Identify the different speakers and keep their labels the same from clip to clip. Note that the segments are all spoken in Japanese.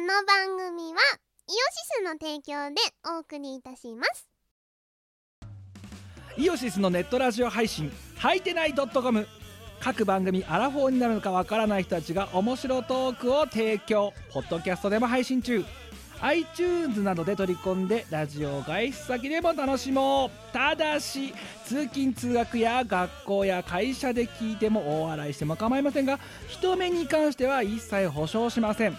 Speaker 1: の番組はイオシスの提供でお送りいたします
Speaker 2: イオシスのネットラジオ配信「はいてない .com」各番組アラフォーになるのかわからない人たちが面白トークを提供ポッドキャストでも配信中 iTunes などで取り込んでラジオを外出先でも楽しもうただし通勤通学や学校や会社で聞いても大笑いしても構いませんが人目に関しては一切保証しません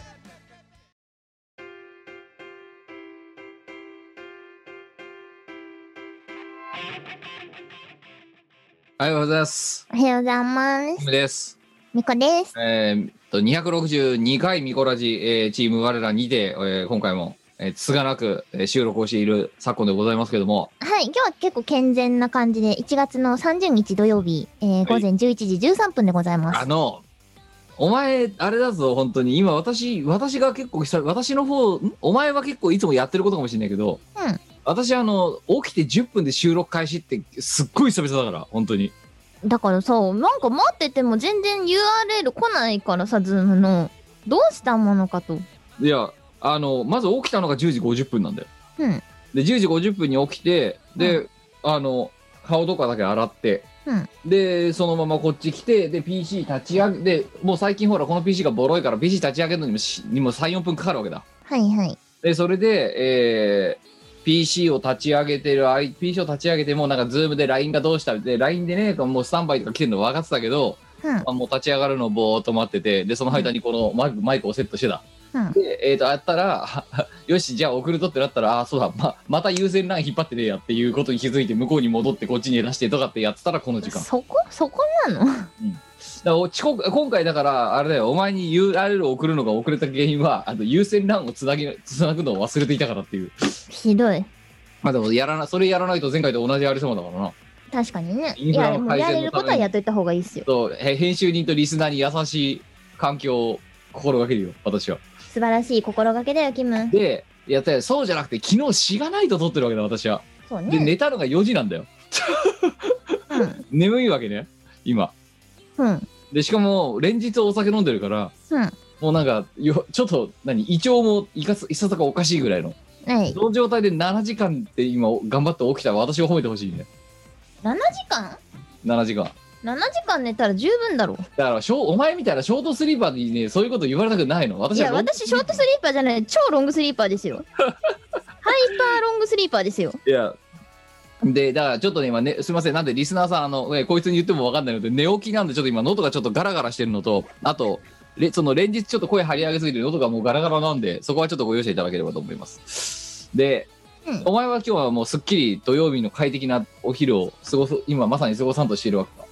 Speaker 3: おはようございます。
Speaker 1: おはようございま
Speaker 3: ト
Speaker 1: す
Speaker 3: ムです。
Speaker 1: みこです
Speaker 3: えー、っと、262回ミコラジ、えーチーム我らにて、えー今回も、えーつがなく、えー収録をしている昨今でございますけども、
Speaker 1: はい今日は結構健全な感じで1月の30日土曜日、えー
Speaker 3: は
Speaker 1: 午
Speaker 3: い
Speaker 1: 前11時13分でございます、
Speaker 3: あの、お前、あれだぞ、本当に。今、私、私が結構久々、私の方、んお前は結構いつもやってることかもしれないけど、
Speaker 1: うん
Speaker 3: 私、あの、起きて10分で収録開始って、すっごい久々だから、本当に。
Speaker 1: だからさなんか待ってても全然 URL 来ないからさズームのどうしたものかと
Speaker 3: いや、あの、まず起きたのが10時50分なんだよ。
Speaker 1: うん
Speaker 3: で、10時50分に起きて、で、あの、顔とかだけ洗って、
Speaker 1: うん
Speaker 3: で、そのままこっち来て、で、PC 立ち上げ、で、もう最近ほら、この PC がボロいから、PC 立ち上げるのにもしにも3、4分かかるわけだ。
Speaker 1: はいはい
Speaker 3: で、それで、えー PC を立ち上げてる、あい PC を立ち上げても、なんか、ズームで LINE がどうしたって、LINE でね、もうスタンバイとか来てるの分かってたけど、
Speaker 1: うん
Speaker 3: まあ、もう立ち上がるのをぼーっと待ってて、で、その間にこのマイク,、マイクをセットしてた。
Speaker 1: うん
Speaker 3: で、えっ、と、やったら、 よし、じゃあ送るとってなったら、あー、そうだ、ま、また優先ライン引っ張ってねえやっていうことに気づいて、向こうに戻ってこっちに出してとかってやってたら、この時間。だか
Speaker 1: そこそこなの
Speaker 3: らお遅刻、今回だから、あれだよ、お前に URL を送るのが遅れた原因は、あの、優先欄をつなぎ、つなぐのを忘れていたからっていう。
Speaker 1: ひどい
Speaker 3: まあでもやらな、それやらないと前回と同じありそうだからな。
Speaker 1: 確かにね
Speaker 3: イン
Speaker 1: い
Speaker 3: フラ
Speaker 1: や
Speaker 3: の
Speaker 1: でもやれることはやっといた方がいいっすよ
Speaker 3: そう、へ編集人とリスナーに優しい環境を心がけるよ、私は。
Speaker 1: 素晴らしい心がけだよキム
Speaker 3: で、やったよそうじゃなくて、昨日しがないと撮ってるわけだ、私は。
Speaker 1: そう
Speaker 3: で、
Speaker 1: ね
Speaker 3: 寝たのが4時なんだよ。
Speaker 1: うん
Speaker 3: 眠いわけね、今。
Speaker 1: うん
Speaker 3: で、しかも、連日お酒飲んでるから、
Speaker 1: うん
Speaker 3: もうなんか、よちょっと、何、胃腸もいかす、いささかおかしいぐらいの。
Speaker 1: はい
Speaker 3: その状態で7時間って今、頑張って起きた私を褒めてほしいね。
Speaker 1: 7時間
Speaker 3: 7時間。
Speaker 1: 7時間寝たら十分だろ
Speaker 3: だから、ショーお前みたいなショートスリーパーにね、そういうこと言われたくないの。
Speaker 1: い
Speaker 3: 私は
Speaker 1: や
Speaker 3: ロング
Speaker 1: 私ショートスリーパーじゃない超ロングスリーパーですよハイパーロングスリーパーですよ
Speaker 3: いや。で、だからちょっとね、今ね、すみません、なんでリスナーさん、あの、えこいつに言っても分かんないので、寝起きなんで、ちょっと今、喉がちょっとガラガラしてるのと、あと、れその連日ちょっと声張り上げすぎて、喉がもうガラガラなんで、そこはちょっとご容赦いただければと思います。で、
Speaker 1: うん
Speaker 3: お前は今日はもうすっきり土曜日の快適なお昼を過ごす、今まさに過ごさんとしているわけか。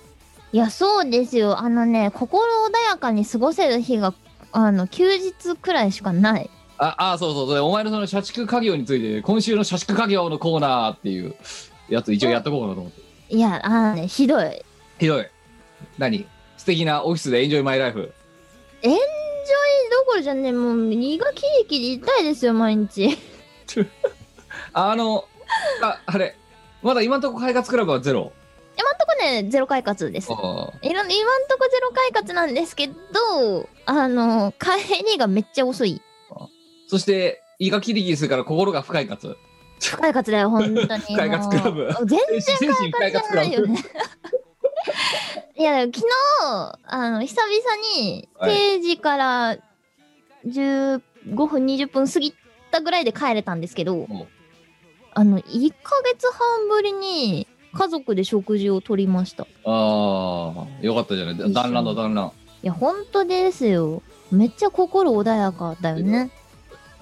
Speaker 1: いやそうですよあのね心穏やかに過ごせる日があの休日くらいしかない
Speaker 3: あ、あ、そうそう、それお前のその社畜家業について、今週の社畜家業のコーナーっていうやつ、一応やっとこうかなと思って。
Speaker 1: いやあのねひどい
Speaker 3: ひどい。何素敵なオフィスでエンジョイマイライフ。
Speaker 1: どころじゃねもう身がキリキリ痛いですよ毎日
Speaker 3: あの、ああれ、まだ今んとこ開発クラブはゼロ。
Speaker 1: 今んとこねゼロ快活です
Speaker 3: あ
Speaker 1: いろん今んとこゼロ快活なんですけどあの帰りがめっちゃ遅い
Speaker 3: そして、胃がキリキリするから心が不快活。
Speaker 1: 快活だよ本当に
Speaker 3: 快活クラブ
Speaker 1: もう全
Speaker 3: 精神
Speaker 1: 然快活じゃないよね いやでも昨日あの久々に
Speaker 3: はい
Speaker 1: 定時から15分20分過ぎたぐらいで帰れたんですけど
Speaker 3: も
Speaker 1: あの1ヶ月半ぶりに家族で食事をとりましたいう
Speaker 3: ああ、よかったじゃない。だ団らんだ団らん。
Speaker 1: や本当ですよめっちゃ心穏やかだよね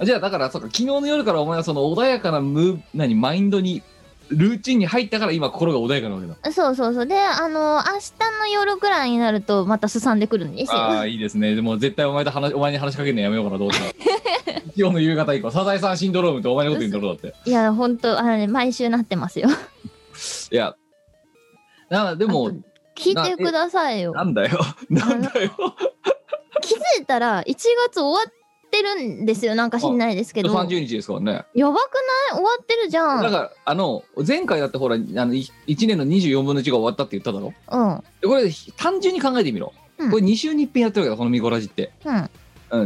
Speaker 3: じゃあ、だから、そうか、昨日の夜からお前はその穏やかなムー、何、マインドに、ルーチンに入ったから今心が穏やかなわけだ。
Speaker 1: そうそうそうであの明日の夜ぐらいになるとまたすさんでくるんですよ
Speaker 3: ああ、いいですね。でも絶対お前と話、お前に話しかけるのやめようかな、どうしたら。今日の夕方以降、サザエさんシンドロームってお前のこと言うんだろうだって。
Speaker 1: いや、ほんと、あのね、毎週なってますよ。
Speaker 3: いや、なで
Speaker 1: あ
Speaker 3: も
Speaker 1: と聞いてくださいよ
Speaker 3: なんだよなんだよ
Speaker 1: 気づいたら1月終わってるんですよなんか知んないですけどやばくない
Speaker 3: 30日ですからね
Speaker 1: 終わってるじゃん
Speaker 3: だからあの前回だってほらあのい1年の24分の1が終わったって言っただろ
Speaker 1: うんうん
Speaker 3: でこれひ単純に考えてみろ、
Speaker 1: うん
Speaker 3: これ2週に一遍やってるわけだこのミコラジって、うん、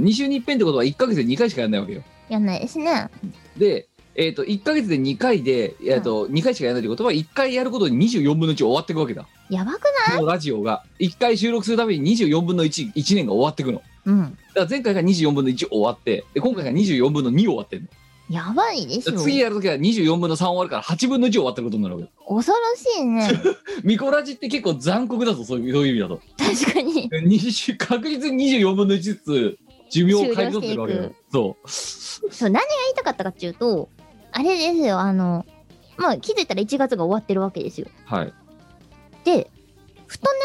Speaker 3: 2週に一遍ってことは1か月で2回しかやらないわけよ
Speaker 1: やんないですね
Speaker 3: でえー、と1か月で2回で、えーと2回しかやらないってことは1回やることに24分の1終わっていくわけだ
Speaker 1: やばく
Speaker 3: このラジオが1回収録するために24分の11年が終わっていく
Speaker 1: な
Speaker 3: の
Speaker 1: いうん
Speaker 3: だから前回が24分の1終わってで今回が24分の2終わってんの
Speaker 1: やばいです
Speaker 3: だか
Speaker 1: よ
Speaker 3: ら次やるときは24分の3終わるから8分の1終わってることになるわけ
Speaker 1: 恐ろしい ね
Speaker 3: ミコラジって結構残酷だぞそういうそういう意味だと
Speaker 1: 確かに
Speaker 3: 20確実に24分の1ずつ寿命を変え取ってるわけだよそう
Speaker 1: そう何が言いたかったかっていうとあれですよあのまあ気づいたら1月が終わってるわけですよ
Speaker 3: はい
Speaker 1: でふとね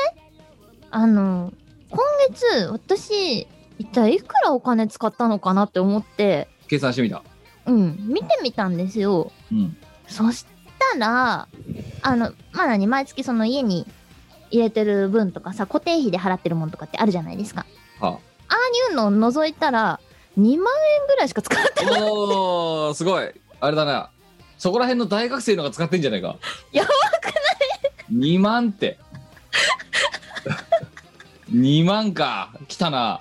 Speaker 1: あの今月私一体いくらお金使ったのかなって思って
Speaker 3: 計算してみた
Speaker 1: うん見てみたんですよ
Speaker 3: うん
Speaker 1: そしたらあのまあ何毎月その家に入れてる分とかさ固定費で払ってるもんとかってあるじゃないですか
Speaker 3: は
Speaker 1: ああいうのを除いたら2万円ぐらいしか使って
Speaker 3: あ、おーすごいあれだなそこら辺の大学生のが使ってんじゃないか
Speaker 1: やば
Speaker 3: くない2万って2万か来たな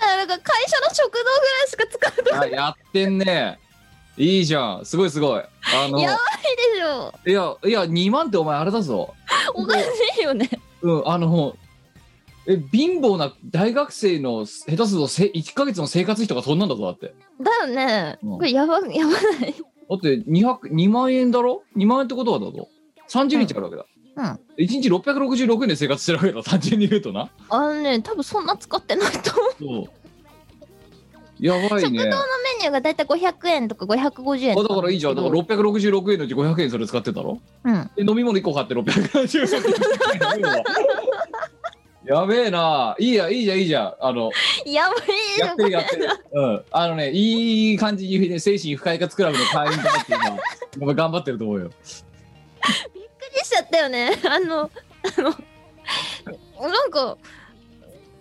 Speaker 1: あなんか会社の食堂ぐらいしか使って
Speaker 3: あやってんねいいじゃんすごいすごいあのい
Speaker 1: や
Speaker 3: や
Speaker 1: ばいでしょ
Speaker 3: いや2万ってお前あれだぞ
Speaker 1: おかしいよね
Speaker 3: うんあのえ貧乏な大学生の下手するとせ1ヶ月の生活費とかそんなんだぞだって
Speaker 1: だよね
Speaker 3: うん
Speaker 1: これやばやばない
Speaker 3: だって200 2万円だろ2万円ってことはだぞ30日あるわけだ、
Speaker 1: うん
Speaker 3: 1日666円で生活してるわけだ単純に言うとな
Speaker 1: あのね多分そんな使ってないと思う
Speaker 3: そうやばいね
Speaker 1: メニューがだいたい500円とか550円
Speaker 3: あ
Speaker 1: と
Speaker 3: だ
Speaker 1: か
Speaker 3: からいいじゃんだから666円のうち500円それ使ってたろ
Speaker 1: うん
Speaker 3: で飲み物1個買って670円 やべえないいやいいじゃんいいじゃんあの
Speaker 1: やばいで
Speaker 3: や
Speaker 1: し
Speaker 3: っ
Speaker 1: ょこ
Speaker 3: てる
Speaker 1: れ
Speaker 3: やってるうんあのねいい感じに、ね、精神不快活クラブの会員となって今お前頑張ってると思うよ
Speaker 1: びっくりしちゃったよね あのあのなんか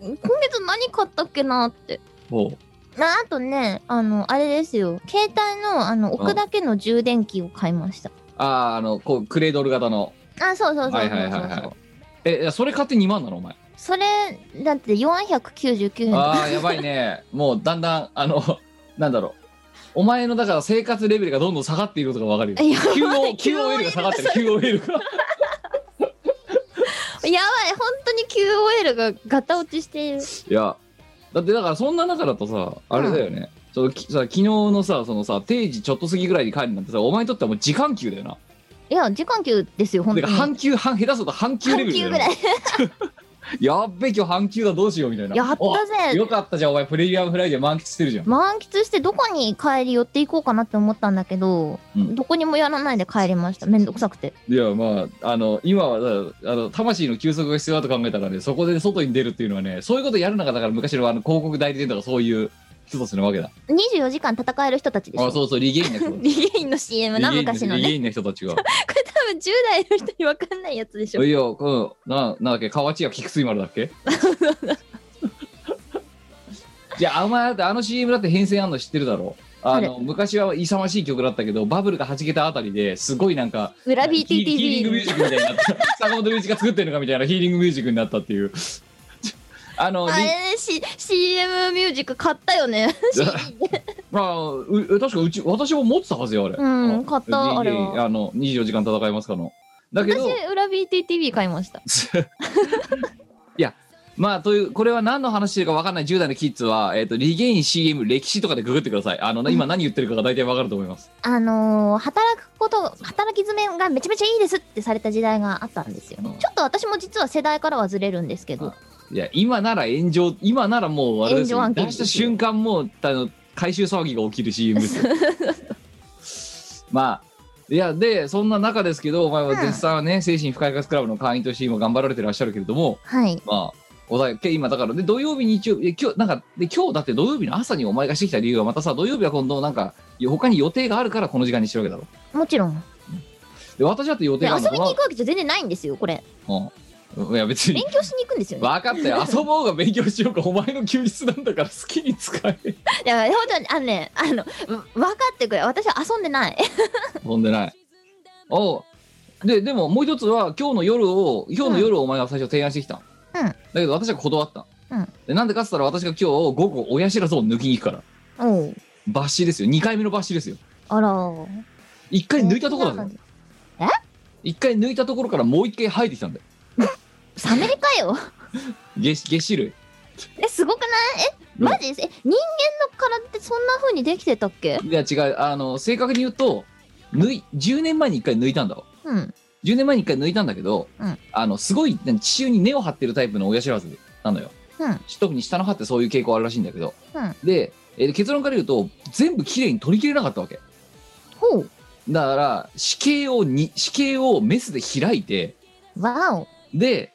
Speaker 1: 今月何買ったっけなって
Speaker 3: も
Speaker 1: なあとねあのあれですよ携帯のあの置くだけの充電器を買いました
Speaker 3: うあーあのこうクレードル型の
Speaker 1: あそうそうそう
Speaker 3: は
Speaker 1: そう
Speaker 3: いはい
Speaker 1: そう
Speaker 3: はい
Speaker 1: そ
Speaker 3: はいうえいやそれ買って2万なのお前
Speaker 1: それだって499円
Speaker 3: ああやばいねもうだんだんあの なんだろうお前のだから生活レベルがどんどん下がっていることがわかるよ
Speaker 1: やばい
Speaker 3: QO QOL が下がってる QOL が
Speaker 1: やばい本当に QOL がガタ落ちしている
Speaker 3: いやだってだからそんな中だとさあれだよね、ちょっときさ昨日のさそのさ定時ちょっと過ぎぐらいに帰るなんてさお前にとってはもう時間給だよない
Speaker 1: や時間給ですよ本
Speaker 3: て
Speaker 1: 当
Speaker 3: か
Speaker 1: に
Speaker 3: 半休半下手すると半休レベルだよ
Speaker 1: 半ぐらい
Speaker 3: やっべ今日半休だどうしようみたいな
Speaker 1: やっ
Speaker 3: お
Speaker 1: たぜ
Speaker 3: よかったじゃんお前プレミアムフライデー満喫してるじゃん
Speaker 1: 満喫してどこに帰り寄っていこうかなって思ったんだけど、
Speaker 3: うん
Speaker 1: どこにもやらないで帰りましためんどくさくて
Speaker 3: いやまああの今はだからあの魂の休息が必要だと考えたらねそこで外に出るっていうのはねそういうことやるのがだから昔のあの広告代理店とかそういう一つなわけだ
Speaker 1: 24時間戦える人たちでし
Speaker 3: あ
Speaker 1: ょ
Speaker 3: そうそうリゲインの人
Speaker 1: リゲインの CM な
Speaker 3: リゲイン
Speaker 1: 昔の
Speaker 3: リ
Speaker 1: ね
Speaker 3: ゲインの人たちが
Speaker 1: これ多分10代の人に分かんないやつでしょ
Speaker 3: いや、うん、ななんだっけ、河内屋菊水丸だ っけじゃあ、お前だってあの CM だって変遷あんの知ってるだろあの昔は勇ましい曲だったけどバブルがはじけたあたりですごいなんか
Speaker 1: 裏
Speaker 3: ヒーヒーリングミュ
Speaker 1: BTTV
Speaker 3: ージックみたいになった 坂本龍一が作ってるのかみたいなヒーリングミュージックになったっていうあの
Speaker 1: あ
Speaker 3: リ
Speaker 1: れ、C、CM ミュージック買ったよ ね
Speaker 3: まあう確かうち私も持ってたはずよあれ
Speaker 1: うん買った
Speaker 3: あ
Speaker 1: あれは
Speaker 3: あの24時間戦いますかのだけ
Speaker 1: 私
Speaker 3: ど
Speaker 1: 裏 BTTV 買いました
Speaker 3: いやまあというこれは何の話してるか分かんない10代のキッズは、えー、とリゲイン CM 歴史とかでググってくださいあの、今何言ってるかが大体分かると思います
Speaker 1: あのー働くこと働き詰めがめちゃめちゃいいですってされた時代があったんですよね、
Speaker 3: うん
Speaker 1: ちょっと私も実は世代からはずれるんですけど、
Speaker 3: いや今なら炎上今ならもうあれですよ
Speaker 1: 炎上案件
Speaker 3: 出した瞬間もうあの回収騒ぎが起きる CM ですよまあいやでそんな中ですけどお前は絶賛ね、精神不快活クラブの会員として今頑張られてらっしゃるけれども
Speaker 1: はい
Speaker 3: まあおだけ今だからで土曜日日曜日で今日なんかで今日だって土曜日の朝にお前がしてきた理由はまたさ土曜日は今度なんか他に予定があるからこの時間にしてるわけだろ
Speaker 1: もちろん
Speaker 3: で私だって予定
Speaker 1: で
Speaker 3: があ
Speaker 1: 遊
Speaker 3: るの
Speaker 1: び
Speaker 3: か
Speaker 1: に行くわけじゃ全然ないんですよこれ
Speaker 3: な、うん、いや別
Speaker 1: 勉
Speaker 3: に
Speaker 1: 強しに行くんですよね
Speaker 3: 分かった よ遊ぼうが勉強しようがお前の休日なんだから好きに使え
Speaker 1: いや本当にあのねあのうん分かってくれ私は遊んでない
Speaker 3: 飛んでないおうででももう一つは今日の夜を今日の夜をお前が最初提案してきた、
Speaker 1: うん
Speaker 3: だけど私は断った、
Speaker 1: うん
Speaker 3: でなんでかっつったら私が今日午後親知らずを抜きに行くから
Speaker 1: おう
Speaker 3: 抜歯ですよ2回目の抜歯ですよ
Speaker 1: あらー
Speaker 3: 1回抜いたところだぞ
Speaker 1: え
Speaker 3: 1回抜いたところからもう1回生えてきたんだよ
Speaker 1: サメかよ
Speaker 3: 下下種類
Speaker 1: えすごくないえマジえ人間の体ってそんな風にできてたっけ
Speaker 3: いや違うあの正確に言うと抜い10年前に1回抜いたんだわ
Speaker 1: うん
Speaker 3: 10年前に1回抜いたんだけど、
Speaker 1: うん
Speaker 3: あのすごい何地中に根を張ってるタイプの親知らずなのよ、
Speaker 1: うん
Speaker 3: 特に下の歯ってそういう傾向あるらしいんだけど、
Speaker 1: うん
Speaker 3: で、えー結論から言うと全部きれいに取りきれなかったわけ
Speaker 1: ほう
Speaker 3: だから子宮をに子宮をメスで開いて
Speaker 1: わお
Speaker 3: で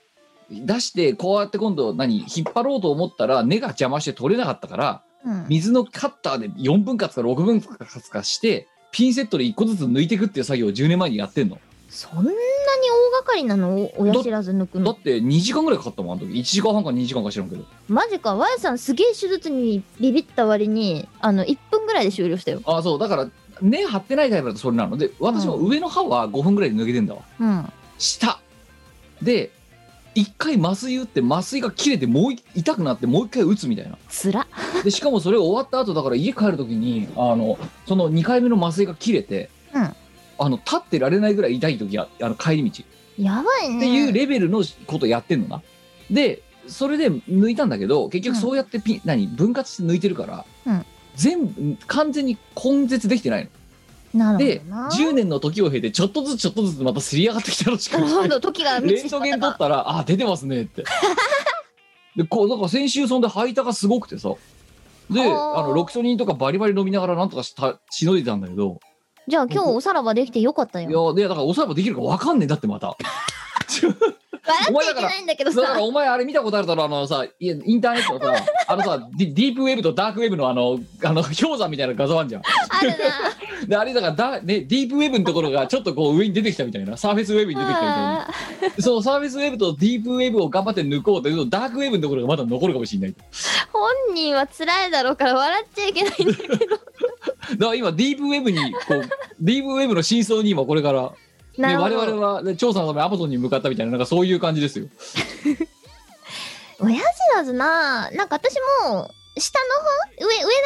Speaker 3: 出してこうやって今度何引っ張ろうと思ったら根が邪魔して取れなかったから
Speaker 1: うん
Speaker 3: 水のカッターで4分割か6分割かしてピンセットで1個ずつ抜いていくっていう作業を10年前にやってんの
Speaker 1: そんなに大掛かりなのお親知らず抜く
Speaker 3: だ
Speaker 1: の
Speaker 3: って2時間ぐらいかかったもんあの時1時間半か2時間か知らんけど
Speaker 1: マジか Y さんすげえ手術にビビった割にあの1分ぐらいで終了したよ
Speaker 3: ああそうだから根張ってないタイプだとそれなので私も
Speaker 1: う
Speaker 3: 上の歯は5分ぐらいで抜けてんだわ
Speaker 1: うん
Speaker 3: 下で1回麻酔打って麻酔が切れてもうい痛くなってもう1回打つみたいな
Speaker 1: つら
Speaker 3: でしかもそれ終わった後だから家帰る時にあのその2回目の麻酔が切れて、
Speaker 1: うん
Speaker 3: あの立ってられないぐらい痛い時はあの帰り道
Speaker 1: やばい
Speaker 3: っ
Speaker 1: ね
Speaker 3: ていうレベルのことやってんのな。でそれで抜いたんだけど結局そうやってピン、何分割して抜いてるから、
Speaker 1: うん
Speaker 3: 全部完全に根絶できてない
Speaker 1: な
Speaker 3: の。
Speaker 1: る
Speaker 3: で
Speaker 1: ほどな
Speaker 3: 10年の時を経てちょっとずつちょっとずつまたすり上がってきたのし
Speaker 1: な
Speaker 3: か
Speaker 1: るほ
Speaker 3: ない
Speaker 1: ど時が満
Speaker 3: レ
Speaker 1: ち
Speaker 3: ン
Speaker 1: てしまっ
Speaker 3: トゲ
Speaker 1: た
Speaker 3: ン撮
Speaker 1: か
Speaker 3: ったらあ出てますねって でこうだから先週そんで吐いたがすごくてさであ
Speaker 1: はあ
Speaker 3: のロキソニンとかバリバリ飲みながらなんとかしたしのいでたんだけど
Speaker 1: じゃあ今日おさらばできてよかった
Speaker 3: い
Speaker 1: よ
Speaker 3: やでだからおさらばできるかわかんねえんだってまた
Speaker 1: 笑
Speaker 3: お
Speaker 1: っち
Speaker 3: 前
Speaker 1: ゃい
Speaker 3: だか
Speaker 1: け
Speaker 3: ら
Speaker 1: ないんだけど
Speaker 3: だから
Speaker 1: さ
Speaker 3: お前あれ見たことあるだろあのさいやインターネット のさあのさディディープウェブとダークウェブのあのあの氷山みたいな画像あんじゃん
Speaker 1: あるな
Speaker 3: であれだからだ、ね、ディープウェブのところがちょっとこう上に出てきたみたいなサーフェスウェブに出てきたみたいな
Speaker 1: あー
Speaker 3: そうサーフェスウェブとディープウェブを頑張って抜こうというとダークウェブのところがまだ残るかもしれない
Speaker 1: 本人は辛いだろうから笑っちゃいけないんだけど
Speaker 3: だから今ディープウェブにこう ディープウェブの真相に今これから、
Speaker 1: な
Speaker 3: ね、
Speaker 1: るほ
Speaker 3: 我
Speaker 1: ど
Speaker 3: 々はね調査のためアマゾンに向かったみたいななんかそういう感じですよ
Speaker 1: 親知らずななんか私も下の方上上だ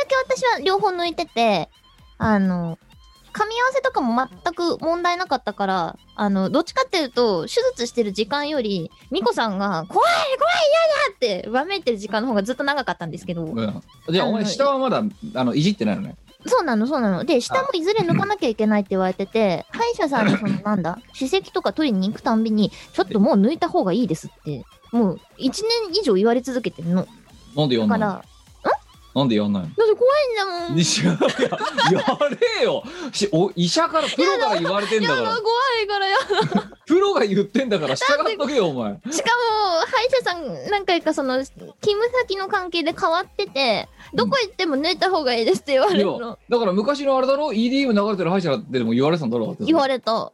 Speaker 1: け私は両方抜いててあの噛み合わせとかも全く問題なかったからあのどっちかっていうと手術してる時間より美子さんが「怖い怖い嫌だ!」ってわめいてる時間の方がずっと長かったんですけど
Speaker 3: うんじゃあお
Speaker 1: あ
Speaker 3: 前
Speaker 1: の
Speaker 3: 下はまだあのいじってないのね
Speaker 1: そうなのそうなので下もいずれ抜かなきゃいけないって言われて て歯医者さんにそのなんだ歯石とか取りに行くたんびにちょっともう抜いた方がいいですってもう1年以上言われ続けてるの
Speaker 3: なんでや
Speaker 1: だ
Speaker 3: ん
Speaker 1: か
Speaker 3: ない
Speaker 1: ら
Speaker 3: のなんでやんないの
Speaker 1: だって怖いんだもん
Speaker 3: 西川いややれよしお医者からプロから言われてんだか
Speaker 1: やだ
Speaker 3: ら
Speaker 1: 怖いから や
Speaker 3: プロが言ってんだから従っとけよお前
Speaker 1: しかも歯医者さん何回かその勤務先の関係で変わっててどこ行っても抜いた方がいいですって言われ
Speaker 3: い
Speaker 1: る
Speaker 3: や
Speaker 1: の、
Speaker 3: だから昔のあれだろ EDM 流れてる歯医者でも言われてたんだろ
Speaker 1: 言わ
Speaker 3: れ
Speaker 1: れた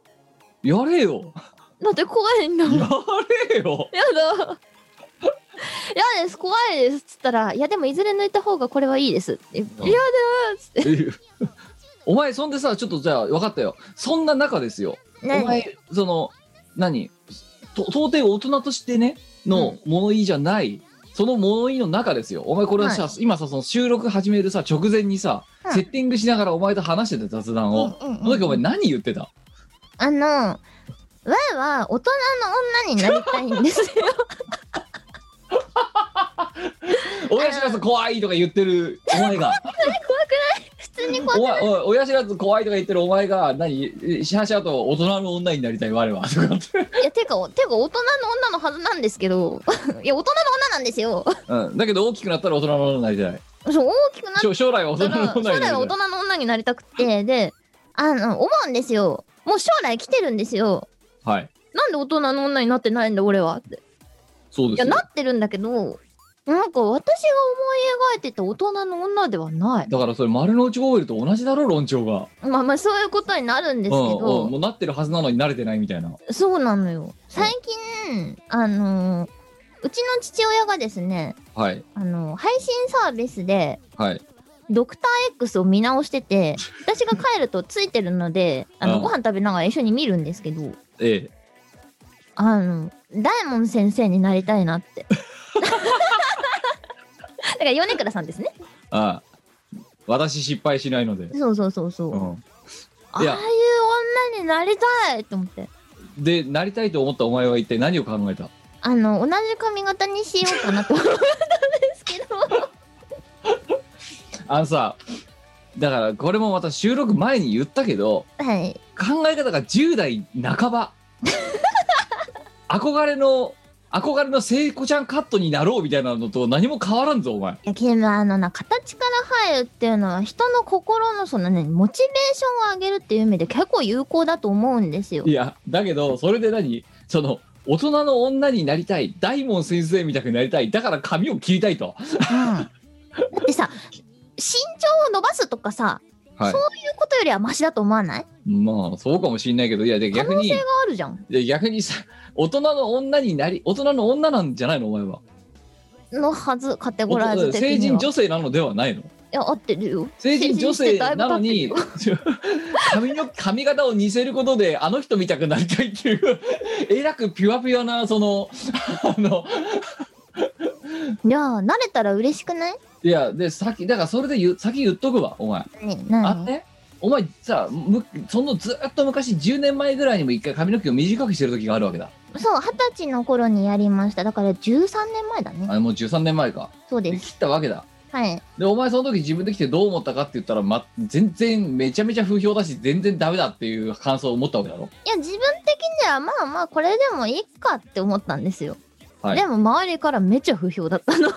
Speaker 3: やれよ
Speaker 1: だって怖いんだもんや
Speaker 3: やれよ
Speaker 1: だ嫌です怖いですっつったら「いやでもいずれ抜いた方がこれはいいです」って「嫌だ
Speaker 3: ん
Speaker 1: ー」っつって
Speaker 3: っていう お前そんでさちょっとじゃあ分かったよそんな中ですよお
Speaker 1: 何
Speaker 3: 前その何と到底大人としてねの物言いじゃない、その物言いの中ですよお前これはさ、今さその収録始めるさ直前にさ、
Speaker 1: うん
Speaker 3: セッティングしながらお前と話してた雑談を、
Speaker 1: うん
Speaker 3: その時お
Speaker 1: う
Speaker 3: 前
Speaker 1: ん
Speaker 3: 何言ってた
Speaker 1: あのわいは大人の女になりたいん ですよ
Speaker 3: 親知らず怖いとか言ってるお前が
Speaker 1: 普通にこ
Speaker 3: お前おい親知らず怖いとか言ってるお前が何えシャシャと大人の女になりたい我は とかって、
Speaker 1: ういやてかてか大人の女のはずなんですけど いや大人の女なんですよ
Speaker 3: うん、だけど大きくなったら大人の女になりたい
Speaker 1: そう大きくなっ
Speaker 3: 将将来は大
Speaker 1: た
Speaker 3: 人
Speaker 1: ら
Speaker 3: の
Speaker 1: 将
Speaker 3: 女にな
Speaker 1: 来は大
Speaker 3: りたい
Speaker 1: 人の女になりたくてであの思うんですよもう将来来てるんですよ
Speaker 3: はい
Speaker 1: なんで大人の女になってないんだ俺はって
Speaker 3: そう
Speaker 1: い
Speaker 3: で
Speaker 1: や
Speaker 3: すよ
Speaker 1: なってるんだけどなんか私が思い描いてた大人の女ではない。
Speaker 3: だからそれ丸の内 OL と同じだろ論調が
Speaker 1: まあまあそういうことになるんですけ
Speaker 3: うんうん、
Speaker 1: ど、
Speaker 3: もうなってるはずなのに慣れてないみたいな
Speaker 1: そうなのよ。最近、あのーうちの父親がですね、
Speaker 3: はい
Speaker 1: あのー配信サービスで、
Speaker 3: はい
Speaker 1: ドクター X を見直してて、私が帰るとついてるの で、あ
Speaker 3: う
Speaker 1: の
Speaker 3: ん
Speaker 1: ご飯食べながら一緒に見るんですけど、
Speaker 3: ええ
Speaker 1: あの、大門先生になりたいな って。だから米倉さんですね。
Speaker 3: ああ私失敗しないので、
Speaker 1: そうそうそうそう。
Speaker 3: うん、
Speaker 1: ああ
Speaker 3: い
Speaker 1: いう
Speaker 3: や
Speaker 1: 女になりたいと思って。
Speaker 3: でなりたいと思ったお前は一体何を考えた
Speaker 1: あの、同じ髪型にしようかなと思ったんですけど。
Speaker 3: あのさだからこれもまた収録前に言ったけど
Speaker 1: はい。
Speaker 3: 考え方が10代半ば 憧れの憧れの聖子ちゃんカットになろうみたいなのと何も変わらんぞお前
Speaker 1: いや、けど、あのな、形から入るっていうのは、人の心の、そのね、モチベーションを上げるっていう意味で結構有効だと思うんですよ
Speaker 3: い。やだけどそれで何その大人の女になりたい大門先生みたくなりたいだから髪を切りたいと
Speaker 1: だってさ身長を伸ばすとかさ
Speaker 3: はい
Speaker 1: そそういうことよりはマシだと思わない
Speaker 3: まあそうかもしんないけどいやで
Speaker 1: 可
Speaker 3: 逆
Speaker 1: 能
Speaker 3: に
Speaker 1: 性があるじゃん
Speaker 3: で逆にさ大人の女になり大人の女なんじゃないのお前は
Speaker 1: のはずカテゴライズ
Speaker 3: お
Speaker 1: 的
Speaker 3: 成
Speaker 1: に
Speaker 3: 人
Speaker 1: は
Speaker 3: 女性なのではないの
Speaker 1: いや合ってるよ
Speaker 3: 成人女性なのに
Speaker 1: 成
Speaker 3: 髪の髪型を似せることであの人みたくなりたいっていうえらくピュアピュアなそのあの
Speaker 1: いや慣れたら嬉しくない
Speaker 3: いやで先だからそれで言う先言っとくわお前
Speaker 1: ね
Speaker 3: あ
Speaker 1: 何
Speaker 3: って、お前さむそのずっと昔10年前ぐらいにも一回髪の毛を短くしてる時があるわけだ
Speaker 1: そう二十歳の頃にやりましただから13年前だね
Speaker 3: あれもう13年前か
Speaker 1: そう
Speaker 3: で
Speaker 1: です
Speaker 3: 切ったわけだ
Speaker 1: はい
Speaker 3: でお前その時自分で来てどう思ったかって言ったら、ま、全然めちゃめちゃ不評だし全然ダメだっていう感想を持ったわけだろ
Speaker 1: いや自分的にはまあまあこれでもいいかって思ったんですよ、
Speaker 3: はい
Speaker 1: でも周りからめちゃ不評だったの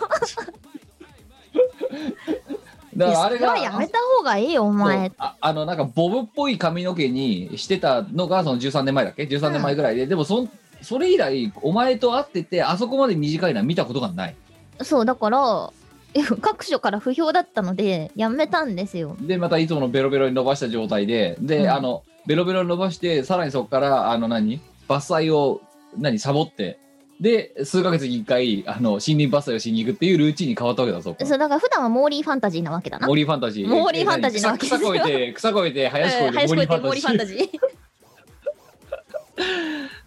Speaker 3: だからあれ
Speaker 1: いやそ
Speaker 3: が
Speaker 1: れはやめた方がいいよお前
Speaker 3: そうああのなんかボブっぽい髪の毛にしてたのがその13年前だっけ13年前ぐらいで、でもそんそれ以来お前と会っててあそこまで短いのは見たことがない
Speaker 1: そうだからえ各所から不評だったのでやめたんですよ。
Speaker 3: でまたいつものベロベロに伸ばした状態でで、
Speaker 1: うん
Speaker 3: あのベロベロに伸ばしてさらにそこからあの何伐採を何サボってで数ヶ月に1回あの森林伐採をしに行くっていうルーチンに変わったわけだそこ
Speaker 1: そうだから普段はモーリーファンタジーなわけだな。
Speaker 3: モーリーファンタジー
Speaker 1: モーリーファンタジーなわけです
Speaker 3: 草
Speaker 1: よ
Speaker 3: 草越えて草越えて林越え
Speaker 1: え
Speaker 3: て
Speaker 1: ー林越えて
Speaker 3: モ
Speaker 1: モ
Speaker 3: ー
Speaker 1: ーリ
Speaker 3: リー
Speaker 1: ー
Speaker 3: フ
Speaker 1: ファ
Speaker 3: ァン
Speaker 1: ン
Speaker 3: タ
Speaker 1: タ
Speaker 3: ジ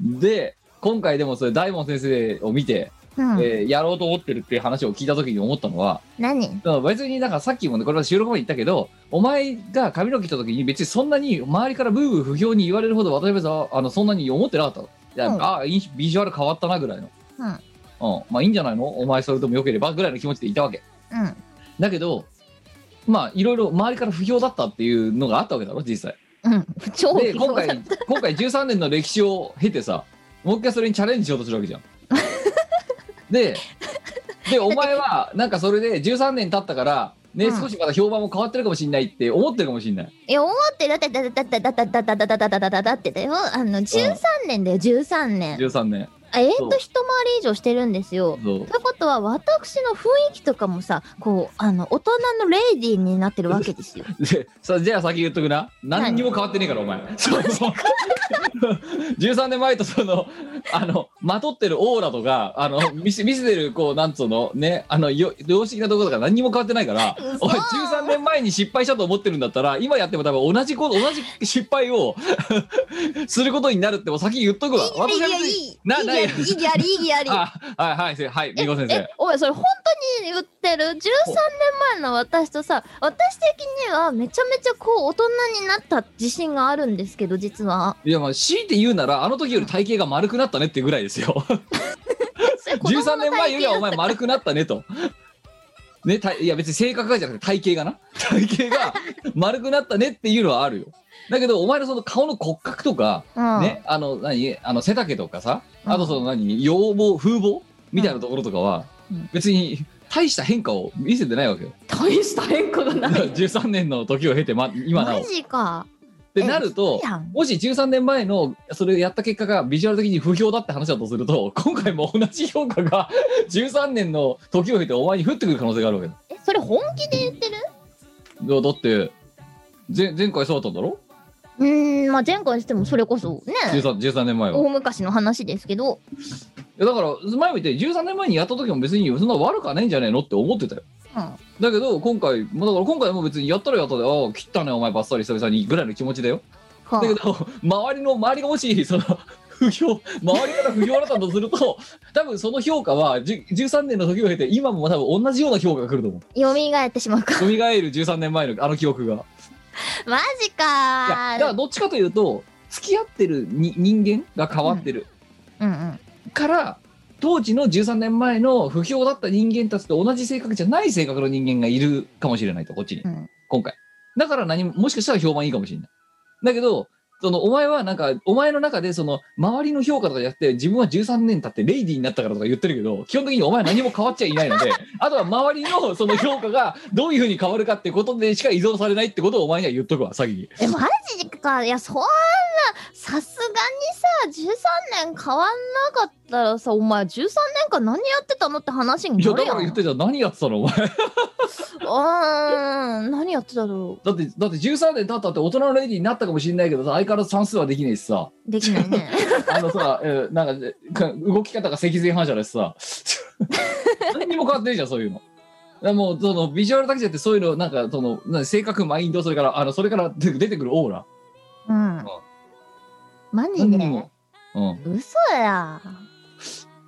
Speaker 1: ジー。
Speaker 3: ーで今回でもそれ大門先生を見て、
Speaker 1: うん、
Speaker 3: えーやろうと思ってるっていう話を聞いた時に思ったのは
Speaker 1: 何
Speaker 3: だから別になんかさっきもねこれは収録まで言ったけどお前が髪の毛切った時に別にそんなに周りからブーブー不評に言われるほど私別にあのそんなに思ってなかったのいや、
Speaker 1: うん
Speaker 3: ああいいビジュアル変わったなぐらいの、
Speaker 1: うんうん
Speaker 3: うん、まあいいんじゃないのお前それともよければぐらいの気持ちでいたわけだけどまあいろいろ周りから不評だったっていうのがあったわけだろ実際
Speaker 1: うん超
Speaker 3: で
Speaker 1: 不
Speaker 3: 今
Speaker 1: 評だ
Speaker 3: 回今回13年の歴史を経てさもう一回それにチャレンジしようとするわけじ ゃんででお前はなんかそれで13年経ったからね、
Speaker 1: うん
Speaker 3: 少しまだ評判も変わってるかもしんないって思ってるかもしんない
Speaker 1: いや思ってだってだってだってだってだってだってだってだってだってだよあの13年だよ13年
Speaker 3: 13年
Speaker 1: あえー、っと一回り以上してるんですよ
Speaker 3: そう
Speaker 1: ということは私の雰囲気とかもさこうあの大人のレイディーになってるわけですよ
Speaker 3: で さじゃあ先言っとくな何にも変わってねえからお前その 13年前とそのあのまとってるオーラとかあの見せ見せてるこうなんつうのねあのよ良識なところとか何にも変わってないから
Speaker 1: 嘘
Speaker 3: お前13年前に失敗したと思ってるんだったら今やっても多分同じこと同じ失敗を することになるってもう先言っとくわ
Speaker 1: い
Speaker 3: は
Speaker 1: や
Speaker 3: 別
Speaker 1: い
Speaker 3: に
Speaker 1: い
Speaker 3: なない
Speaker 1: やいい意義あり意義あり
Speaker 3: あはいはいせはい美子先生
Speaker 1: えお前それ本当に言ってる13年前の私とさ私的にはめちゃめちゃこう大人になった自信があるんですけど実は
Speaker 3: いやまあ強いて言うならあの時より体型が丸くなったねっていうぐらいですよ
Speaker 1: それ子供
Speaker 3: 13
Speaker 1: の体型
Speaker 3: 年前よりはお前丸くなったねと。ね、たいや別に性格がじゃなくて体型がな体型 が丸くなったねっていうのはあるよだけどお前のその顔の骨格とか、
Speaker 1: うん
Speaker 3: ねあの何あの背丈とかさ
Speaker 1: うん
Speaker 3: あとその何要望風貌みたいなところとかは
Speaker 1: うん
Speaker 3: 別に大した変化を見せてないわけよ
Speaker 1: 大した変化がない
Speaker 3: 13年の時を経て、ま、今な
Speaker 1: マ
Speaker 3: お
Speaker 1: ジか
Speaker 3: ってなると
Speaker 1: えやん
Speaker 3: もし13年前のそれをやった結果がビジュアル的に不評だって話だとすると今回も同じ評価が 13年の時を経てお前に降ってくる可能性があるわけだ
Speaker 1: えそれ本気で言ってる
Speaker 3: いやだってぜ前回そうだったんだろ
Speaker 1: うーんまあ前回にしてもそれこそね
Speaker 3: 13, 13年前は。
Speaker 1: 大昔の話ですけど
Speaker 3: いやだから前見て13年前にやった時も別にそんな悪くはないんじゃねえのって思ってたよ
Speaker 1: うん
Speaker 3: だけど今回もうだから今回も別にやったらやったでああ切ったねお前バッサリ久々にぐらいの気持ちだよだ
Speaker 1: は
Speaker 3: けど周りの周りがもしその 不評周りから不評だったとすると多分その評価は10 13年の時を経て今も多分同じような評価が来ると思う
Speaker 1: 蘇ってしまう か
Speaker 3: 蘇る13年前のあの記憶がいや
Speaker 1: マジ
Speaker 3: だ
Speaker 1: か
Speaker 3: からどっちかというと付き合ってるに人間が変わってる、
Speaker 1: うんうん
Speaker 3: から当時の13年前の不評だった人間たちと同じ性格じゃない性格の人間がいるかもしれないとこっちに、
Speaker 1: うん
Speaker 3: 今回だから何ももしかしたら評判いいかもしれないだけどそのお前はなんかお前の中でその周りの評価とかじゃなくて自分は13年経ってレイディーになったからとか言ってるけど基本的にお前は何も変わっちゃいないので あとは周りのその評価がどういうふうに変わるかってことでしか依存されないってことをお前には言っとくわ先に
Speaker 1: えマジかいやそんなさすがにさ13年変わんなかったらさお前13年間何やってたのって話に
Speaker 3: いや
Speaker 1: なる
Speaker 3: だか
Speaker 1: やん
Speaker 3: ら言っ
Speaker 1: う
Speaker 3: てた何やってたのお前
Speaker 1: ーん何やってただろ
Speaker 3: だって、だって13年経ったって大人のレディーになったかもしれないけどさ、相変わらず算数はできねえしさ、
Speaker 1: うできないね
Speaker 3: あのさ、えーなんかか、動き方が脊髄反射だしさ、何にも変わってねえじゃん、そういうの。だからもう、その、ビジュアルだけじゃなくて、そういうの、なんか、その、なんか性格、マインド、それから、あの、それから出てくるオーラ。
Speaker 1: うんマジ
Speaker 3: 何に
Speaker 1: で
Speaker 3: も。うん。
Speaker 1: 嘘や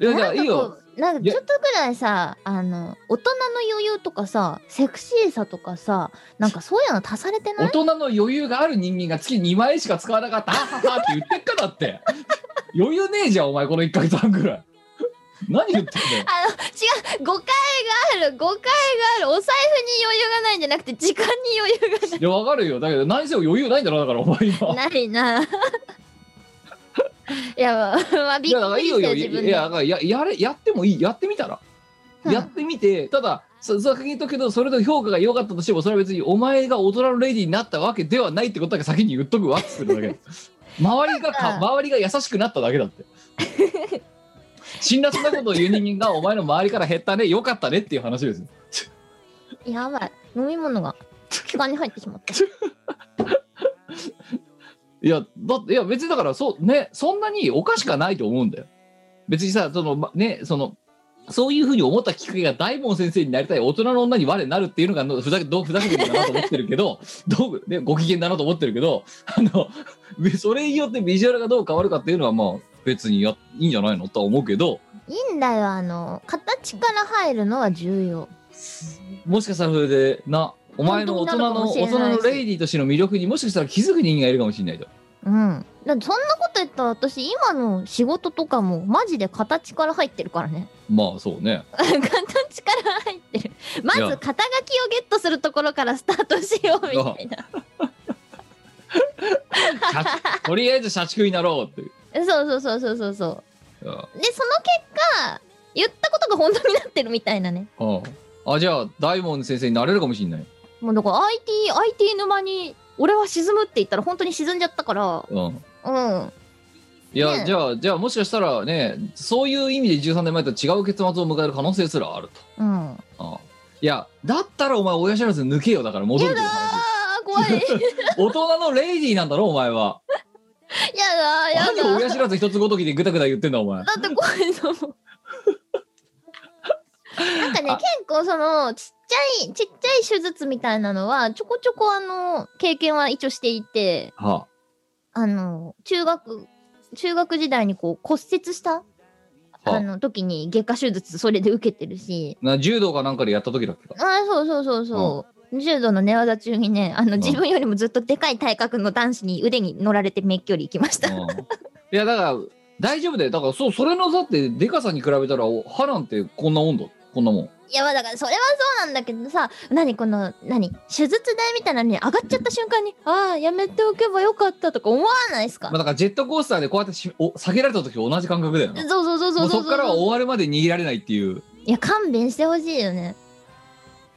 Speaker 3: いや、じゃあ、いいよ。
Speaker 1: なんか
Speaker 3: いや
Speaker 1: ちょっとぐらいさあの大人の余裕とかさセクシーさとかさなんかそういうの足されてな
Speaker 3: 大
Speaker 1: い
Speaker 3: 人の余裕がある人間が月2万円しか使わなかった、あははって言ってっかだって。余裕ねえじゃん、お前、この1ヶ月半くらい。何言ってんだよ。
Speaker 1: あの違う誤解がある誤解があるお財布に余裕がないんじゃなくて時間に余裕がない
Speaker 3: いや、わかるよ。だけど、何せ余裕ないんだろ、だから、お前今。
Speaker 1: ないな。 いや、まあ、まあ、
Speaker 3: い
Speaker 1: びっ
Speaker 3: や、だか
Speaker 1: く
Speaker 3: らい
Speaker 1: り
Speaker 3: いよ、
Speaker 1: し
Speaker 3: いい
Speaker 1: たよ、
Speaker 3: よ。
Speaker 1: 自分
Speaker 3: い
Speaker 1: で。
Speaker 3: や、だからややれ、やってもいい。やってみたら。
Speaker 1: うん
Speaker 3: やってみて、ただ、さ先に言っとくけど、それで評価が良かったとしても、それは別にお前が大人のレディーになったわけではないってことだけ先に言っとくわっつってるだ け。周りがか、
Speaker 1: なんか
Speaker 3: 周りが優しくなっただけ だって。辛辣なことを言う人間がお前の周りから減ったね、良かったねっていう話ですよ。
Speaker 1: やばい。飲み物が、気管に入ってしまった。
Speaker 3: いや、だって、いや、別にだから、そう、ね、そんなにおかしくはないと思うんだよ。別にさ、その、ま、ね、その、そういうふうに思ったきっかけが大門先生になりたい大人の女に我なるっていうのがのふざけどうふざけてるかなと思ってるけど どう、ね、ご機嫌だなと思ってるけどあの べそれによってビジュアルがどう変わるかっていうのはまあ別にやいいんじゃないのとは思うけど
Speaker 1: いいんだよ、あの、形から入るのは重要。
Speaker 3: もしかしたらそれでなお前の大人の
Speaker 1: 本当になる
Speaker 3: 大
Speaker 1: か
Speaker 3: 人
Speaker 1: もしれないし
Speaker 3: のレイディーとしての魅力にもしかしたら気づく人間がいるかもしれないと。
Speaker 1: うん。だってそんなこと言ったら私、今の仕事とかも、マジで形から入ってるからね。
Speaker 3: まあそうね。
Speaker 1: 形から入ってる。まず、
Speaker 3: いや
Speaker 1: 肩書きをゲットするところからスタートしよう、みたいな。
Speaker 3: 社畜とりあえず社畜になろうっていう。
Speaker 1: そうそうそうそうそうそう。で、
Speaker 3: うん
Speaker 1: その結果、言ったことが本当になってるみたいなね。
Speaker 3: あああじゃあ大門先生になれるかもしれない、
Speaker 1: もうだから IT、IT 沼に、俺は沈むって言ったら本当に沈んじゃったから、
Speaker 3: うん、
Speaker 1: うん。
Speaker 3: いや、
Speaker 1: ね
Speaker 3: じゃあじゃあもしかしたらねそういう意味で13年前と違う結末を迎える可能性すらある
Speaker 1: うん。あ
Speaker 3: とああいやだったらお前親知らず抜けよだから戻るけど話
Speaker 1: あー、怖 い。や
Speaker 3: 大人のレイディーなんだろお前は
Speaker 1: だ、や
Speaker 3: 何を
Speaker 1: だ。
Speaker 3: 親知らず一つごときでぐたぐた言ってんだお前
Speaker 1: だって怖いの。なんかね、
Speaker 3: あ
Speaker 1: 結構その、ちっちゃい、ちっちゃい手術みたいなのは、ちょこちょこあの、経験は一応していて、
Speaker 3: は
Speaker 1: あの、中学、中学時代にこう骨折した、
Speaker 3: あ、は
Speaker 1: あ
Speaker 3: あ、
Speaker 1: の時に外科手術それで受けてるし、
Speaker 3: な柔道かなんかでやった時だっけか
Speaker 1: ああそうそうそうそう、柔道の寝技中にねあの
Speaker 3: ん
Speaker 1: 自分よりもずっとでかい体格の男子に腕に乗られてめっきょり行きました、
Speaker 3: うんいやだから大丈夫だよだからそうそれのだってでかさに比べたらお歯なんてこんな温度こんなもん
Speaker 1: いやまあだからそれはそうなんだけどさ何この何手術台みたいなのに上がっちゃった瞬間にああやめておけばよかったとか思わないですか、
Speaker 3: まあ、だからジェットコースターでこうやってしお下げられた時と同じ感覚だよな
Speaker 1: そうそうそう
Speaker 3: も
Speaker 1: そうそ
Speaker 3: うそうこからは終わるまで逃げられないっていう
Speaker 1: いや勘弁してほしいよね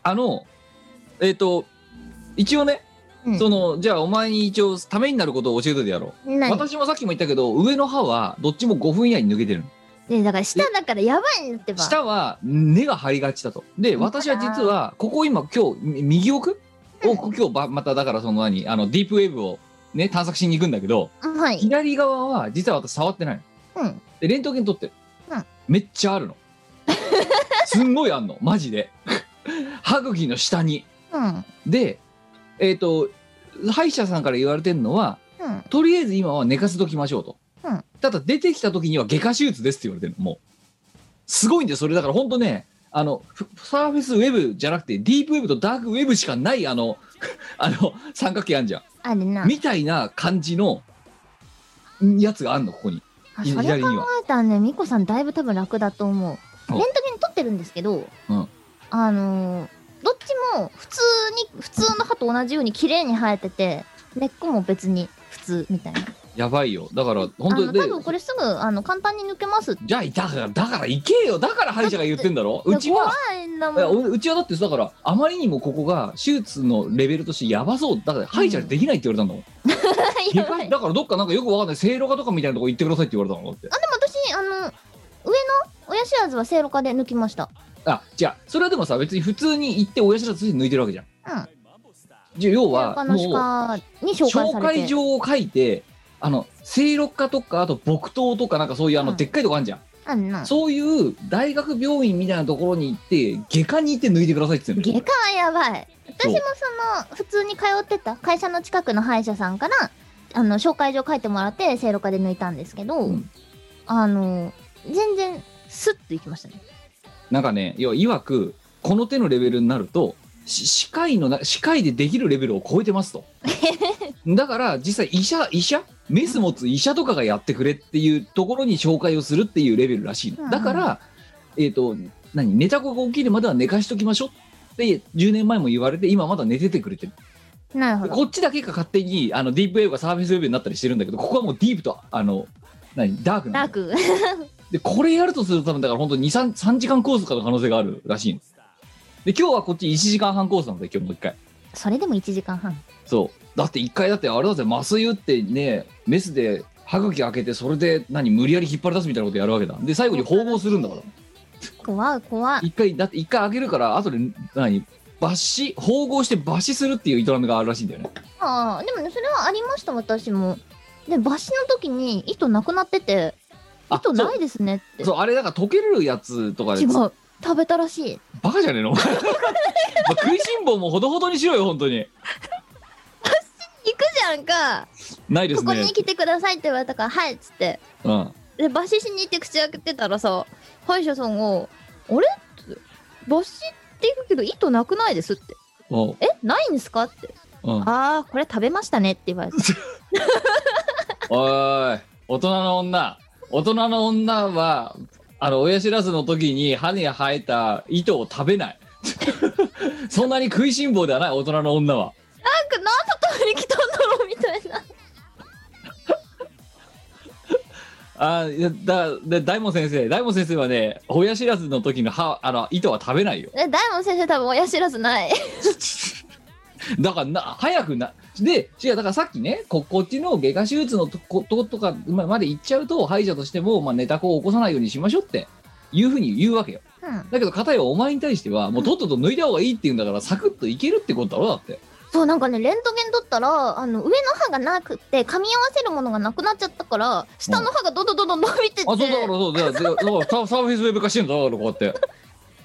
Speaker 3: あのえっ、と一応ね
Speaker 1: うん
Speaker 3: そのじゃあお前に一応ためになることを教えといてやろう
Speaker 1: 何
Speaker 3: 私もさっきも言ったけど上の歯はどっちも5分以内に抜けてるの
Speaker 1: ねだから下だからやばいんだってば。
Speaker 3: 下は根が張りがちだとで私は実はここ今今日み右奥を今日ばまただからその何あのディープウェーブをね探索しに行くんだけど
Speaker 1: うんはい。
Speaker 3: 左側は実は私触ってないの
Speaker 1: うん。
Speaker 3: でレントゲン撮ってる、
Speaker 1: うん
Speaker 3: めっちゃあ るのすんごいあんのマジで歯茎の下に
Speaker 1: うん。
Speaker 3: でえっ、と歯医者さんから言われてるのは
Speaker 1: うん。
Speaker 3: とりあえず今は寝かせときましょうと、
Speaker 1: うん
Speaker 3: ただ出てきた時には外科手術ですって言われてるのもうすごいんですそれだから本当ねあのフサーフェスウェブじゃなくてディープウェブとダークウェブしかないあの あの三角形あんじゃん
Speaker 1: あるな。
Speaker 3: みたいな感じのやつがあんのここに
Speaker 1: あ
Speaker 3: い
Speaker 1: それ
Speaker 3: 左
Speaker 1: 考
Speaker 3: には
Speaker 1: えたらね、ミコさんだいぶ多分楽だと思う。
Speaker 3: お
Speaker 1: レントゲン撮ってるんですけど、
Speaker 3: うん
Speaker 1: あのーどっちも普通に、普通の歯と同じように綺麗に生えてて、根っこも別に普通みたいな。
Speaker 3: やばいよだから本
Speaker 1: あ
Speaker 3: 当
Speaker 1: の
Speaker 3: で
Speaker 1: 多分これすぐあの簡単に抜けますって。
Speaker 3: じゃあだからだから行けよだから歯医者が言ってんだろうち
Speaker 1: 怖
Speaker 3: はい
Speaker 1: んだ
Speaker 3: いや
Speaker 1: もん。
Speaker 3: おうちはだってだからあまりにもここが手術のレベルとしてやばそうだから歯医者できないって言われたんだもん
Speaker 1: や
Speaker 3: 外
Speaker 1: ば
Speaker 3: 科
Speaker 1: い
Speaker 3: だからどっかなんかよくわかんない聖路加とかみたいなとこ行ってくださいって言われたのだって
Speaker 1: あでも私あの上の親知らずはせいろかで抜きました
Speaker 3: あじゃあそれはでもさ別に普通に行って親知らず抜いてるわけじゃん
Speaker 1: うん
Speaker 3: じゃあ要
Speaker 1: せいろか
Speaker 3: は
Speaker 1: の
Speaker 3: も
Speaker 1: 歯科に
Speaker 3: う
Speaker 1: 紹介
Speaker 3: 紹
Speaker 1: されて
Speaker 3: 介状を書いてあの聖路加とかあと木刀とかなんかそういうあ
Speaker 1: う
Speaker 3: の
Speaker 1: ん
Speaker 3: でっかいとこあるじゃん、
Speaker 1: あんな
Speaker 3: そういう大学病院みたいなところに行って外科に行って抜いてくださいって言って
Speaker 1: 外
Speaker 3: る
Speaker 1: 科はやばい私
Speaker 3: そう
Speaker 1: もその普通に通ってた会社の近くの歯医者さんからあの紹介状書いてもらってせいろかで抜いたんですけど、
Speaker 3: うん
Speaker 1: あの全然スッといきましたね
Speaker 3: なんかね要は曰くこの手のレベルになるとし歯科医のな歯科医でできるレベルを超えてま すとだから実際医者医者メス持つ医者とかがやってくれっていうところに紹介をするっていうレベルらしい
Speaker 1: うんうん
Speaker 3: のだからえっ、と何寝た子が起きるまでは寝かしときましょうって10年前も言われて今まだ寝ててくれてる
Speaker 1: なるほど
Speaker 3: こっちだけが勝手にあのディープウェーブがサーフェスウェーブになったりしてるんだけどここはもうディープとあの何ダークな
Speaker 1: ダー
Speaker 3: の
Speaker 1: ク
Speaker 3: でこれやるとすると多分だから本当に3 3時間コースとかの可能性があるらしいので今日はこっち1時間半コースなので今日もう1回
Speaker 1: それでも1時間半
Speaker 3: そうだって1回だってあれだぜ麻酔打ってねメスで歯茎開けてそれで何無理やり引っ張り出すみたいなことやるわけだで最後に縫合するんだから
Speaker 1: 怖い怖い
Speaker 3: 1回だって一回開けるから後で何抜歯縫合して抜歯するっていう営みがあるらしいんだよね
Speaker 1: ああでもねそれはありました私もで抜歯の時に糸なくなってて
Speaker 3: あ
Speaker 1: 糸
Speaker 3: そう
Speaker 1: ないですねって
Speaker 3: そうあれだから溶けるやつとかで
Speaker 1: 違う食べたらしい
Speaker 3: バカじゃ ねえのお前まあ食いしん坊もほどほどにしろよ本当に
Speaker 1: 行くじゃんか、
Speaker 3: ないです
Speaker 1: こ
Speaker 3: ね
Speaker 1: こに来てくださいって言われたからはいっつって
Speaker 3: うん
Speaker 1: で抜歯しに行って口開けてたらさ歯医者さんが「あれ?」って「抜歯って行くけど糸なくないです」って
Speaker 3: おう
Speaker 1: 「えないんですか?」って
Speaker 3: うん
Speaker 1: 「ああこれ食べましたね」って言われて
Speaker 3: おーい大人の女大人の女はあの親知らずの時に歯に生えた糸を食べない そんなに食いしん坊ではない大人の女は
Speaker 1: なんか何のために来たんだろうみたいな
Speaker 3: あーいやだで大門先生大門先生はね親知らずの時の歯あの糸は食べないよ
Speaker 1: え大門先生多分親知らずない
Speaker 3: だからな早くなで違うだからさっきねここっちの外科手術のとこととかままで行っちゃうと歯医者としても、まあ、寝た子を起こさないようにしましょうっていうふうに言うわけよ
Speaker 1: うん
Speaker 3: だけど片やお前に対してはもうとっとと抜いた方がいいって言うんだからサクッといけるってことだろだって
Speaker 1: そうなんかねレントゲン取ったらあの上の歯がなくて噛み合わせるものがなくなっちゃったから下の歯がどんどんどんどん伸びてて、
Speaker 3: あそうだからそうだからだからサーサーフェイスウェブ化してんだだからこうやって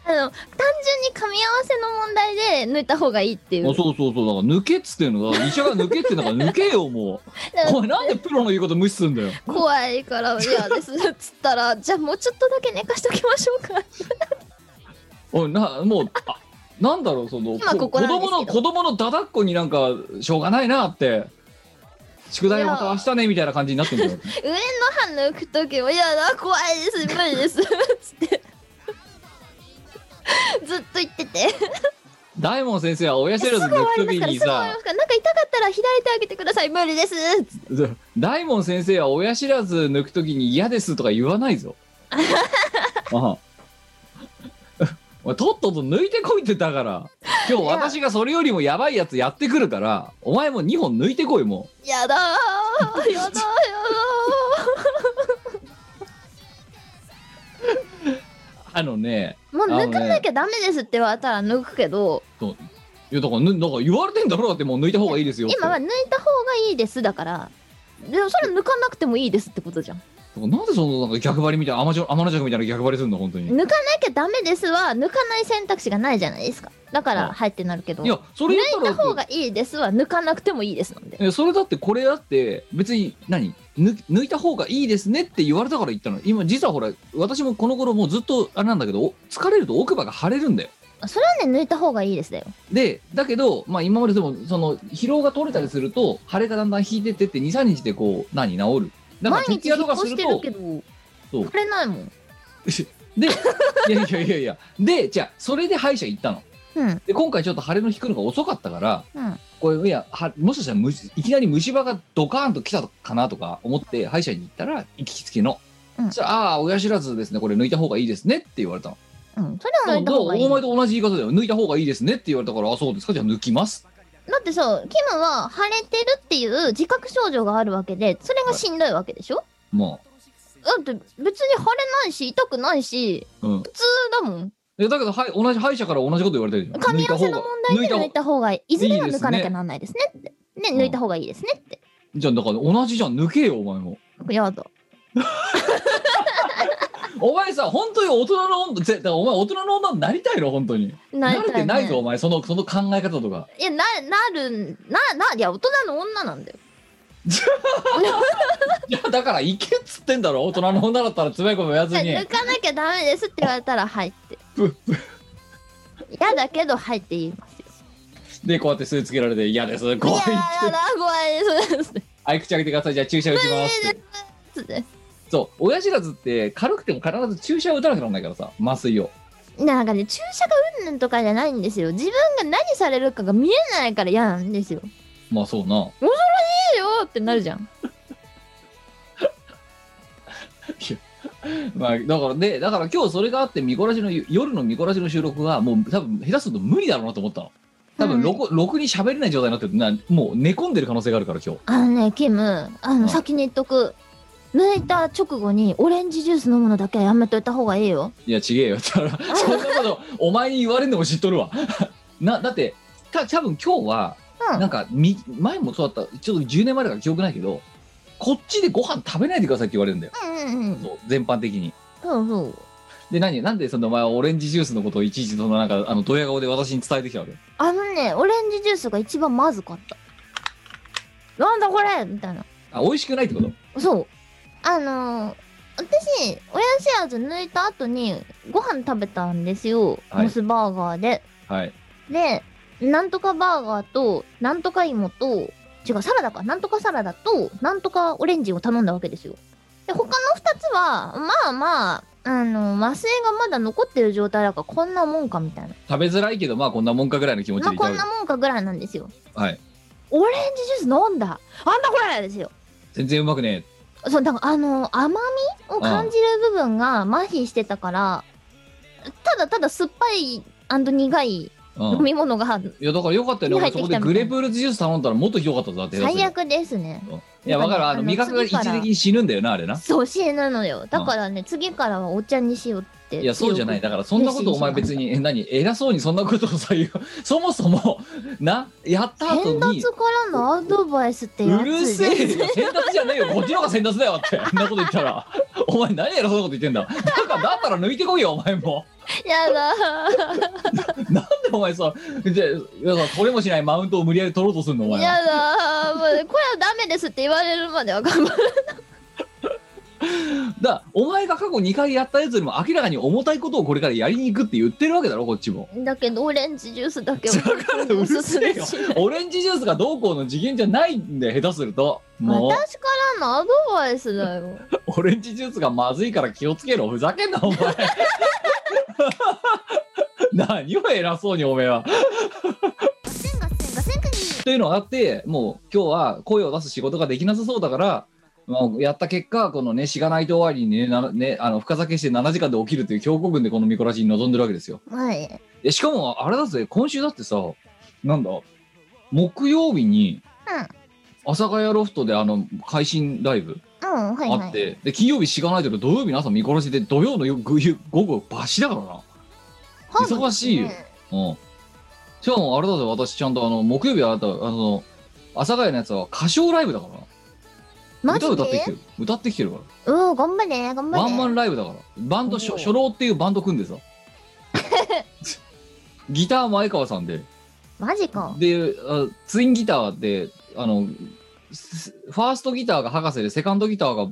Speaker 1: あの単純に噛み合わせの問題で抜いた方がいいっていう
Speaker 3: あそうそうそうだから抜けっつってんのだから医者が抜けってんだから抜けよも
Speaker 1: だ
Speaker 3: う
Speaker 1: か
Speaker 3: お前なんでプロの言うこと無視すんだよ
Speaker 1: ら怖いから嫌ですっつったらじゃあもうちょっとだけ寝かしときましょうか
Speaker 3: おいなもうあなんだろうその
Speaker 1: 今ここ
Speaker 3: 子
Speaker 1: なんです
Speaker 3: 供
Speaker 1: けど
Speaker 3: の子供のだだっこになんかしょうがないなって宿題また明日ねみたいな感じになってんだ よ
Speaker 1: 上の歯抜く時も嫌だ怖いです無理ですっつってずっと言ってて
Speaker 3: 大門先生は親知らず
Speaker 1: 終
Speaker 3: 抜く
Speaker 1: わり
Speaker 3: 時
Speaker 1: ます
Speaker 3: に
Speaker 1: からすぐ終わり
Speaker 3: さ
Speaker 1: ますからなんか痛かったら左手上げてください無理ですっつって
Speaker 3: 大門先生は親知らず抜くときに嫌ですとか言わない ぞ。 ああお前とっとと抜いてこいってだから。今日私がそれよりもやばいやつやってくるからお前も2本抜いてこいも
Speaker 1: やだーやだーやだ
Speaker 3: うあのね
Speaker 1: ーもう抜か
Speaker 3: あの
Speaker 1: な
Speaker 3: ね
Speaker 1: きゃダメですって言われたら抜くけど、
Speaker 3: いやだからぬだから言われてんだろだってもう抜いた方がいいですよって
Speaker 1: 今は抜いた方がいいですだからでもそれ抜かなくてもいいですってことじゃん
Speaker 3: なんでそのなんか逆張りみたいな天の弱みたいな逆張りするの本当
Speaker 1: 抜
Speaker 3: に
Speaker 1: かなきゃダメですは抜かない選択肢がないじゃないですかだか
Speaker 3: あ
Speaker 1: ら「はい」ってなるけど
Speaker 3: い
Speaker 1: 抜
Speaker 3: やそれ
Speaker 1: い
Speaker 3: 言
Speaker 1: た
Speaker 3: った
Speaker 1: 方
Speaker 3: ら
Speaker 1: がいいですは抜かなくてもいいですなんで
Speaker 3: えそれだってこれだって別に何抜抜いた方がいいですねって言われたから言ったの今実はほら私もこの頃もうずっとあれなんだけどお疲れると奥歯が腫れるんだよ
Speaker 1: それはね抜いた方がいいですだよ
Speaker 3: でだけど、まあ、今まででもその疲労が取れたりすると腫れがだんだん引いてってって23日でこう何治るだから
Speaker 1: 毎日
Speaker 3: 徹
Speaker 1: 引
Speaker 3: 夜
Speaker 1: っ
Speaker 3: とか
Speaker 1: 越
Speaker 3: す
Speaker 1: し
Speaker 3: る
Speaker 1: てる
Speaker 3: と
Speaker 1: けど
Speaker 3: そう
Speaker 1: 触れないもん
Speaker 3: でいやいやいやいやでじゃあそれで歯医者行ったの
Speaker 1: うん
Speaker 3: で今回ちょっと腫れの引くのが遅かったから
Speaker 1: うん
Speaker 3: これいやはもしかしたら虫いきなり虫歯がドカーンと来たかなとか思って歯医者に行ったら行きつけの、
Speaker 1: うん
Speaker 3: そしたら「ああー親知らずですねこれ抜いた方がいいですね」って言われたの
Speaker 1: うんそれは抜いた
Speaker 3: お
Speaker 1: 方がいい
Speaker 3: 前と同じ言い方だよ抜いた方がいいですねって言われたから「あそうですかじゃあ抜きます
Speaker 1: だってさキムは腫れてるっていう自覚症状があるわけでそれがしんどいわけでしょ」
Speaker 3: も
Speaker 1: だって別に腫れないし痛くないし
Speaker 3: う、うん、
Speaker 1: 普通だもん
Speaker 3: でだけどはい同じ歯医者から同じこと言われてるじゃん
Speaker 1: 噛み合わせの
Speaker 3: 抜
Speaker 1: 問題
Speaker 3: いた方が
Speaker 1: で
Speaker 3: 抜
Speaker 1: 抜
Speaker 3: い
Speaker 1: い
Speaker 3: た方
Speaker 1: た方がいいずれはい
Speaker 3: いですね
Speaker 1: 抜かなきゃなんないですねってね
Speaker 3: うん
Speaker 1: 抜いた方がいいですねって
Speaker 3: じゃあだから同じじゃん抜けよお前も
Speaker 1: やだ
Speaker 3: お前さ本当に大人の女ぜだからお前大人の女になりたいの本当に
Speaker 1: な
Speaker 3: ないれてないぞお前そのその考え方とか
Speaker 1: いやななるなないや大人の女なんだよ
Speaker 3: いやだから行けっつってんだろ大人の女だったら詰め込むやつ
Speaker 1: はい
Speaker 3: に
Speaker 1: 抜かなきゃダメですって言われたらはいって嫌だけどはいって言いますよ
Speaker 3: でこうやって吸い付けられて嫌です
Speaker 1: いや
Speaker 3: 怖い
Speaker 1: やだ怖いそうですね
Speaker 3: あい口開けてくださいじゃあ注射打ちますって
Speaker 1: そうです
Speaker 3: そう親知らずって軽くても必ず注射打たなきゃならないからさ麻酔を
Speaker 1: なんかね注射がうんぬんとかじゃないんですよ自分が何されるかが見えないから嫌なんですよい
Speaker 3: まあそうない
Speaker 1: よってなるじゃん
Speaker 3: まあだからねだから今日それがあって見こらしの夜の見こらしの収録はもう多分下手すると無理だろうなと思ったの多分ろく,、ろくに喋れない状態になってるなもう寝込んでる可能性があるから今日
Speaker 1: あのね、キム、あ
Speaker 3: うん
Speaker 1: の、先に言っとく。抜いた直後にオレンジジュース飲むのだけはやめといた方がいいよ。
Speaker 3: いやちげえよ だからそんなことお前に言われんのも知っとるわ なだってた多分今日は
Speaker 1: うん
Speaker 3: なんかみ前もそうだったちょっと10年前だから記憶ないけどこっちでご飯食べないでくださいって言われるんだよ、
Speaker 1: うんうんうん。
Speaker 3: そう全般的に
Speaker 1: そうそう。
Speaker 3: で何なんでそのお前はオレンジジュースのことをいちいちそのなんかあのドヤ顔で私に伝えてきたわけ
Speaker 1: あのね、オレンジジュースが一番まずかった。なんだこれみたいな。
Speaker 3: あ美味しくないってこと
Speaker 1: そう。あのー、私、親知らず抜いた後にご飯食べたんですよ。
Speaker 3: はい
Speaker 1: モスバーガーで。
Speaker 3: はい
Speaker 1: で、なんとかバーガーと、なんとか芋と、違う、サラダか、なんとかサラダと、なんとかオレンジを頼んだわけですよ。で、他の2つは、まあまあ、あの、麻酔がまだ残ってる状態だから、こんなもんかみたいな。
Speaker 3: 食べづらいけどまあこんなもんかぐらいの気持ち
Speaker 1: ま
Speaker 3: で
Speaker 1: あ、
Speaker 3: い
Speaker 1: こ
Speaker 3: たわ
Speaker 1: ん
Speaker 3: け
Speaker 1: なもんかぐらいなんですよ。
Speaker 3: はい
Speaker 1: オレンジジュース飲んだあんなこれですよ。
Speaker 3: 全然うまくね
Speaker 1: そう、だから、あの、甘みを感じる部分が麻痺してたから、ただただ酸っぱい苦い
Speaker 3: え、うん
Speaker 1: 飲み物が
Speaker 3: いやだからよかったよね
Speaker 1: 手に入ってきた
Speaker 3: 俺そこで
Speaker 1: みたいな
Speaker 3: グレープフルーツジュース頼んだらもっとひどかったぞだって
Speaker 1: 最悪ですね。
Speaker 3: いやわかる
Speaker 1: あ
Speaker 3: あの
Speaker 1: の
Speaker 3: 味覚が一
Speaker 1: 次から
Speaker 3: 時的に死ぬんだよなあれな
Speaker 1: そう、死ぬのよ。だからね、次からはお茶にしようって。
Speaker 3: いやそうじゃないだからそんなことお前別にえ何偉そうにそんなことをさ言う そもそもなやった後
Speaker 1: 先
Speaker 3: に
Speaker 1: 達からのアドバイスってや
Speaker 3: う
Speaker 1: つ
Speaker 3: るせえよ先達じゃねえよこっちの方が先達だよってそんなこと言ったら お前何偉そうなこと言ってんだだからだったら抜いてこいよお前も
Speaker 1: やだ
Speaker 3: なんでお前さじゃあいやさ取れもしないマウントを無理やり取ろうとするのお
Speaker 1: ー
Speaker 3: 前は
Speaker 1: やだーもうねこれはダメですって言われるまでは頑張る
Speaker 3: だからお前が過去2回やったやつよりも明らかに重たいことをこれからやりに行くって言ってるわけだろこっちも
Speaker 1: だけどオレンジジュースだけは
Speaker 3: だからう
Speaker 1: お
Speaker 3: る
Speaker 1: すす
Speaker 3: せえ
Speaker 1: め
Speaker 3: よ
Speaker 1: しない
Speaker 3: オレンジジュースがどうこうの次元じゃないんで下手するともう
Speaker 1: 私からのアドバイスだ よ
Speaker 3: オレンジジュースがまずいから気をつけろふざけんなお前 何を偉そうにおめえはというのがあってもう今日は声を出す仕事ができなさそうだからまあ、やった結果、このね、しがないと終わりにね、なねあの深酒して7時間で起きるという強行軍でこのミコラジに臨んでるわけですよ。
Speaker 1: はい。
Speaker 3: でしかも、あれだぜ、今週だってさ、なんだ、木曜日に、
Speaker 1: うん
Speaker 3: 阿佐ヶ谷ロフトであの配信ライブ
Speaker 1: うん、はい、
Speaker 3: あ
Speaker 1: は
Speaker 3: っ
Speaker 1: い。
Speaker 3: て、で金曜日しがないと土曜日の朝見殺しで土曜の夜ぐ夕午後バシだからな、
Speaker 1: ハード
Speaker 3: 忙しいよ
Speaker 1: ですね
Speaker 3: うん、しかもあれだぜ私ちゃんとあの木曜日あなたあの阿佐ヶ谷のやつは歌唱ライブだからな
Speaker 1: マジ
Speaker 3: 歌
Speaker 1: で
Speaker 3: 歌ってきてる歌ってきてるから
Speaker 1: うん、頑張れ、頑張れ。
Speaker 3: ワンマンライブだからバンド
Speaker 2: お
Speaker 3: 初
Speaker 2: う
Speaker 3: 初老っていうバンド組んで さギター前川さんで
Speaker 1: マジか。
Speaker 3: であツインギターであのすファーストギターが博士でセカンドギターが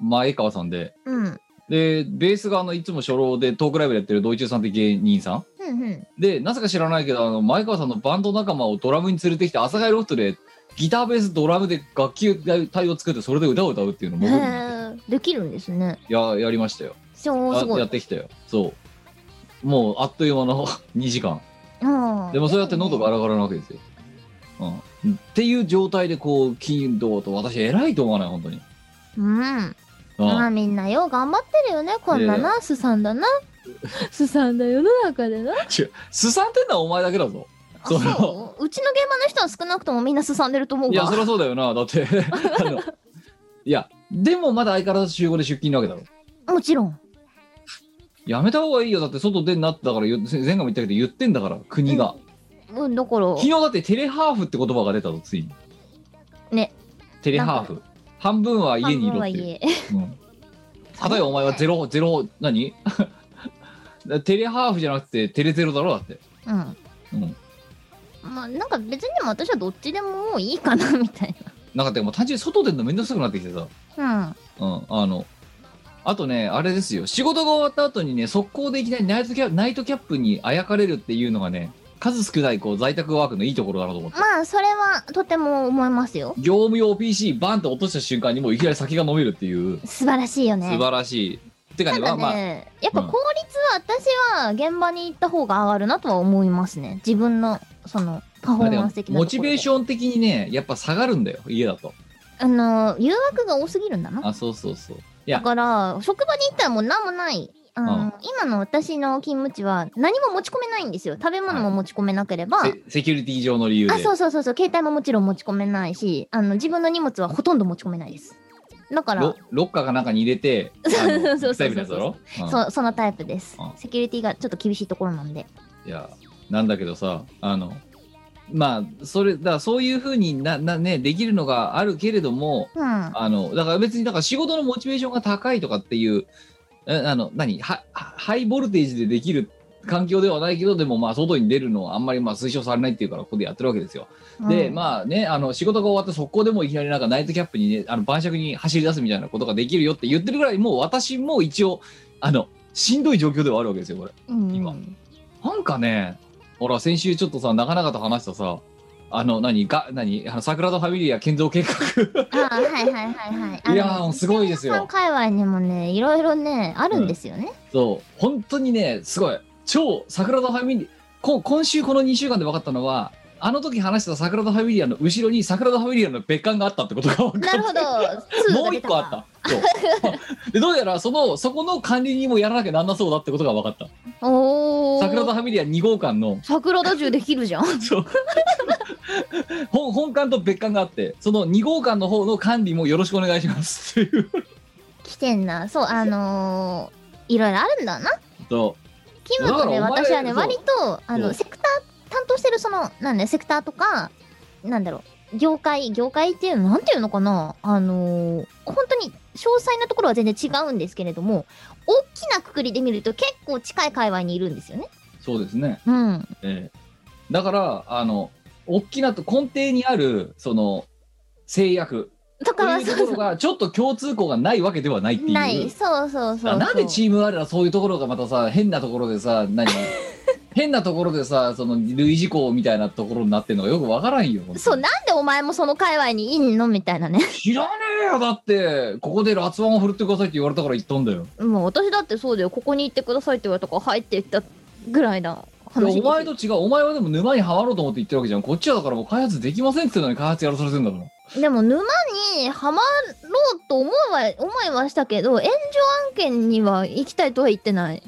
Speaker 3: 前川さんで
Speaker 1: うん。うん、
Speaker 3: でベースがあのいつも初老でトークライブやってる道中さんって芸人さん
Speaker 1: うん。
Speaker 3: でなぜか知らないけどあの前川さんのバンド仲間をドラムに連れてきて阿佐ヶ谷ロフトでギターベースドラムで楽器隊を作ってそれで歌を歌うっていうの
Speaker 1: へ
Speaker 3: も僕も
Speaker 1: ーできるんですね。
Speaker 3: ややりまし たよ
Speaker 1: 超
Speaker 3: あ
Speaker 1: すごい。
Speaker 3: やってきたよそうもうあっという間の2時間
Speaker 1: うん
Speaker 3: でもそうやって喉ガラガラなわけですよ、うん、っていう状態でこう金土と私偉いと思わない本当に、
Speaker 1: うん。
Speaker 3: うん
Speaker 1: まあみんなよう頑張ってるよねこんない
Speaker 3: やい
Speaker 1: なすさんだなすさんだ世の中でな
Speaker 3: 違うすさんでんのはお前だけだぞ
Speaker 1: あ
Speaker 3: そう
Speaker 1: そううちの現場の人は少なくともみんなすさんでると思う
Speaker 3: いやそり
Speaker 1: が
Speaker 3: ゃそうだよなだって あのいやでもまだ相変わらず週5で出勤なわけだろ
Speaker 1: もちろん
Speaker 3: やめた方がいいよだって外出んなってだから言前回も言ったけど言ってんだから国が、
Speaker 1: うんだから
Speaker 3: 昨日だってテレハーフって言葉が出たぞついに
Speaker 1: ね
Speaker 3: テレハーフ半分は家にいろっていう
Speaker 1: 家
Speaker 3: うん例えばお前はゼロゼロ何 テレハーフじゃなくてテレゼロだろだって、
Speaker 1: うん
Speaker 3: うん、
Speaker 1: まあなんか別にでも私はどっちでももういいかなみたい
Speaker 3: なんかでも単純に外出るのめんどくさくなってきてさ、
Speaker 1: な
Speaker 3: うん、あのあとねあれですよ仕事が終わった後にね速攻でいきなりナイトキャナイトキャップにあやかれるっていうのがね数少ないこう在宅ワークのいいところだなと思っ
Speaker 1: う
Speaker 3: て
Speaker 1: んまあそれはとても思いますよ
Speaker 3: 業務用 PC バンと落とした瞬間にもういきなり先が飲めるっていう
Speaker 1: 素晴らしいよね
Speaker 3: 素晴らしい、てか
Speaker 1: た
Speaker 3: ね
Speaker 1: だ
Speaker 3: まあまあ
Speaker 1: ね、やっぱ
Speaker 3: うん
Speaker 1: 効率は私は現場に行った方が上がるなとは思いますね自分のそのパフォーマンス的なところで
Speaker 3: モチベーション的にねやっぱ下がるんだよ家だと
Speaker 1: あの誘惑が多すぎるんだな
Speaker 3: あそうそうそう
Speaker 1: だから職場に行ったらもう何もないあの、
Speaker 3: うん
Speaker 1: 今の私の勤務地は何も持ち込めないんですよ食べ物も持ち込めなければ、
Speaker 3: セセキュリティ上の理由で
Speaker 1: あそうそうそうそう携帯ももちろん持ち込めないしあの自分の荷物はほとんど持ち込めないですだから
Speaker 3: ロロッカーかなんかに入れて
Speaker 1: そう
Speaker 3: あの
Speaker 1: そうそう
Speaker 3: タイプのやつだろ、うん
Speaker 1: そそのタイプです
Speaker 3: うん
Speaker 1: セキュリティがちょっと厳しいところなんで
Speaker 3: いやなんだけどさあのまあそれだからそういうふうになな、ね、できるのがあるけれども
Speaker 1: うんあ
Speaker 3: あのだから別にだから仕事のモチベーションが高いとかっていうえあの何ははハイボルテージでできる環境ではないけどでもまあ外に出るのはあんまりまあ推奨されないっていうからここでやってるわけですよ。で、
Speaker 1: あ
Speaker 3: まあね、あの仕事が終わって速攻でもういきなりなんかナイトキャップにね、あの晩酌に走り出すみたいなことができるよって言ってるぐらい、もう私も一応、あの、しんどい状況ではあるわけですよ、これ。今なんかね、ほら、先週ちょっとさ、長々と話したさ、あの、何、が、何、あの、桜田ファミリア建造計画。
Speaker 1: あはいはいはいはいあの
Speaker 3: いやー、すごいです
Speaker 1: 皆さん
Speaker 3: よ。
Speaker 1: 界隈にもねいろいろねあるんですよね、
Speaker 3: そう、本当にね、すごい。超桜田ファミリア、こ今週この2週間で分かったのは、あの時話した桜田ファミリアの後ろに桜田ファミリアの別館があったってことが分かった
Speaker 1: な るほどツー
Speaker 3: も
Speaker 1: が
Speaker 3: う
Speaker 1: 出
Speaker 3: 一個
Speaker 1: わ
Speaker 3: あった。そうでどうやらそのそこの管理人もやらなきゃなんなそうだってことが分かった。
Speaker 1: おお
Speaker 3: 桜田ファミリア2号館の
Speaker 1: 桜田中できるじゃん。
Speaker 3: 本本館と別館があって、その2号館の方の管理もよろしくお願いしますっていう。
Speaker 1: 来てんな。そう、あのー、いろいろあるんだな。
Speaker 3: そ
Speaker 1: キムとね、
Speaker 3: だからお前
Speaker 1: 私はね、
Speaker 3: そう
Speaker 1: 割と、あ
Speaker 3: う
Speaker 1: の、
Speaker 3: ん
Speaker 1: セクター、担当してるその、なんだよ、セクターとか、なんだろう、業界、業界っていうの、なんていうのかな、あのー、本当に、詳細なところは全然違うんですけれども、大きなくくりで見ると結構近い界隈にいるんですよね。
Speaker 3: うそうですね。
Speaker 1: うん。
Speaker 3: ええだからあの大きなと根底にあるその制約
Speaker 1: と
Speaker 3: と
Speaker 1: かは、
Speaker 3: いう
Speaker 1: そ
Speaker 3: と
Speaker 1: う
Speaker 3: こ
Speaker 1: そ。
Speaker 3: ろがちょっと共通項がないわけではないっていうう。
Speaker 1: ない。そうそうそうそう。
Speaker 3: なんでチームあるはそういうところがまたさ変なところでさ 何変なところでさその類似項みたいなところになってるのがよくわからんよ
Speaker 1: そう、なんでお前もその界隈にいんのみたいなね。
Speaker 3: 知らねえよだってここで辣腕を振るってくださいって言われたから言ったんだよ
Speaker 1: もう私だってそうだよここに行ってくださいって言われたから入っていったぐらいな
Speaker 3: で
Speaker 1: 話
Speaker 3: お前と違うお前はでも沼にはまろうと思って言ってるわけじゃんこっちはだからもう開発できませんって言ってたのに開発やらされてんだから
Speaker 1: でも沼にはまろうと思いは思いはしたけど炎上案件には行きたいとは言ってない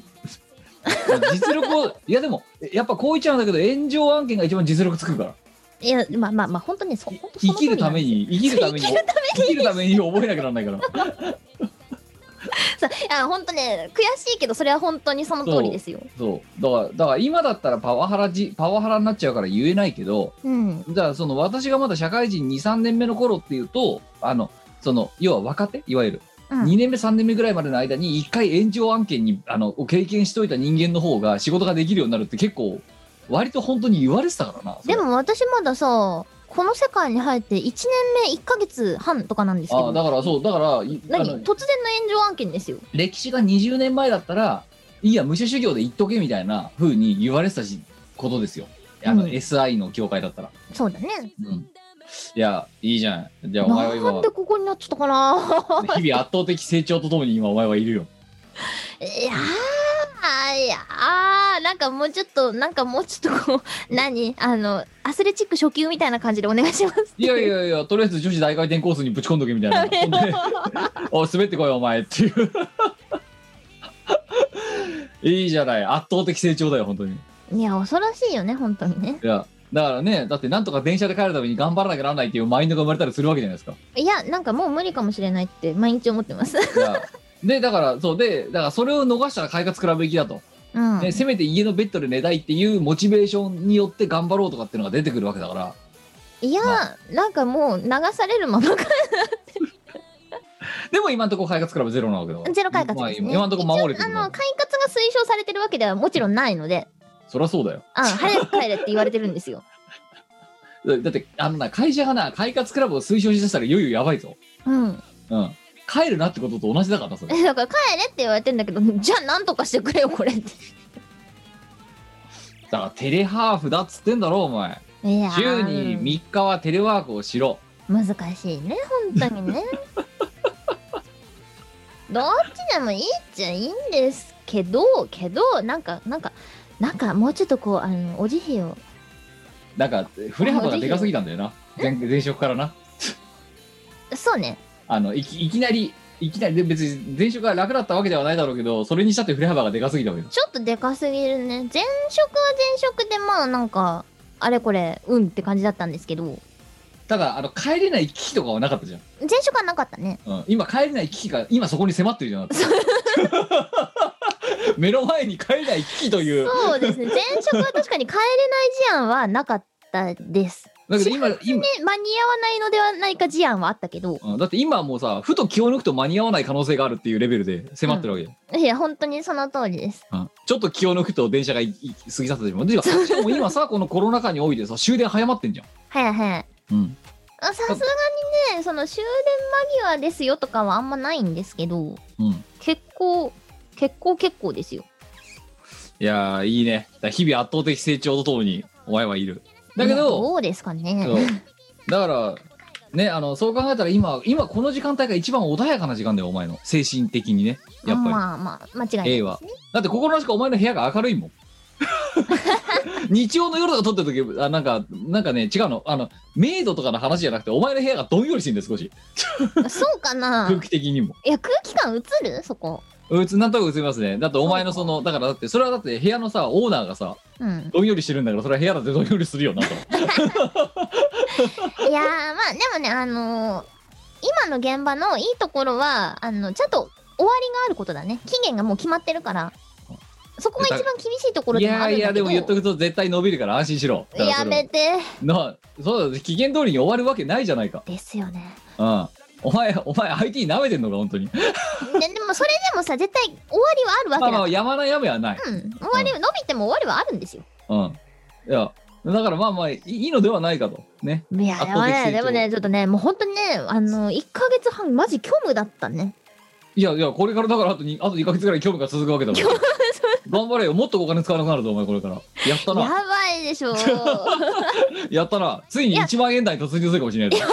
Speaker 3: 実力をいやでもやっぱこう言っちゃうんだけど炎上案件が一番実力つくから
Speaker 1: いやまあまあまあ本当にそ本当そ
Speaker 3: 生
Speaker 1: の通
Speaker 3: き
Speaker 1: り
Speaker 3: る
Speaker 1: な
Speaker 3: た
Speaker 1: んで
Speaker 3: め
Speaker 1: す
Speaker 3: に生きるために生きるために覚えなきゃなんないから
Speaker 1: そういや本当ね悔しいけどそれは本当にその通りですよ
Speaker 3: そうだからだから今だったらパワハラじパワハラになっちゃうから言えないけど
Speaker 1: うん
Speaker 3: じゃあその私がまだ社会人23年目の頃っていうとあのその要は若手いわゆる、
Speaker 1: うん
Speaker 3: 2年目3年目ぐらいまでの間に1回炎上案件にあのを経験しといた人間の方が仕事ができるようになるって結構割と本当に言われてたからなそれ
Speaker 1: でも私まださこの世界に入って1年目1ヶ月半とかなんですけ
Speaker 3: あ
Speaker 1: ど
Speaker 3: だからそうだからい
Speaker 1: 何
Speaker 3: あ
Speaker 1: 突然
Speaker 3: の
Speaker 1: の炎上案件ですよ
Speaker 3: 歴史が20年前だったらいいや無視修行で言っとけみたいな風に言われてたしことですよあの、
Speaker 1: うん
Speaker 3: SI の協会だったら、
Speaker 1: そうだね
Speaker 3: うんいやいいじゃんじゃあお前は今
Speaker 1: なんでここになっちゃったかな
Speaker 3: 日々圧倒的成長とともに今お前はいるよ
Speaker 1: いやーいやーなんかもうちょっとなんかもうちょっとこう何あのアスレチック初級みたいな感じでお願いします
Speaker 3: いやいやいや、とりあえず女子大回転コースにぶち込んどけみた いな。ほんで おい滑ってこいお前っていう。いいじゃない、圧倒的成長だよ、本当に。い
Speaker 1: いや恐ろしいよね本当にね
Speaker 3: や、だからね、だってなんとか電車で帰るために頑張らなきゃならないっていうマインドが生まれたりするわけじゃないですか。
Speaker 1: いやなんかもう無理かもしれないって毎日思ってます
Speaker 3: いやで、だから、そうで、だからそれを逃したら快活比べ行きだと、
Speaker 1: うん
Speaker 3: ね。せめて家のベッドで寝たいっていうモチベーションによって頑張ろうとかっていうのが出てくるわけだから。
Speaker 1: いや
Speaker 3: ま
Speaker 1: なんかもう流されるままか
Speaker 3: でも今んとこ快活比べゼロなわけだから。
Speaker 1: ゼロ快活です
Speaker 3: ま
Speaker 1: ね
Speaker 3: あ今んとこ守れて
Speaker 1: 一応あ
Speaker 3: るから
Speaker 1: の快活が推奨されてるわけではもちろんないので
Speaker 3: そりゃそうだよ。
Speaker 1: あ早く帰れって言われてるんですよ
Speaker 3: だだって、あのな、会社がな、快活クラブを推奨しだしたら、いよいよやばいぞ。
Speaker 1: うん
Speaker 3: うん。帰るなってことと同じだからな、それ。
Speaker 1: だから帰れって言われてんだけどじゃあなんとかしてくれよこれって
Speaker 3: だから、テレハーフだっつってんだろ、お前。
Speaker 1: いやー
Speaker 3: 週に3日はテレワークをしろ。
Speaker 1: 難しいね本当に ねどっちでもいいっちゃいいんですけどけどなんかなんかなんかもうちょっとこうあのお慈悲を
Speaker 3: なんか、振れ幅がでかすぎたんだよな。前前職からな。
Speaker 1: そうね
Speaker 3: あの、いきいきなり、いきなり、で別に前職が楽だったわけではないだろうけど、それにしたって振れ幅がでかすぎたわけよ。
Speaker 1: ちょっとでかすぎるね前職は前職でまあなんかあれこれうんって感じだったんですけど
Speaker 3: ただ、あの、帰れない危機とかはなかったじゃん。
Speaker 1: 前職はなかったね
Speaker 3: うん、今帰れない危機が今そこに迫ってるじゃんだ って目の前に帰れない危機という
Speaker 1: そうですね前職は 確かに帰れない事案はなかったです
Speaker 3: だけど今今、
Speaker 1: で間に合わないのではないか事案はあったけど
Speaker 3: うんだって今はもうさふと気を抜くと間に合わない可能性があるっていうレベルで迫ってるわけよ、
Speaker 1: いや本当にその通りです
Speaker 3: うんちょっと気を抜くと電車がいい過ぎ去ってしまう でしかも今さこのコロナ禍においてさ終電早まってんじゃ
Speaker 1: はいはい
Speaker 3: ん、うん、
Speaker 1: あさすがにねその終電間際ですよとかはあんまないんですけど
Speaker 3: うん、
Speaker 1: 結構結構結構ですよ
Speaker 3: いやーいいねだから日々圧倒的成長とともにお前はいるだけど、
Speaker 1: どうですかね
Speaker 3: そうだからねあのそう考えたら今今この時間帯が一番穏やかな時間だよお前の精神的にねやっぱり、
Speaker 1: まあまあ間違いない
Speaker 3: A はだって心なしかお前の部屋が明るい もん日曜の夜とか撮ってる時あなんかなんかね違うのあのメイドとかの話じゃなくてお前の部屋がどんよりしてんだよ少し
Speaker 1: そうかな
Speaker 3: 空気的にも
Speaker 1: いや空気感映るそこ
Speaker 3: うつなんとなく映りますねだってお前のそのだからだってそれはだって部屋のさオーナーがさ
Speaker 1: うん
Speaker 3: どんよりしてるんだからそれは部屋だってどんよりするよなと
Speaker 1: いやーまあでもねあのー今の現場のいいところはあのちゃんと終わりがあることだね期限がもう決まってるからそこが一番厳しいところ
Speaker 3: い
Speaker 1: でもあ
Speaker 3: や
Speaker 1: るんだけど
Speaker 3: いやでも言っとくと絶対伸びるから安心しろだから
Speaker 1: や
Speaker 3: それは
Speaker 1: めて
Speaker 3: なそうだ期限通りに終わるわけないじゃないか
Speaker 1: ですよね
Speaker 3: うんお前お前 IT 舐めてんのか本当に
Speaker 1: ででもそれでもさ絶対終わりはあるわけだ
Speaker 3: まあ
Speaker 1: か
Speaker 3: ま
Speaker 1: ら
Speaker 3: あ山なやめはない
Speaker 1: うん、終わり、伸びても終わりはあるんですよ。
Speaker 3: うん。いや、だからまあまあいいいのではないかと。ね。
Speaker 1: いや、
Speaker 3: 圧
Speaker 1: で
Speaker 3: 倒
Speaker 1: も
Speaker 3: 的成
Speaker 1: ね、
Speaker 3: 長
Speaker 1: でもね、ちょっとね、もう本当にね、あの、1ヶ月半、マジ虚無だったね。
Speaker 3: いやいや、これからだからあとにあと2ヶ月ぐらい興味が続くわけだから。頑張れよ。もっとお金使わなくなるぞ、お前これから。やった
Speaker 1: や
Speaker 3: な。
Speaker 1: ばいで しょ。でよ、
Speaker 3: やったな。ついに
Speaker 1: いや
Speaker 3: 1万円台に突入するかもしれないぞ。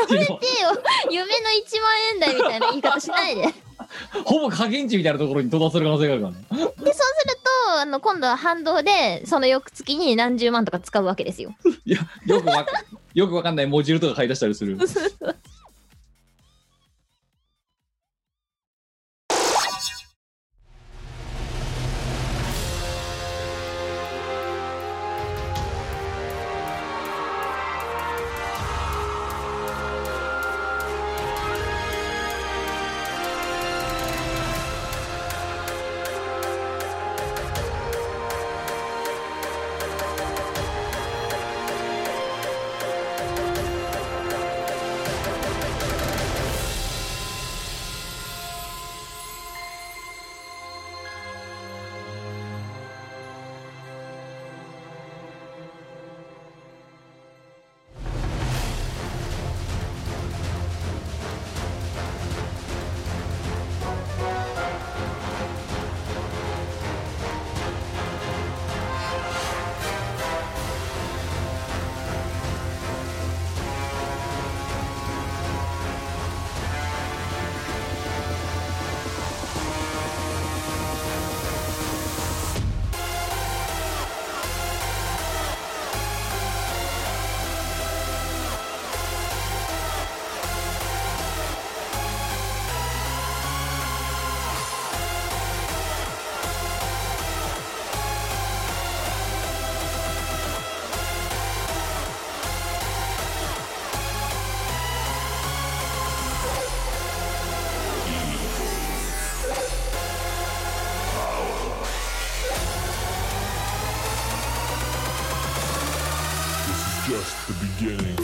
Speaker 1: 夢の1万円台みたいな言い方し ないで。で、
Speaker 3: ほぼ下限値みたいなところに到達する可能性があるからね。
Speaker 1: そうすると、あの、今度は反動で、その翌月に何十万とか使うわけですよ。
Speaker 3: いや、よくわかよくわかんないモジュールとか買い出したりする。
Speaker 4: just the beginning.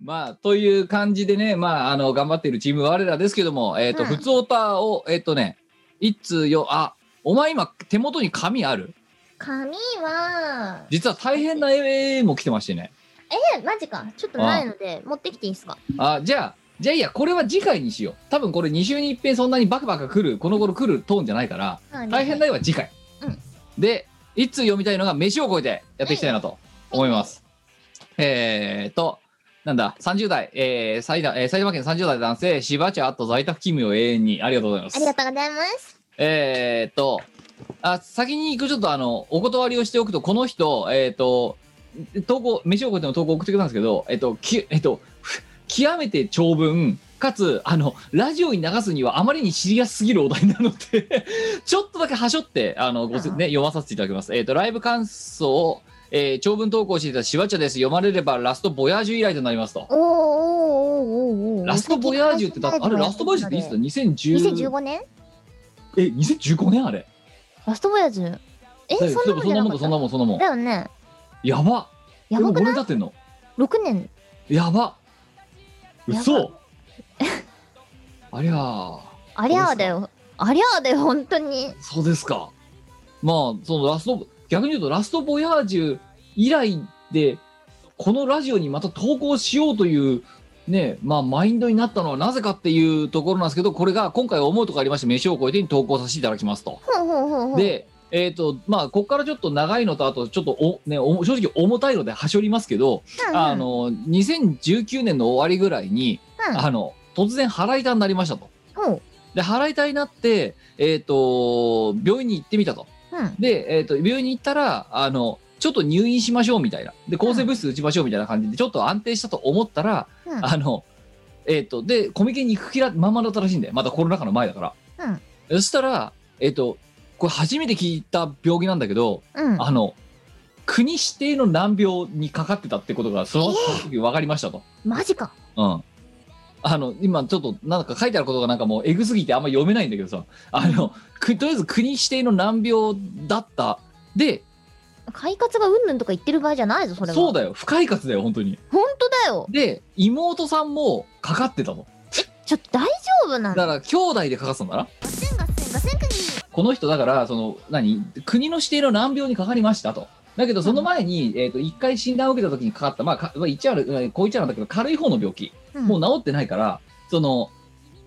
Speaker 3: まあ、という感じでね、まあ、あの、頑張っているチーム我らですけども、えっ、と、
Speaker 1: うん
Speaker 3: 普通オタを、えっ、とね、一通よ、あ、お前今手元に紙ある
Speaker 1: 紙は、
Speaker 3: 実は大変な絵も来てましてね。
Speaker 1: え、マジか。ちょっとないので、持ってきていいですか。
Speaker 3: あ、じゃあ、じゃあいいや、これは次回にしよう。多分これ2週に一遍そんなにバカバカ来る、この頃来るトーンじゃないから、大変な絵は次回。
Speaker 1: うん
Speaker 3: で、一通読みたいのが飯を超えてやっていきたいなと思います。えーっと、なんだ、30代、えー埼玉えー埼玉県30代男性、しばちゃんと在宅勤務を永遠に、ありがとうございま
Speaker 1: ありが
Speaker 3: す。
Speaker 1: とうございます。
Speaker 3: えーっと、あ、先に行くちょっとあの、お断りをしておくと、この人、えーっと、投稿、飯を超えての投稿送ってくれたんですけど、えーっと、きえーっと、極めて長文かつあのラジオに流すにはあまりにシリアスすぎるお題なので ちょっとだけはしょってあのごせ、
Speaker 1: ああ
Speaker 3: ね、読まさせていただきます、えー、とライブ感想を、えー長文投稿していたしわちゃです読まれればラストボヤージュ以来となりますと
Speaker 1: おーおーおーおーおー
Speaker 3: ラストボヤージュってだあれラストボヤージュっていつだ2010
Speaker 1: ?2015 年
Speaker 3: え2015年あれ
Speaker 1: ラストボヤージュえ、
Speaker 3: だよ
Speaker 1: そんなもんじ
Speaker 3: そん
Speaker 1: ゃ
Speaker 3: な
Speaker 1: なかっ
Speaker 3: もんだそ
Speaker 1: た
Speaker 3: んなもんそんなもん
Speaker 1: だよね。
Speaker 3: やば
Speaker 1: やば
Speaker 3: こ
Speaker 1: く
Speaker 3: れも
Speaker 1: ない
Speaker 3: 5年経ってんの
Speaker 1: ?6 年。
Speaker 3: やば
Speaker 1: やば
Speaker 3: 嘘ありゃー
Speaker 1: ありゃあだよ。ありゃあだよ、本当に。
Speaker 3: そうですか。まあ、そのラスト、逆に言うと、ラストボヤージュ以来で、このラジオにまた投稿しようという、ね、まあ、マインドになったのはなぜかっていうところなんですけど、これが今回思うとかありまして、飯を超えてに投稿させていただきますと。
Speaker 1: ほうほうほうほう。
Speaker 3: で、えっ、と、まあ、ここからちょっと長いのと、あと、ちょっとお、ね、お正直重たいので、はしょりますけど、
Speaker 1: うんうん、
Speaker 3: あの、2019年の終わりぐらいに、
Speaker 1: うん
Speaker 3: あの、突然腹痛になりましたと。
Speaker 1: ほう、
Speaker 3: で、腹痛になって、えっ、と、病院に行ってみたと。
Speaker 1: うん。
Speaker 3: で、えっと病院に行ったらあのちょっと入院しましょうみたいなで抗生物質打ちましょうみたいな感じでちょっと安定したと思ったら、
Speaker 1: うん
Speaker 3: あのえっ、とでコミケに行く気らまんまだったらしいんだよまだコロナ禍の前だから、そしたらえっ、とこれ初めて聞いた病気なんだけど、
Speaker 1: うん。
Speaker 3: あの国指定の難病にかかってたってことがその時分かりましたと、
Speaker 1: マジか。
Speaker 3: うんあの今ちょっとなんか書いてあることがなんかもうエグすぎてあんま読めないんだけどさあのくとりあえず国指定の難病だったで
Speaker 1: 快活がうんぬんとか言ってる場合じゃないぞ、それは。
Speaker 3: そうだよ不快活だよ本当に
Speaker 1: 本当だよ。
Speaker 3: で妹さんもかかってたの
Speaker 1: ちょっと大丈夫な
Speaker 3: だ
Speaker 1: の
Speaker 3: から兄弟でかかってたんだな
Speaker 1: ガセンガセンガセンクニー
Speaker 3: この人だからその何国の指定の難病にかかりましたとだけどその前に、えー、と1回診断を受けた時にかかったまあかまあ一応あるうんこう言っちゃなんだけど軽い方の病気
Speaker 1: うん
Speaker 3: もう治ってないからその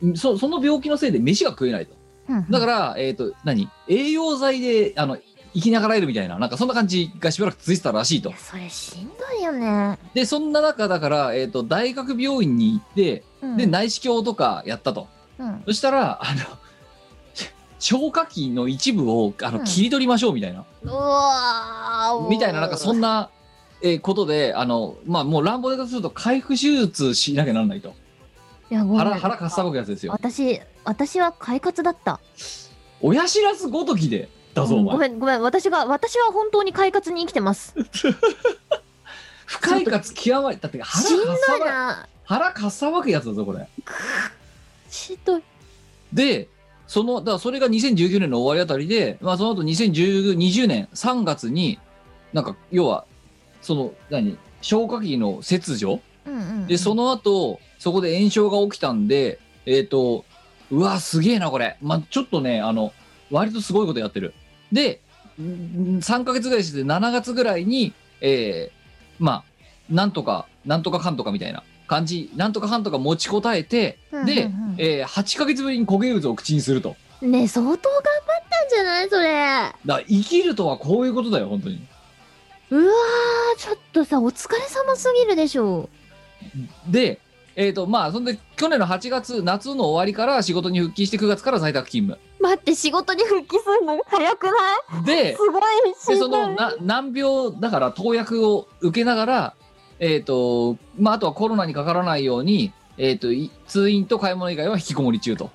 Speaker 3: んそその病気のせいで飯が食えないと
Speaker 1: うん
Speaker 3: だから、えっ、と、何栄養剤で、あの、生きながらえるみたいな、なんかそんな感じがしばらく続いてたらしいと
Speaker 1: いや。それしんどいよね。
Speaker 3: で、そんな中、だから、えっ、と、大学病院に行って、
Speaker 1: うん
Speaker 3: で、内視鏡とかやったと。
Speaker 1: うん
Speaker 3: そしたら、あの、消化器の一部をあの
Speaker 1: うん
Speaker 3: 切り取りましょうみたいな、
Speaker 1: うわー
Speaker 3: みたいな、なんかそんなえーことで、あの、まあ、もう乱暴で言うと回復手術しなきゃなんないと。
Speaker 1: いや、ごめん
Speaker 3: 腹、腹かっさばくやつですよ。
Speaker 1: 私、私は快活だった。
Speaker 3: 親知らずごときで、だぞ、
Speaker 1: う
Speaker 3: お
Speaker 1: んご
Speaker 3: 前。
Speaker 1: めん、ごめん。私が、私は本当に快活に生きてます。
Speaker 3: 不快活極まり、だって腹
Speaker 1: しん
Speaker 3: か
Speaker 1: ど
Speaker 3: っさ
Speaker 1: い
Speaker 3: ばく、
Speaker 1: な。
Speaker 3: 腹かっさばくやつだぞ、これ。
Speaker 1: しんどい。
Speaker 3: で、その、だからそれが2019年の終わりあたりで、まあその後2020年3月に、なんか、要は、その、何、消化器の切除
Speaker 1: うんうん。
Speaker 3: で、その後、そこで炎症が起きたんで、えっ、と、うわ、すげえな、これ。まあちょっとね、あの、割とすごいことやってる。で、ん3ヶ月ぐらいして7月ぐらいに、えーまあなんとか、なんとかかんとかみたいな感じ、なんとかかんとか持ちこたえて、
Speaker 1: うんうんうん
Speaker 3: で、えー8ヶ月ぶりに固形物を口にすると。
Speaker 1: ねえ相当頑張ったんじゃないそれ。
Speaker 3: だから生きるとはこういうことだよ、本当に。
Speaker 1: うわー、ちょっとさ、お疲れ様すぎるでしょ
Speaker 3: で、えっ、と、まあ、そんで、去年の8月、夏の終わりから仕事に復帰して9月から在宅勤務。
Speaker 1: う。待って、仕事に復帰するの早くない
Speaker 3: で、
Speaker 1: すごいし
Speaker 3: で
Speaker 1: ん
Speaker 3: そ
Speaker 1: ど
Speaker 3: の
Speaker 1: い。
Speaker 3: な難病だから投薬を受けながら、えーとまあ、あとはコロナにかからないように、えー、とい通院と買い物以外は引きこもり中と。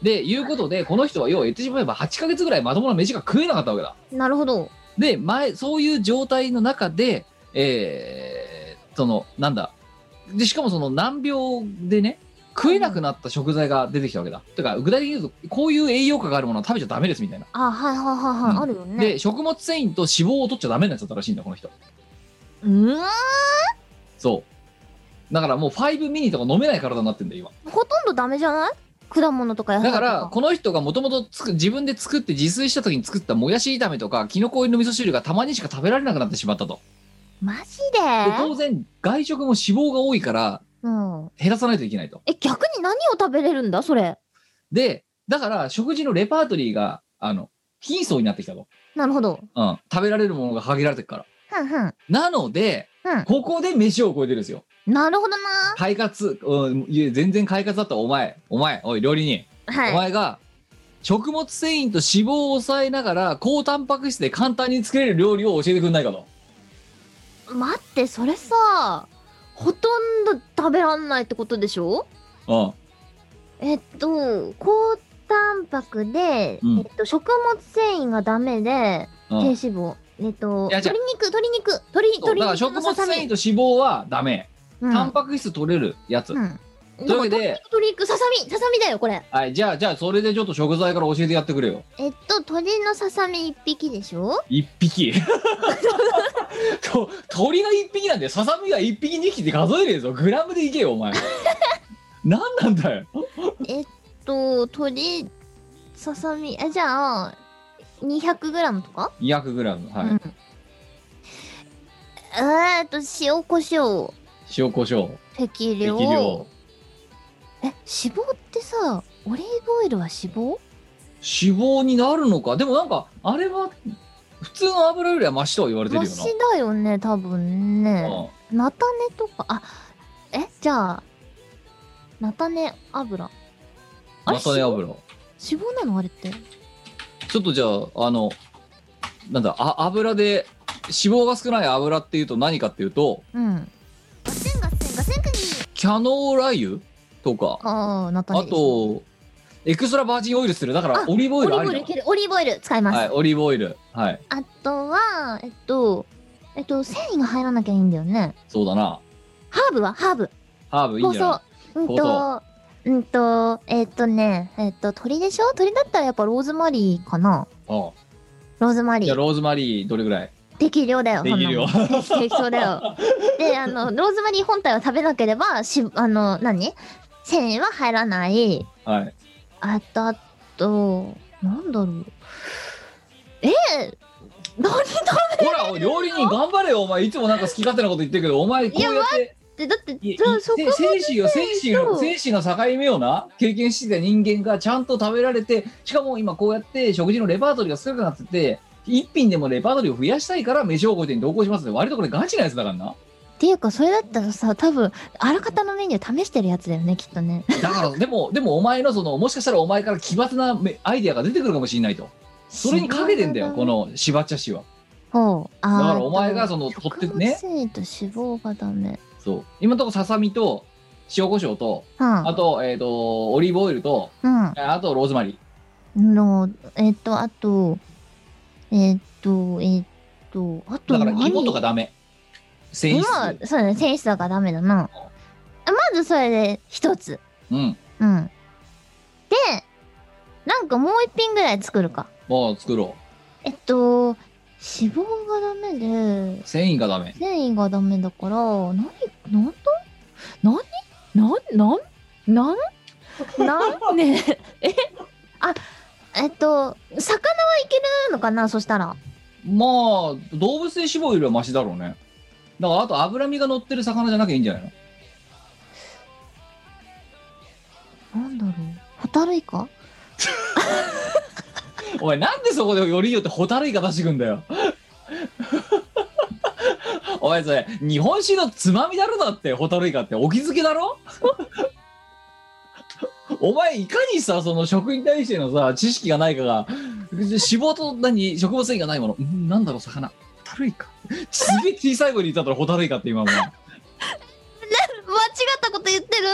Speaker 3: でいうことでこの人は要は言ってしまえば8ヶ月ぐらいまともな飯が食えなかったわけだ。
Speaker 1: なるほど。
Speaker 3: で前そういう状態の中で、えーそのなんだでしかもその難病でね食えなくなった食材が出てきたわけだ。てか具体的に言うとこういう栄養価があるものは食べちゃダメですみたいな。
Speaker 1: あ、はいはいはいはい。
Speaker 3: うん
Speaker 1: あるよね。
Speaker 3: で食物繊維と脂肪を取っちゃダメなやつだったらしいんだこの人。
Speaker 1: うーん。
Speaker 3: そう。だからもう5ミニとか飲めない体になってんだよ、
Speaker 1: ほとんどダメじゃない果物とか野
Speaker 3: 今。
Speaker 1: 菜
Speaker 3: だ
Speaker 1: とか。
Speaker 3: から、この人がもともと自分で作って自炊した時に作ったもやし炒めとか、キノコ入りの味噌汁がたまにしか食べられなくなってしまったと。
Speaker 1: マジ
Speaker 3: で
Speaker 1: で
Speaker 3: 当然、外食も脂肪が多いから、
Speaker 1: うん。
Speaker 3: 減らさないといけないと。
Speaker 1: え、逆に何を食べれるんだそれ。
Speaker 3: で、だから、食事のレパートリーが、あの、貧相になってきたと。
Speaker 1: なるほど。
Speaker 3: うん。食べられるものが限られてるから。
Speaker 1: ふんふん。
Speaker 3: なので、
Speaker 1: うん
Speaker 3: ここで飯を超えてるんですよ。
Speaker 1: なるほどな。
Speaker 3: 快活、うん、いや全然快活だったお前、お前、おい、料理人。お
Speaker 1: はい。
Speaker 3: 前が食物繊維と脂肪を抑えながら高タンパク質で簡単に作れる料理を教えてくんないかと
Speaker 1: 待って、それさ、ほとんど食べらんないってことでしょ
Speaker 3: うん
Speaker 1: えっと、高タンパクで、
Speaker 3: うん
Speaker 1: えっと、食物繊維がダメで、
Speaker 3: うん
Speaker 1: 低脂肪。えっと、
Speaker 3: いや違う
Speaker 1: 鶏肉、鶏肉、鶏、
Speaker 3: そう
Speaker 1: 鶏
Speaker 3: だから
Speaker 1: 肉
Speaker 3: 食
Speaker 1: の
Speaker 3: 物
Speaker 1: ささ
Speaker 3: 繊維と脂
Speaker 1: み。
Speaker 3: 肪はダメ、
Speaker 1: うん
Speaker 3: タンパク質取れるやつ、
Speaker 1: うん。
Speaker 3: というわけで
Speaker 1: だから鶏肉、ささみ、ささみだよ、これ。
Speaker 3: はいじゃあじゃあそれでちょっと食材から教えてやってくれよ
Speaker 1: えっと、鶏のささみ一匹でしょ
Speaker 3: 一 匹と鳥が一匹なんだよささみが一匹二匹って数えれるぞグラムでいけよお 前何なんだよ
Speaker 1: と、鶏、ささみ、え、じゃあ、200g とか、
Speaker 3: 200グラムはい、
Speaker 1: うん。えーっと、塩、胡椒、
Speaker 3: 塩コショウ
Speaker 1: 適
Speaker 3: 適
Speaker 1: 量。
Speaker 3: 量
Speaker 1: え、脂肪ってさ、オリーブオイルは脂肪
Speaker 3: 脂肪になるのかでもなんかあれは普通の油よりはマシとは言われてる
Speaker 1: マ
Speaker 3: よ
Speaker 1: シだよね、多分
Speaker 3: な、
Speaker 1: ね。
Speaker 3: うん
Speaker 1: 菜種とか、あ、え、じゃあ、菜種油。あれ
Speaker 3: 菜種油
Speaker 1: 脂肪なのあれって。
Speaker 3: ちょっとじゃああのなんだあ油で脂肪が少ない油っていうと何かっていうと
Speaker 1: うん。ガセンガセンガセンクニ
Speaker 3: キャノーラ油とか
Speaker 1: ああ、菜種。
Speaker 3: あ、とエクストラバージンオイルするだから
Speaker 1: あ
Speaker 3: オリーブオ
Speaker 1: オ
Speaker 3: イ
Speaker 1: リ
Speaker 3: ル
Speaker 1: ー
Speaker 3: あ
Speaker 1: ブオイルい
Speaker 3: り
Speaker 1: ける。オリーブオイル使いま
Speaker 3: だ
Speaker 1: す。
Speaker 3: はいオリーブオイルはい
Speaker 1: あとは、えっと、えっと、繊維が入らなきゃいいんだよね。
Speaker 3: そうだな
Speaker 1: ハーブはハーブ。
Speaker 3: ハーブいいんじゃない
Speaker 1: そう。うんと
Speaker 3: 香、
Speaker 1: うんと、えっとね、えっと、鳥でしょ鳥だったらやっぱローズマリーかな
Speaker 3: うん
Speaker 1: ローズマリ
Speaker 3: じゃあ
Speaker 1: ー。
Speaker 3: ローズマリーどれぐらい
Speaker 1: 適量だよ。
Speaker 3: できるよ
Speaker 1: そんなもん適当だ よ。で、あの、ローズマリー本体は食べなければ、し、あの、何繊維は入らない。
Speaker 3: はい
Speaker 1: あと、あと、なんだろう。え何食
Speaker 3: ほらお料理人頑張れよお前いつもなんか好き勝手なこと言ってるけどお前こうやって
Speaker 1: べて、だって、
Speaker 3: いい
Speaker 1: じゃあそこ
Speaker 3: せ精子よ精子
Speaker 1: そ
Speaker 3: の
Speaker 1: う
Speaker 3: 精子の境目をな経験してた人間がちゃんと食べられてしかも今こうやって食事のレパートリーが少なくなってて一品でもレパートリーを増やしたいから飯を超えてに同行しますって割とこれガチなやつだからな
Speaker 1: っていうかそれだったらさ多分あらかたのメニュー試してるやつだよねきっとね
Speaker 3: だからでもでもお前のそのもしかしたらお前から奇抜なめアイデアが出てくるかもしれないとそれにかけてんだよこのしばっちゃ氏は
Speaker 1: ほう。あー
Speaker 3: だからお前がその取ってね
Speaker 1: 食物繊維と脂肪がダメ。
Speaker 3: そう今のところささみと塩コショウと
Speaker 1: は
Speaker 3: あと,、えー、とオリーブオイルと
Speaker 1: あ。
Speaker 3: あとローズマリー
Speaker 1: うん。の、えっ、と、あと、えっ、と、えっ、と、あと
Speaker 3: だか
Speaker 1: 何
Speaker 3: ら芋とかダメ繊維
Speaker 1: 今
Speaker 3: 質、
Speaker 1: そうだね、選手だからダメだな。あまずそれで一つ。
Speaker 3: うん
Speaker 1: うん。で、なんかもう一品ぐらい作るか。
Speaker 3: もう作ろ
Speaker 1: えっと、脂肪がダメで
Speaker 3: う、繊維がダメ
Speaker 1: 繊維がダメだから、何、なんと何なん、なん、なん、なんねえあ、えっと、魚はいけるのかなそしたら。
Speaker 3: まあ動物性脂肪よりはマシだろうねだからあと脂身が乗ってる魚じゃなきゃいいんじゃないの
Speaker 1: なんだろう。ホタルイカ
Speaker 3: お前なんでそこでよりによってホタルイカ出してくんだよ お前それ日本酒のつまみだろだってホタルイカってお気づけだろ お前いかにさその食に対してのさ知識がないかが脂肪と何食物繊維がないものうんなんだろう魚ホタルイカすげえ小さい声で言ったからホタルイカって今も
Speaker 1: 間違ったこと言ってる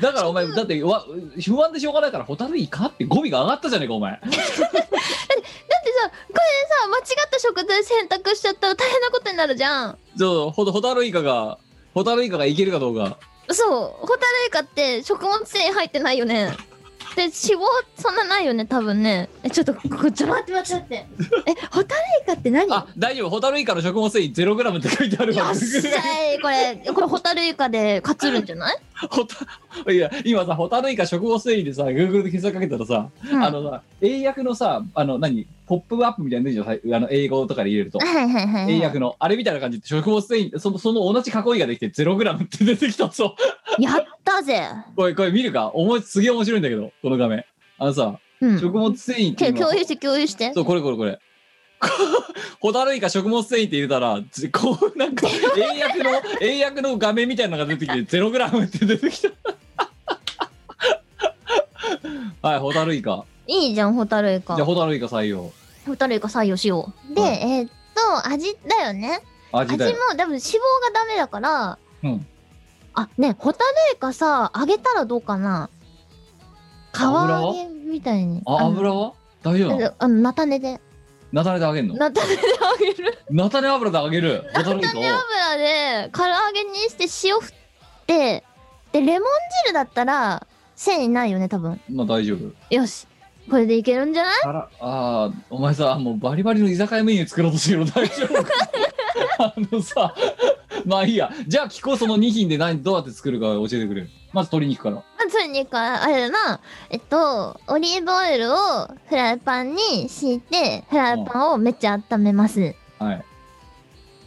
Speaker 3: だからお前だってわ不安でしょうがないからホタルイカって語尾が上がったじゃねえかお前
Speaker 1: だってさこれさ間違った食材選択しちゃったら大変なことになるじゃん
Speaker 3: そうホホタルイカがホタルイカがいけるかどうか
Speaker 1: そうホタルイカって食物繊維入ってないよねで脂肪そんなないよね多分ねえちょっとここちょっと待って待って待ってえホタルイカって何
Speaker 3: あ、大丈夫。ホタルイカの食物繊維ゼログラムって書いてある
Speaker 1: よ
Speaker 3: わ
Speaker 1: っ。しゃいこれこれホタルイカで勝つるんじゃない、
Speaker 3: ホタいや、今さ、ホタルイカ食物繊維でさ、Google で検索かけたらさ、
Speaker 1: うん
Speaker 3: あのさ、英訳のさ、あの、何ポップアップみたいなの出てるじゃんあの、英語とかで入れると。
Speaker 1: はいはいはいはい
Speaker 3: 英訳の、あれみたいな感じで食物繊維、その、その同じ囲いができてゼログラムって出てきたぞ。
Speaker 1: やったぜ
Speaker 3: これ、これ見るかおもすげえ面白いんだけど、この画面。あのさ、
Speaker 1: うん
Speaker 3: 食物繊維ってい
Speaker 1: け
Speaker 3: うのは
Speaker 1: 共有して共有して
Speaker 3: そう、これこれこれ。 ホタルイカ食物繊維って入れたら、ずこうなんか、英訳 の、英訳の画面みたいなのが出てきて、ゼログラムって出てきた。 はい、ホタルイカ。
Speaker 1: いいじゃんホタルイカ
Speaker 3: じゃあ、ホタルイカ採用。
Speaker 1: ホタルイカ採用しようで、
Speaker 3: はい
Speaker 1: えーっと味だよね
Speaker 3: 味
Speaker 1: 味
Speaker 3: だ
Speaker 1: も
Speaker 3: よ。
Speaker 1: 多分脂肪がダメだから、
Speaker 3: うん
Speaker 1: あねホタルイカさ揚げたらどうかな皮
Speaker 3: 油
Speaker 1: 揚
Speaker 3: は
Speaker 1: げみたいに
Speaker 3: あ、油は大丈
Speaker 1: あ
Speaker 3: 夫なの
Speaker 1: のあの菜種で
Speaker 3: 菜種で揚げるの
Speaker 1: 菜種で揚げる
Speaker 3: 菜種油で揚げる。ホタルイ
Speaker 1: 菜
Speaker 3: カを
Speaker 1: 種。油で唐揚げにして塩振ってでレモン汁だったら繊維ないよね多分
Speaker 3: まあ大丈夫。
Speaker 1: よしこれでいけるんじゃない
Speaker 3: ああー、お前さ、もうバリバリの居酒屋メニュー作ろうとしてるの大丈夫あのさ、まあいいや。じゃあ聞こう、その2品で何、どうやって作るか教えてくれる。まず鶏肉から。
Speaker 1: まずにかあれだなえっとオリーブオイルをフライパンに敷いてフライパンをめっちゃ温めます、
Speaker 3: はい。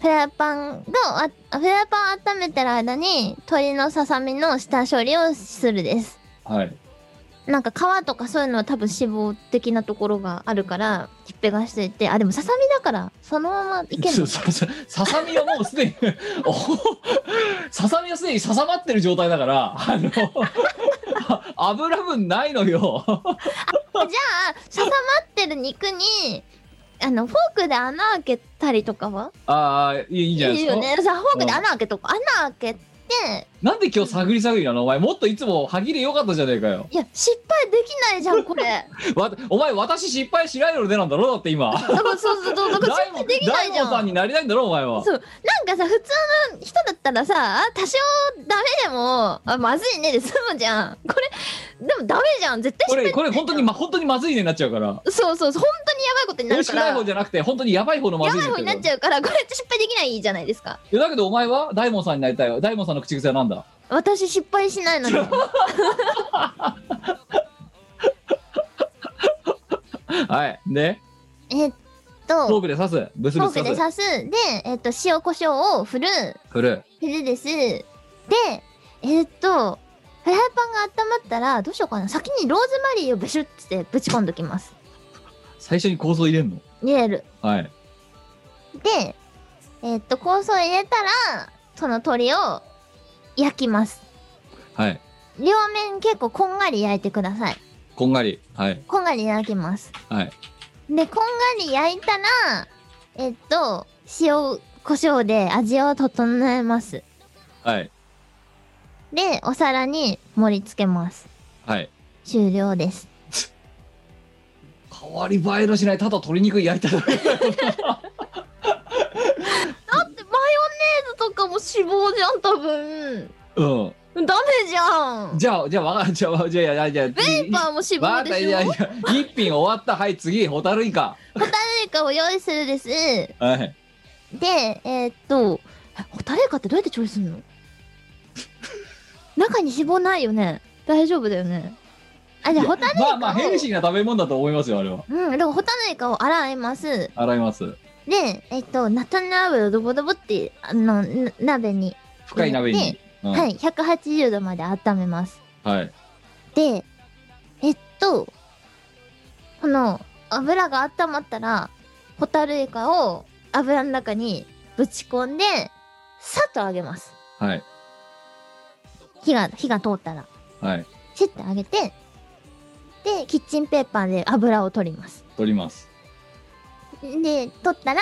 Speaker 1: フライパンがあフライパンを温めてる間に鶏のささみの下処理をするです
Speaker 3: はい。
Speaker 1: なんか皮とかそういうのは多分脂肪的なところがあるからひっぺがしといてあでもささみだからそのままいける
Speaker 3: そ
Speaker 1: の
Speaker 3: そそささみはもうすでに、 おささみはすでにささまってる状態だから、あの、あ油分ないのよ。
Speaker 1: じゃあささまってる肉にあのフォークで穴開けたりとかは
Speaker 3: ああ、いいいいん
Speaker 1: い
Speaker 3: じゃないで
Speaker 1: い
Speaker 3: すか。
Speaker 1: よねさフォークで穴開けとか穴開けて
Speaker 3: なんで今日探り探りなのお前、もっといつも歯切れ良かったじゃねえかよ。
Speaker 1: いや失敗できないじゃ んこれ
Speaker 3: わお前、私失敗しないのでなんだろうだって今。
Speaker 1: だからそうそうそうだから
Speaker 3: 大
Speaker 1: 失
Speaker 3: 門
Speaker 1: 敗できないじゃん
Speaker 3: 大門さんになりたいんだろお前は
Speaker 1: そうなんかさ普通の人だったらさ多少ダメでもあまずいねで済むじゃんこれでもダメじゃん絶対
Speaker 3: こ
Speaker 1: 失
Speaker 3: れ
Speaker 1: 敗
Speaker 3: これ本当にま本当にまずいねになっちゃうから
Speaker 1: そうそうそう本当にやばいことに
Speaker 3: 美
Speaker 1: な
Speaker 3: 味
Speaker 1: る
Speaker 3: し
Speaker 1: か
Speaker 3: く
Speaker 1: ら
Speaker 3: ない
Speaker 1: や
Speaker 3: 方じゃなくて本当にやばい方のまずい
Speaker 1: ばい方になっち
Speaker 3: ゃ
Speaker 1: ゃうからこれって失敗できないじゃないですか
Speaker 3: うだけどお前は大門さんになりたいよ大門さんの口癖はなんだ
Speaker 1: 私失敗しないのに
Speaker 3: はいね
Speaker 1: えっ
Speaker 3: フォー
Speaker 1: と
Speaker 3: クで刺すブス
Speaker 1: フォ
Speaker 3: ブ
Speaker 1: ー
Speaker 3: ス
Speaker 1: クで
Speaker 3: 刺す
Speaker 1: 刺すで、えっと塩コショウを振る
Speaker 3: 振る
Speaker 1: 振るですでえっとフライパンが温まったらどうしようかな先にローズマリーをベシュッてぶち込んどきます
Speaker 3: 最初に構想入れんの
Speaker 1: 入れる
Speaker 3: はい
Speaker 1: で、えーっと、香草を入れたら、その鶏を焼きます。
Speaker 3: はい
Speaker 1: 両面結構こんがり焼いてください。
Speaker 3: こんがりはい
Speaker 1: こんがり焼きます。
Speaker 3: はい
Speaker 1: で、こんがり焼いたら、えっと、塩、胡椒で味を整えます。
Speaker 3: はい。
Speaker 1: で、お皿に盛り付けます。
Speaker 3: はい。
Speaker 1: 終了です。
Speaker 3: 変わり映えのしない、ただ鶏肉焼いただけ。
Speaker 1: だってマヨネーズとかも脂肪じゃん、多分。
Speaker 3: うん。
Speaker 1: ダメじゃん。
Speaker 3: じゃあ、じゃあ、わかじゃあ、じゃあ、じゃあ、じゃ
Speaker 1: ペーパ
Speaker 3: あ、
Speaker 1: ーも脂肪
Speaker 3: わかった、
Speaker 1: で
Speaker 3: い
Speaker 1: しょ
Speaker 3: やいや、一品終わった。はい、次、ホタルイカ。
Speaker 1: 誰かを用意するです。で、
Speaker 3: はい。
Speaker 1: えーっと、えホタルイカってどうやって調理するの中に脂肪ないよね。大丈夫だよね。あ、じゃあホタルイカを、
Speaker 3: まあまあ、ヘルシーな食べ物だと思いますよ、あれは。
Speaker 1: うん、だからホタルイカを洗います。
Speaker 3: 洗います。
Speaker 1: で、えっと、菜種油をドボドボって、あの、な鍋に、
Speaker 3: 深い鍋に
Speaker 1: ね。
Speaker 3: うん
Speaker 1: はい、180度まで温めます。
Speaker 3: はい。
Speaker 1: で、えっと、この油が温まったら、ホタルイカを油の中にぶち込んで、さっと揚げます。
Speaker 3: はい。
Speaker 1: 火が、火が通ったら。
Speaker 3: はい。
Speaker 1: シュッて揚げて、で、キッチンペーパーで油を取ります。
Speaker 3: 取ります。
Speaker 1: で、取ったら、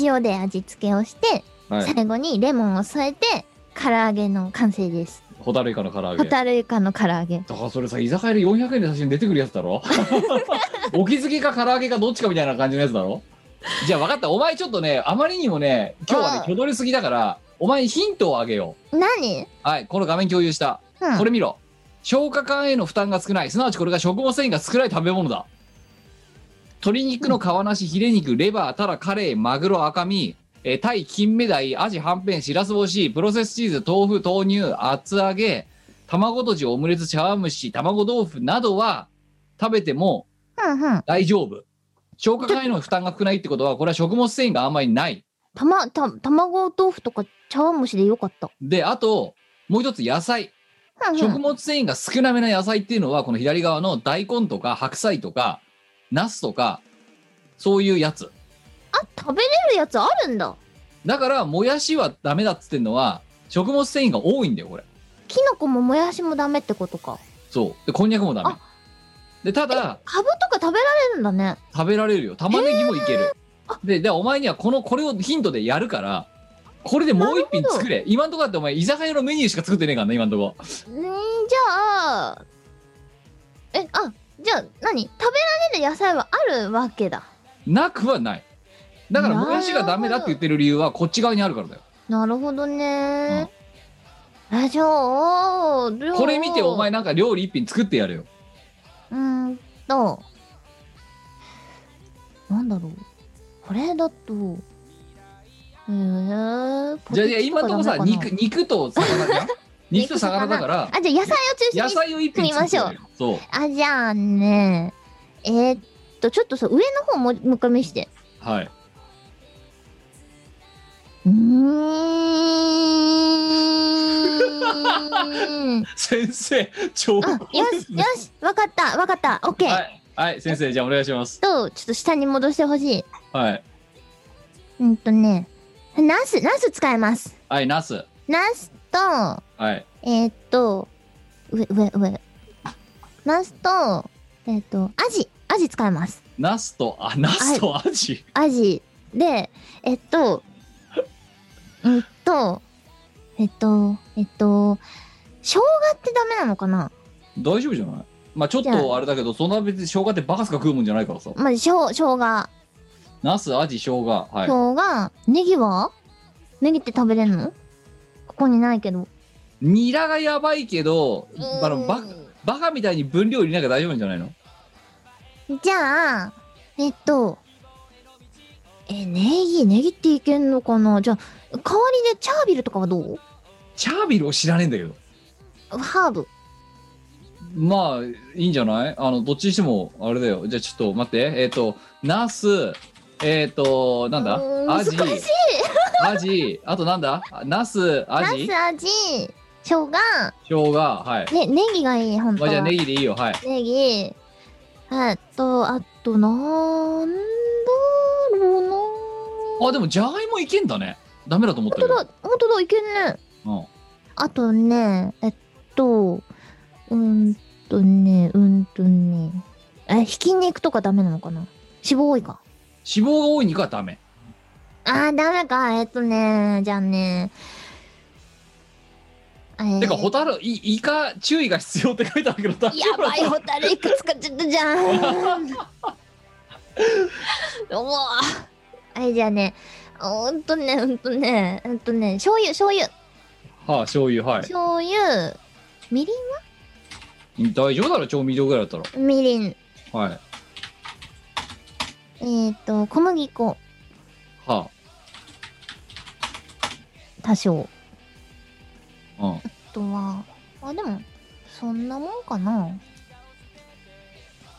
Speaker 1: 塩で味付けをして、
Speaker 3: はい。
Speaker 1: 最後にレモンを添えて、唐揚げの完成です。
Speaker 3: ホタルイカの唐揚
Speaker 1: ホ
Speaker 3: げ。だか
Speaker 1: タルイカの唐揚げ。
Speaker 3: らそれさ、居酒屋で400円で写真出てくるやつ だろお気づきか唐揚げかどっちかみたいな感じのやつだろじゃあ分かった。お前ちょっとね、あまりにもね、今日はね
Speaker 1: う、ん
Speaker 3: 挙取りすぎだから、お前にヒントをあげよ
Speaker 1: 何
Speaker 3: う。はい、この画面共有した。
Speaker 1: うん。
Speaker 3: これ見ろ。消化管への負担が少ない。すなわちこれが食物繊維が少ない食べ物だ。鶏肉の皮なし、ヒレ肉、レバー、タラ、カレイ、マグロ、赤身、えータイ、金目鯛、アジ、はんぺん、しらす干し、プロセスチーズ、豆腐、豆乳、厚揚げ、卵とじ、オムレツ、茶碗蒸し、卵豆腐などは食べても
Speaker 1: うんうん。
Speaker 3: 大丈夫。消化管への負担が少ないってことは、これは食物繊維があんまりない。
Speaker 1: たま、た、卵豆腐とか茶碗蒸しでよかった。
Speaker 3: で、あと、もう一つ野菜。
Speaker 1: うんうん
Speaker 3: 食物繊維が少なめな野菜っていうのはこの左側の大根とか白菜とかナスとかそういうやつ
Speaker 1: あ、食べれるやつあるんだ。
Speaker 3: だからもやしはダメだっつってんのは食物繊維が多いんだよこれ
Speaker 1: きのこももやしもダメってことか。
Speaker 3: そうでこんにゃくもダメ
Speaker 1: あ
Speaker 3: でただ
Speaker 1: カブとか食べられるんだね。
Speaker 3: 食べられるよ玉ねぎもいけるででお前にはこのこれをヒントでやるからこれでもう一品
Speaker 1: なるほど
Speaker 3: 作れ今んとこだってお前居酒屋のメニューしか作ってねえからね今んとこ
Speaker 1: んーじゃあ、え、あ、じゃあ、何食べられる野菜はあるわけだ。
Speaker 3: なくはないだからもやしがダメだって言ってる理由はこっち側にあるからだよ
Speaker 1: なるほどねえ、じゃあ、量
Speaker 3: これ見てお前。なんか料理一品作ってやるよ
Speaker 1: うーんと、なんだろう。これだと、えー、ポテチとか
Speaker 3: じゃあ、じゃあ今のとこさ、
Speaker 1: ダメかな
Speaker 3: 肉、肉と 魚じゃん肉と魚だから、
Speaker 1: あ、じゃあ野菜を中心
Speaker 3: 野
Speaker 1: に
Speaker 3: 菜を一品作ってやるよそう。
Speaker 1: あ、じゃあね、えー、っと、ちょっとさ、上の方も、もう一回見して。
Speaker 3: はい。
Speaker 1: うーん。
Speaker 3: 先生、超
Speaker 1: あ、よし、よし、わかった、わかった、オッケー。
Speaker 3: はい。はい、先生、じゃあお願いします。
Speaker 1: と、ちょっと下に戻してほしい。
Speaker 3: はい。
Speaker 1: うんとね、ナス、ナス使います。
Speaker 3: はい、ナス。
Speaker 1: ナスと、
Speaker 3: はい。
Speaker 1: えー、っと、上、上、上。ナスと、えー、っと、アジ、アジ使います。
Speaker 3: ナスと、あ、ナスとアジ。
Speaker 1: アジで、えっと、えっと、えっと、えっと、生姜ってダメなのかな
Speaker 3: 大丈夫じゃないまあちょっ
Speaker 1: じゃ
Speaker 3: とあれだけど、そんな別に生姜ってバカスカ食うもんじゃないからさ。
Speaker 1: まあ、しょう、生姜、
Speaker 3: ナス、アジ、生姜。はい。
Speaker 1: 生姜、ネギはネギって食べれるのここにないけど。
Speaker 3: ニラがやばいけど、あの、バ
Speaker 1: う
Speaker 3: バカみたいに分量入れなきゃ大丈夫なんじゃないの
Speaker 1: ーんじゃあ、えっと、え、ネギ、ネギっていけんのかなじゃあ、代わりでチャービルとかはどう
Speaker 3: チャービルを知らねえんだけど。
Speaker 1: ハーブ。
Speaker 3: まあいいんじゃないあのどっちにしてもあれだよじゃあちょっと待ってえっ、とナスえっ、となんだ
Speaker 1: うーん
Speaker 3: ア
Speaker 1: 難し
Speaker 3: ジ
Speaker 1: い
Speaker 3: アジあとなんだあナスア
Speaker 1: ナ
Speaker 3: ジ
Speaker 1: ス、アジ、生姜、
Speaker 3: 生姜はい、
Speaker 1: ね、ネギがいい、本当
Speaker 3: ま
Speaker 1: は。
Speaker 3: あ、じゃあネギでいいよはい
Speaker 1: ネギ、えっと、あと、なんだろうな
Speaker 3: あでもじゃがいもいけんだねダメだと思った
Speaker 1: 本当
Speaker 3: けど
Speaker 1: だ、本当だ、いけんね。
Speaker 3: うん
Speaker 1: あとね、えっと、うーんとね、うーんとね、え、ひき肉とかダメなのかな脂肪多いか。
Speaker 3: 脂肪が多い肉はダメ
Speaker 1: あー、ダメか。えっとね、じゃあね。えー
Speaker 3: てか、ホタル、いイカ注意が必要って書いてあるけど、大丈
Speaker 1: や
Speaker 3: 夫な
Speaker 1: ばいホタルいくつかちょっとじゃん。おもはい、じゃあね、うんとね、うんとね、うんとね、醤油、醤油、
Speaker 3: はあ、醤油、はい。
Speaker 1: 醤油、みり
Speaker 3: 大丈夫だろ、調味料ぐらいだった
Speaker 1: んみりん、
Speaker 3: ら。はい。は
Speaker 1: えっ、ー、と、小麦粉、
Speaker 3: あ。
Speaker 1: 多少。
Speaker 3: うん。
Speaker 1: あとは、あ、でも、そんなもんかな。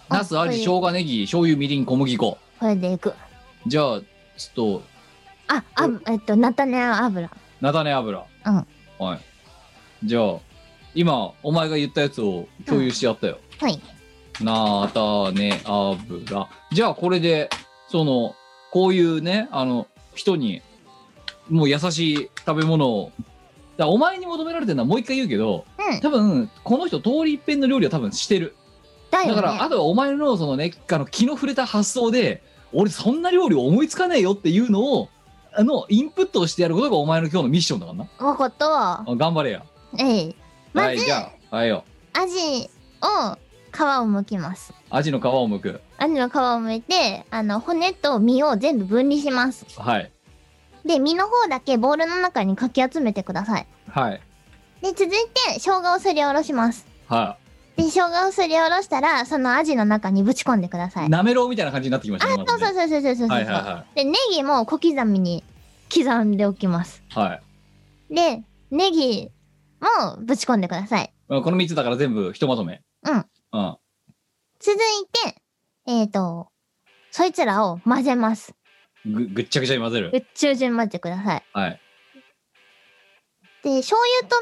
Speaker 3: ナス、アジ、生姜、ネギ、醤油、みりん、小麦粉。
Speaker 1: これでいく。
Speaker 3: じゃあ、ちょっと、
Speaker 1: あ、あ、えっと、菜種油。
Speaker 3: 菜種油。
Speaker 1: うん。
Speaker 3: はい。じゃあ、今、お前が言ったやつを共有し合ったよ。
Speaker 1: はい。
Speaker 3: 菜種油。じゃあ、これで、その、こういうね、あの、人に、もう優しい食べ物を、だからお前に求められてるのはもう一回言うけど、
Speaker 1: うん
Speaker 3: 多分、この人通り一遍の料理は多分してる。
Speaker 1: だよね。
Speaker 3: だから、あとはお前のそのね、あの気の触れた発想で、俺そんな料理思いつかねえよっていうのを、あの、インプットをしてやることがお前の今日のミッションだからな。
Speaker 1: わかったわ。
Speaker 3: あ頑張れや。
Speaker 1: えい。まず
Speaker 3: はい、じゃあ、はいよ。
Speaker 1: アジを皮を剥きます。
Speaker 3: アジの皮を剥く。
Speaker 1: アジの皮を剥いて、あの、骨と身を全部分離します。
Speaker 3: はい。
Speaker 1: で、身の方だけボウルの中にかき集めてください。
Speaker 3: はい。
Speaker 1: で、続いて、生姜をすりおろします。
Speaker 3: は
Speaker 1: で、生姜をすりおろしたら、そのアジの中にぶち込んでくださ
Speaker 3: い。
Speaker 1: い。
Speaker 3: なめろうみたいな感じになってきましたね。
Speaker 1: そう
Speaker 3: ま
Speaker 1: そ
Speaker 3: ず
Speaker 1: うそうそうそうそうそう。
Speaker 3: ねはいはいは
Speaker 1: で、ネギも小刻みに刻んでおきます。
Speaker 3: い。はい。
Speaker 1: で、ネギもぶち込んでください。
Speaker 3: まあこの3つだから全部ひとまとめ。
Speaker 1: うん
Speaker 3: うん。
Speaker 1: 続いて、えっ、ー、と、そいつらを混ぜます。
Speaker 3: ぐ、ぐっちゃぐちゃに混ぜる。
Speaker 1: 宇宙順混ぜてください。
Speaker 3: はい。
Speaker 1: で、醤油と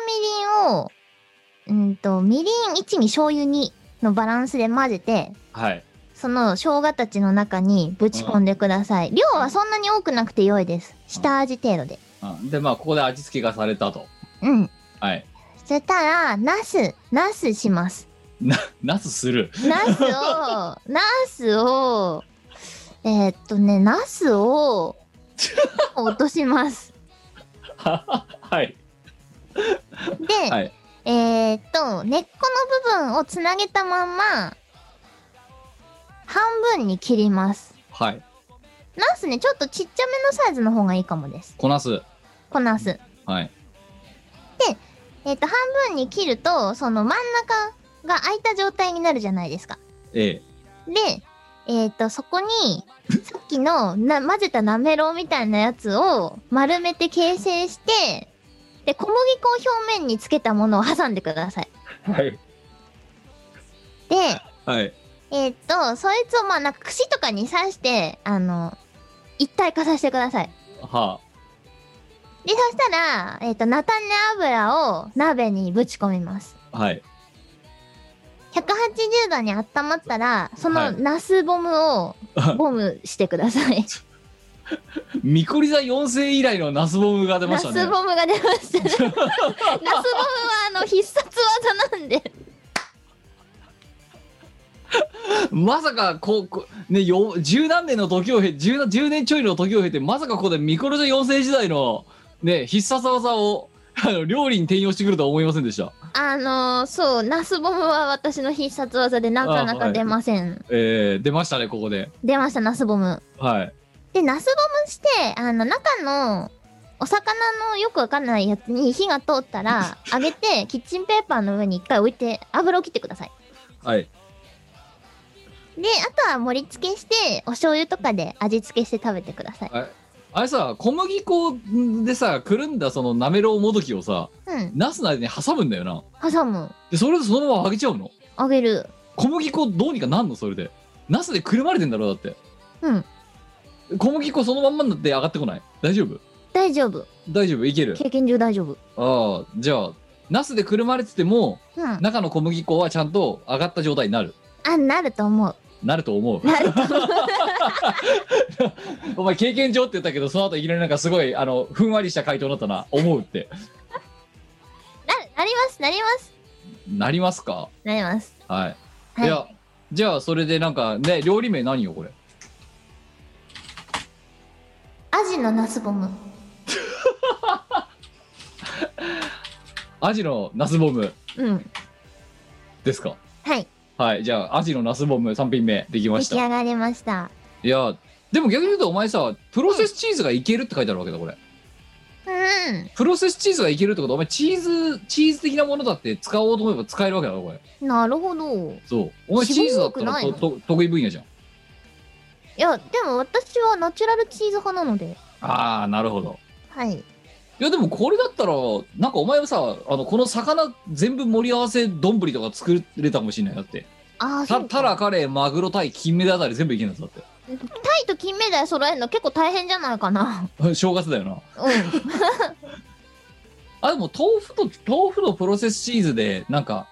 Speaker 1: みりんを、うんと、みりん1に醤油2のバランスで混ぜて、
Speaker 3: はい。
Speaker 1: その生姜たちの中にぶち込んでください。量はそんなに多くなくて良いです。下味程度で。
Speaker 3: うん、で、まあ、ここで味付けがされたと。
Speaker 1: うん。
Speaker 3: はい。
Speaker 1: そしたら、ナス、ナスします。
Speaker 3: ナスする。
Speaker 1: ナスを、ナスを、えーっとね、ナスを、落とし ます。
Speaker 3: はい。
Speaker 1: で、
Speaker 3: はい
Speaker 1: えーっと、根っこの部分をつなげたまんま、半分に切ります。
Speaker 3: はい。
Speaker 1: ナスね、ちょっとちっちゃめのサイズの方がいいかもです。
Speaker 3: こなす。
Speaker 1: このナス。
Speaker 3: はい。
Speaker 1: えーっと、半分に切ると、その真ん中が空いた状態になるじゃないですか。
Speaker 3: ええ。
Speaker 1: で、えっ、と、そこに、さっきのな混ぜたなめろうみたいなやつを丸めて形成して、で、小麦粉を表面につけたものを挟んでください。
Speaker 3: はい。
Speaker 1: で、
Speaker 3: はい。
Speaker 1: えっ、と、そいつをまあなんか串とかに刺して、あの、一体化させてください。
Speaker 3: は
Speaker 1: で、そしたら、えっ、と、菜種油を鍋にぶち込みます。
Speaker 3: あ。はい。
Speaker 1: 180度に温まったら、そ
Speaker 3: は
Speaker 1: の
Speaker 3: い
Speaker 1: ナスボム をボムしてください。
Speaker 3: ミコリザ4世以来のナスボムが出ま
Speaker 1: ナ
Speaker 3: し
Speaker 1: ス
Speaker 3: たね。
Speaker 1: ボムが出ました ね。ナスボムはあの必殺技なんで。
Speaker 3: まさかこうこうねよ十何年の時を経十な十年ちょいの時を経てまさかここでミコルジャ4世時代のね必殺技をあの料理に転用してくるとは思いませんでした。
Speaker 1: あのー、そう、ナスボムは私の必殺技でなかなか出ません。
Speaker 3: えー、出ましたねここで。
Speaker 1: 出ました、ナスボム。
Speaker 3: はい
Speaker 1: で、ナスボムして、あの、中の、お魚のよくわかんないやつに火が通った ら、揚げて、キッチンペーパーの上に一回置いて、油を切ってください。
Speaker 3: はい
Speaker 1: で、あとは盛り付けして、お醤油とかで味付けして食べてください。
Speaker 3: あ。あれさ小麦粉でさくるんだそのなめろうもどきをさ
Speaker 1: うん。
Speaker 3: ナスの間に挟むんだよな。
Speaker 1: 挟む。
Speaker 3: でそれでそのまま揚げちゃうの。
Speaker 1: 揚げる。
Speaker 3: 小麦粉どうにかなんのそれで。ナスでくるまれてんだろだって。
Speaker 1: うん。
Speaker 3: 小麦粉そのまんまになって上がってこない。大丈夫
Speaker 1: 大丈夫。
Speaker 3: 大丈夫いける。
Speaker 1: 経験上大丈夫。
Speaker 3: ああじゃあナスでくるまれてても
Speaker 1: うん。
Speaker 3: 中の小麦粉はちゃんと上がった状態になる
Speaker 1: あ、なると思う。
Speaker 3: なると思う
Speaker 1: なると思う。
Speaker 3: お前経験上って言ったけどその後いきなりなんかすごいあのふんわりした回答だったな思うって
Speaker 1: ななります、なります。
Speaker 3: なりますか
Speaker 1: なります。
Speaker 3: はい、、
Speaker 1: はいい。
Speaker 3: やじゃあそれでなんかね料理名何よこれ
Speaker 1: アジのナスボム
Speaker 3: アジのナスボム
Speaker 1: うん
Speaker 3: ですか
Speaker 1: はい
Speaker 3: はいじゃあアジのナスボム3品目できま
Speaker 1: 出
Speaker 3: し
Speaker 1: 来
Speaker 3: た
Speaker 1: 上がりました
Speaker 3: いやでも逆に言うとお前さプロセスチーズがいけるって書いてあるわけだこれ
Speaker 1: う
Speaker 3: プロセスチーズがいけるってことはお前チーズチーズ的なものだって使おうと思えば使えるわけだろこれ
Speaker 1: んなるほどい
Speaker 3: そうお前チーズだった
Speaker 1: すごくな
Speaker 3: ら
Speaker 1: い
Speaker 3: と
Speaker 1: の
Speaker 3: と得意分野じゃん
Speaker 1: やでも私はナチュラルチーズ派なので
Speaker 3: ああなるほど
Speaker 1: はい
Speaker 3: いやでもこれだったらなんかお前はさあのこの魚全部盛り合わせ丼とか作れたかもしれないだって
Speaker 1: ああ
Speaker 3: たタラカレイマグロタイ金目鯛あたり全部いけるんだって
Speaker 1: タイと金目鯛揃えるの結構大変じゃないかな
Speaker 3: 正月だよな
Speaker 1: う ん
Speaker 3: あでも豆腐と豆腐のプロセスチーズでなんか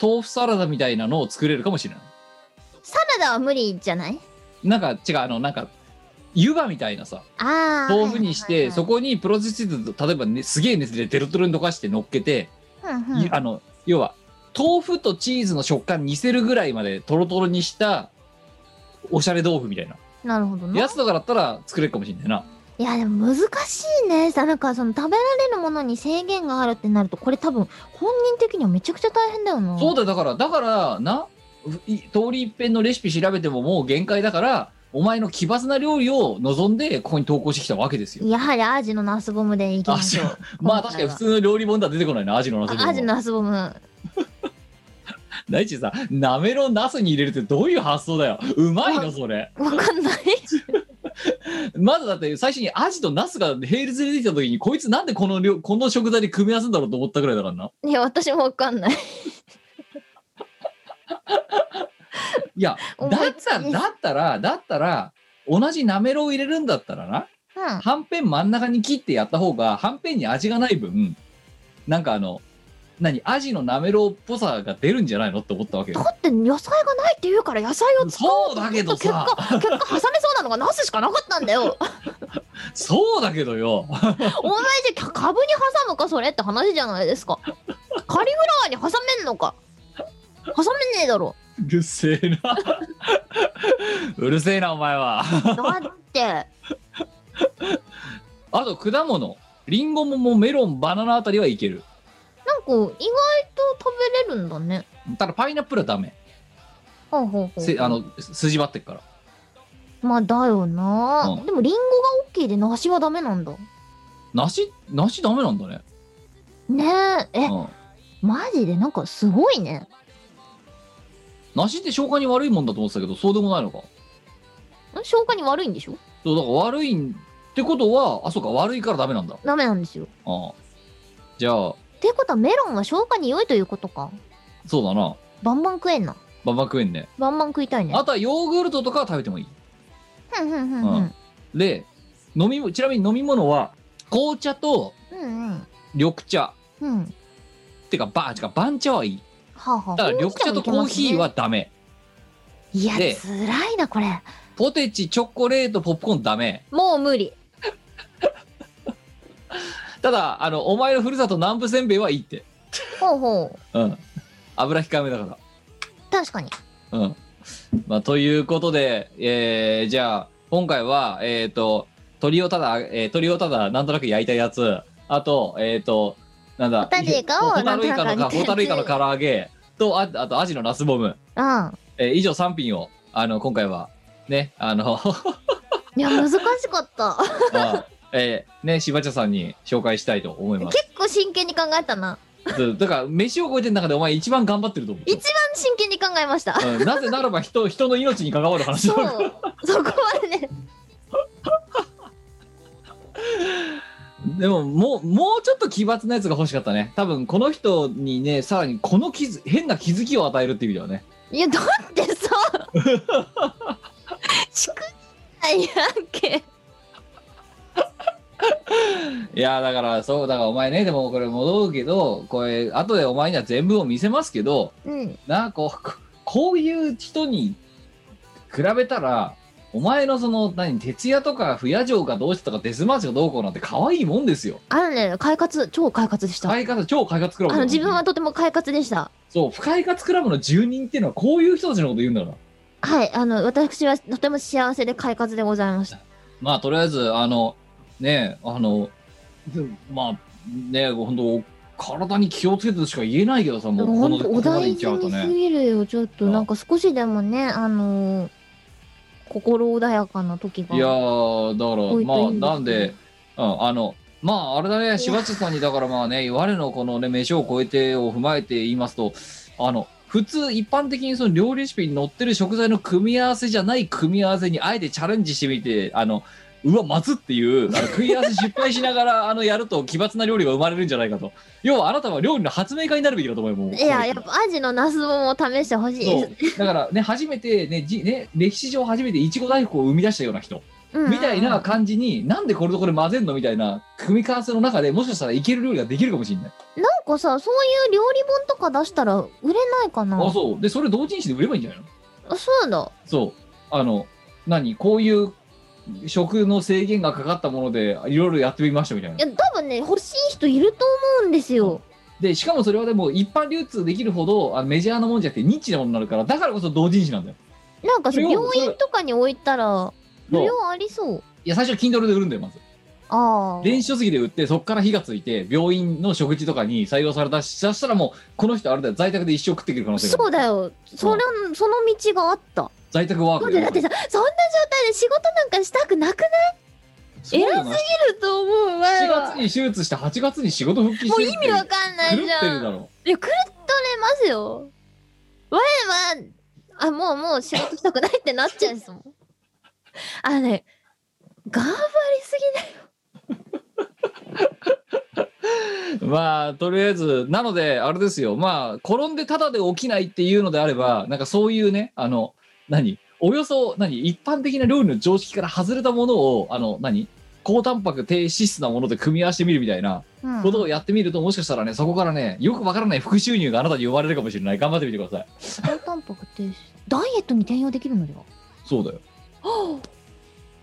Speaker 3: 豆腐サラダみたいなのを作れるかもしれない
Speaker 1: サラダは無理じゃない
Speaker 3: なんか違うあのなんか湯葉みたいなさ
Speaker 1: ああ
Speaker 3: 豆腐にして、そ
Speaker 1: こ、
Speaker 3: こにプロセスチーズと例えば、ね、すげえ熱でデロトロに溶かして乗っけて、
Speaker 1: うんうん
Speaker 3: いあの要は豆腐とチーズの食感似せるぐらいまでトロトロにしたおしゃれ豆腐みたいな
Speaker 1: なるほどな
Speaker 3: やつとかだったら作れるかもしれないない
Speaker 1: やでも難しいねさなんかその食べられるものに制限があるってなるとこれ多分本人的にはめちゃくちゃ大変だよな
Speaker 3: そうだよだからだからなうい通り一遍のレシピ調べてももう限界だからお前の奇抜な料理を望んでここに投稿してきたわけですよ
Speaker 1: やはりアジのナスボムでいきましょ
Speaker 3: あそうまあ確かに普通の料理本では出てこないなアジのナス
Speaker 1: あアジのナスボム
Speaker 3: 大地さんなめろナスに入れるってどういう発想だようまいのそれ
Speaker 1: わかん ない
Speaker 3: まずだって最初にアジとナスが並列で出てきた時にこいつなんでこの量この食材で組み合わせんだろうと思ったぐらいだからない
Speaker 1: や私もわかんない
Speaker 3: いや
Speaker 1: 思
Speaker 3: だ
Speaker 1: い
Speaker 3: っ
Speaker 1: つき
Speaker 3: たらだったらだったら同じなめろうを入れるんだったらな
Speaker 1: うん
Speaker 3: はんぺん真ん中に切ってやった方がはんぺんに味がない分なんかあの何アジのなめろうっぽさが出るんじゃないのって思ったわけよ
Speaker 1: だって野菜がないって言うから野菜を使おうと思った
Speaker 3: そうだけどさ
Speaker 1: 結果結果挟めそうなのがナスしかなかったんだ よ
Speaker 3: そうだけどよ
Speaker 1: お前じゃ株に挟むかそれって話じゃないですかカリフラワーに挟めんのか挟めねえだろ
Speaker 3: うるせえな うるせえなお前は
Speaker 1: だって
Speaker 3: あと果物リンゴももうメロンバナナあたりはいける
Speaker 1: なんか意外と食べれるんだね。
Speaker 3: ただパイナップルはダメ
Speaker 1: ほうほうほう
Speaker 3: せあのす筋張ってっから
Speaker 1: まあだよな、
Speaker 3: うん
Speaker 1: でもリンゴが大きいで梨はダメなんだ。
Speaker 3: 梨梨ダメなんだね、
Speaker 1: ねえ、え、
Speaker 3: うん、
Speaker 1: マジでなんかすごいね。
Speaker 3: 梨って消化に悪いもんだと思ってたけどそうでもないのか
Speaker 1: ん消化に悪いんでしょ
Speaker 3: そうだから悪いんってことはあそうか悪いからダメなんだ
Speaker 1: ダメなんですよ。
Speaker 3: ああじゃあ
Speaker 1: ってことはメロンは消化に良いということか。
Speaker 3: そうだな
Speaker 1: バンバン食えんな。
Speaker 3: バンバン食えんね
Speaker 1: バンバン食いたいね
Speaker 3: あ。とはヨーグルトとかは食べてもいい
Speaker 1: ふんふんふん
Speaker 3: う
Speaker 1: ふ
Speaker 3: ん
Speaker 1: ん。
Speaker 3: で飲みもちなみに飲み物は紅茶と
Speaker 1: うんうん。
Speaker 3: 緑茶
Speaker 1: うん。は
Speaker 3: てかば違う番茶はいい
Speaker 1: あ、はあ、
Speaker 3: だから緑茶とコーヒーはダメ
Speaker 1: いや
Speaker 3: で
Speaker 1: 辛いなこれ
Speaker 3: ポテチチョコレートポップコーンダメ
Speaker 1: もう無理
Speaker 3: ただあのお前のふるさと南部せんべいはいいって
Speaker 1: ほうほう
Speaker 3: うん油控えめだか
Speaker 1: 確かに
Speaker 3: らうんまあということで、えーじゃあ今回はえっ、と鳥をただ、えー鳥をただなんとなく焼いたやつあとえっ、となんだ
Speaker 1: ホタルイカを
Speaker 3: ホタルイカ
Speaker 1: なんと
Speaker 3: の
Speaker 1: なく揚げた
Speaker 3: ホ
Speaker 1: やつ
Speaker 3: タルイカの唐揚げとああとアジのナスボム、
Speaker 1: うん
Speaker 3: えー以上3品をあの今回はねあの
Speaker 1: いや難しか った
Speaker 3: あえーね柴茶さんに紹介したいと思い ます
Speaker 1: 結構真剣に考えたな
Speaker 3: そうだから飯を超えてる中でお前一番頑張ってると思う
Speaker 1: 一番真剣に考えました
Speaker 3: うんなぜならば人人の命に関わる話
Speaker 1: そ
Speaker 3: だから
Speaker 1: うそこまでね
Speaker 3: でももうもうちょっと奇抜なやつが欲しかったね多分この人にねさらにこの気づ変な気づきを与えるっていう意味ではね
Speaker 1: いやだって さちくないやんけ
Speaker 3: いやだからそうだからお前ねでもこれ戻るけどこれ後でお前には全部を見せますけど
Speaker 1: うん
Speaker 3: なこうここういう人に比べたらお前のその何徹夜とか不夜城がどうしてとかデスマーチがどうこうなんて可愛いもんですよ
Speaker 1: あのね快活超快活でした、
Speaker 3: 使い方超快活クラ
Speaker 1: あ
Speaker 3: ブ
Speaker 1: の自分はとても快活でした
Speaker 3: そう、不快活クラブの住人っていうのはこういう人たちのこと言うんだから。
Speaker 1: はいあの私はとても幸せで快活でございました
Speaker 3: まあ、とりあえず、あの、ねあのでまあね本当体に気をつけてとしか言えないけどさもうこ
Speaker 1: ほん
Speaker 3: の
Speaker 1: と
Speaker 3: こ
Speaker 1: お
Speaker 3: こまで
Speaker 1: 大
Speaker 3: いっち
Speaker 1: 事
Speaker 3: ゃうと
Speaker 1: にす
Speaker 3: ね
Speaker 1: ぎるよ、ちょっと。
Speaker 3: うん
Speaker 1: なんか少しでもね、あのー心穏やかな時が。
Speaker 3: いやーだから
Speaker 1: 多いといい
Speaker 3: まあ
Speaker 1: んですけど
Speaker 3: なんで、うん、あのまああれだね柴地さんにだからまあね我のこのね飯を超えてを踏まえて言いますとあの普通一般的にその料理レシピに載ってる食材の組み合わせじゃない組み合わせにあえてチャレンジしてみてあのうわ待つっていうあの組み合わせ失敗しながらあのやると奇抜な料理が生まれるんじゃないかと要はあなたは料理の発明家になるべきだと思うよもう
Speaker 1: いや、やっぱアジのナスボンを試してほしい
Speaker 3: そ
Speaker 1: で
Speaker 3: う
Speaker 1: す。
Speaker 3: だからね初めてねじね歴史上初めていちご大福を生み出したような人
Speaker 1: うん
Speaker 3: みたいな感じに、なんでこれとこれ混ぜんのみたいな、組み合わせの中でもしかしたらいける料理ができるかもしれない。
Speaker 1: なんかさ、そういう料理本とか出したら売れないかな
Speaker 3: あ、そう。で、それ同人誌で売ればいいんじゃないの
Speaker 1: あそうだ。
Speaker 3: そう。あの、何こういう食の制限がかかったもので、いろいろやってみましたみたい
Speaker 1: い
Speaker 3: な。
Speaker 1: や、多分ね、欲しい人いると思うんですよ。
Speaker 3: で、しかもそれはでも一般流通できるほどあメジャーなもんじゃなくてニッチなものになるから、だからこそ同人誌なんだよ。
Speaker 1: なんかさ、
Speaker 3: それを
Speaker 1: 病院とかに置いたら、無
Speaker 3: そう
Speaker 1: 料ありそう。
Speaker 3: いや、最初 Kindle で売るんだよ、まず。
Speaker 1: ああ。
Speaker 3: 電子書籍で売って、そこから火がついて、病院の食事とかに採用されたし、そしたらもう、この人あれだよ、在宅で一生食ってくる可能性がある。
Speaker 1: そうだよ。それ、その道があった。
Speaker 3: 在宅ワー
Speaker 1: だっ
Speaker 3: ク
Speaker 1: て
Speaker 3: で
Speaker 1: だってさ、そんな状態で仕事なんかしたくなくな
Speaker 3: そうよな
Speaker 1: ると思うわ
Speaker 3: 7
Speaker 1: よ。
Speaker 3: 月に手術して8月に仕事復帰し
Speaker 1: もう
Speaker 3: てる
Speaker 1: 意味わかんない
Speaker 3: 狂
Speaker 1: じ
Speaker 3: って
Speaker 1: ゃ
Speaker 3: るだ
Speaker 1: ん。
Speaker 3: ろ
Speaker 1: いや、狂っとれますよ。我は、あ、もうもう仕事したくないってなっちゃうんですもん。あのね、頑張りすぎない。
Speaker 3: まあとりあえずなのであれですよまあ転んでただで起きないっていうのであればなんかそういうねあの何およそ何一般的な料理の常識から外れたものをあの何高タンパク低脂質なもので組み合わせてみるみたいな
Speaker 1: うん
Speaker 3: ことをやってみると、もしかしたらねそこからねよくわからない副収入があなたに生まれるかもしれない頑張ってみてください
Speaker 1: 高タンパクってダイエットに転用できるのでは
Speaker 3: そうだよ
Speaker 1: はあ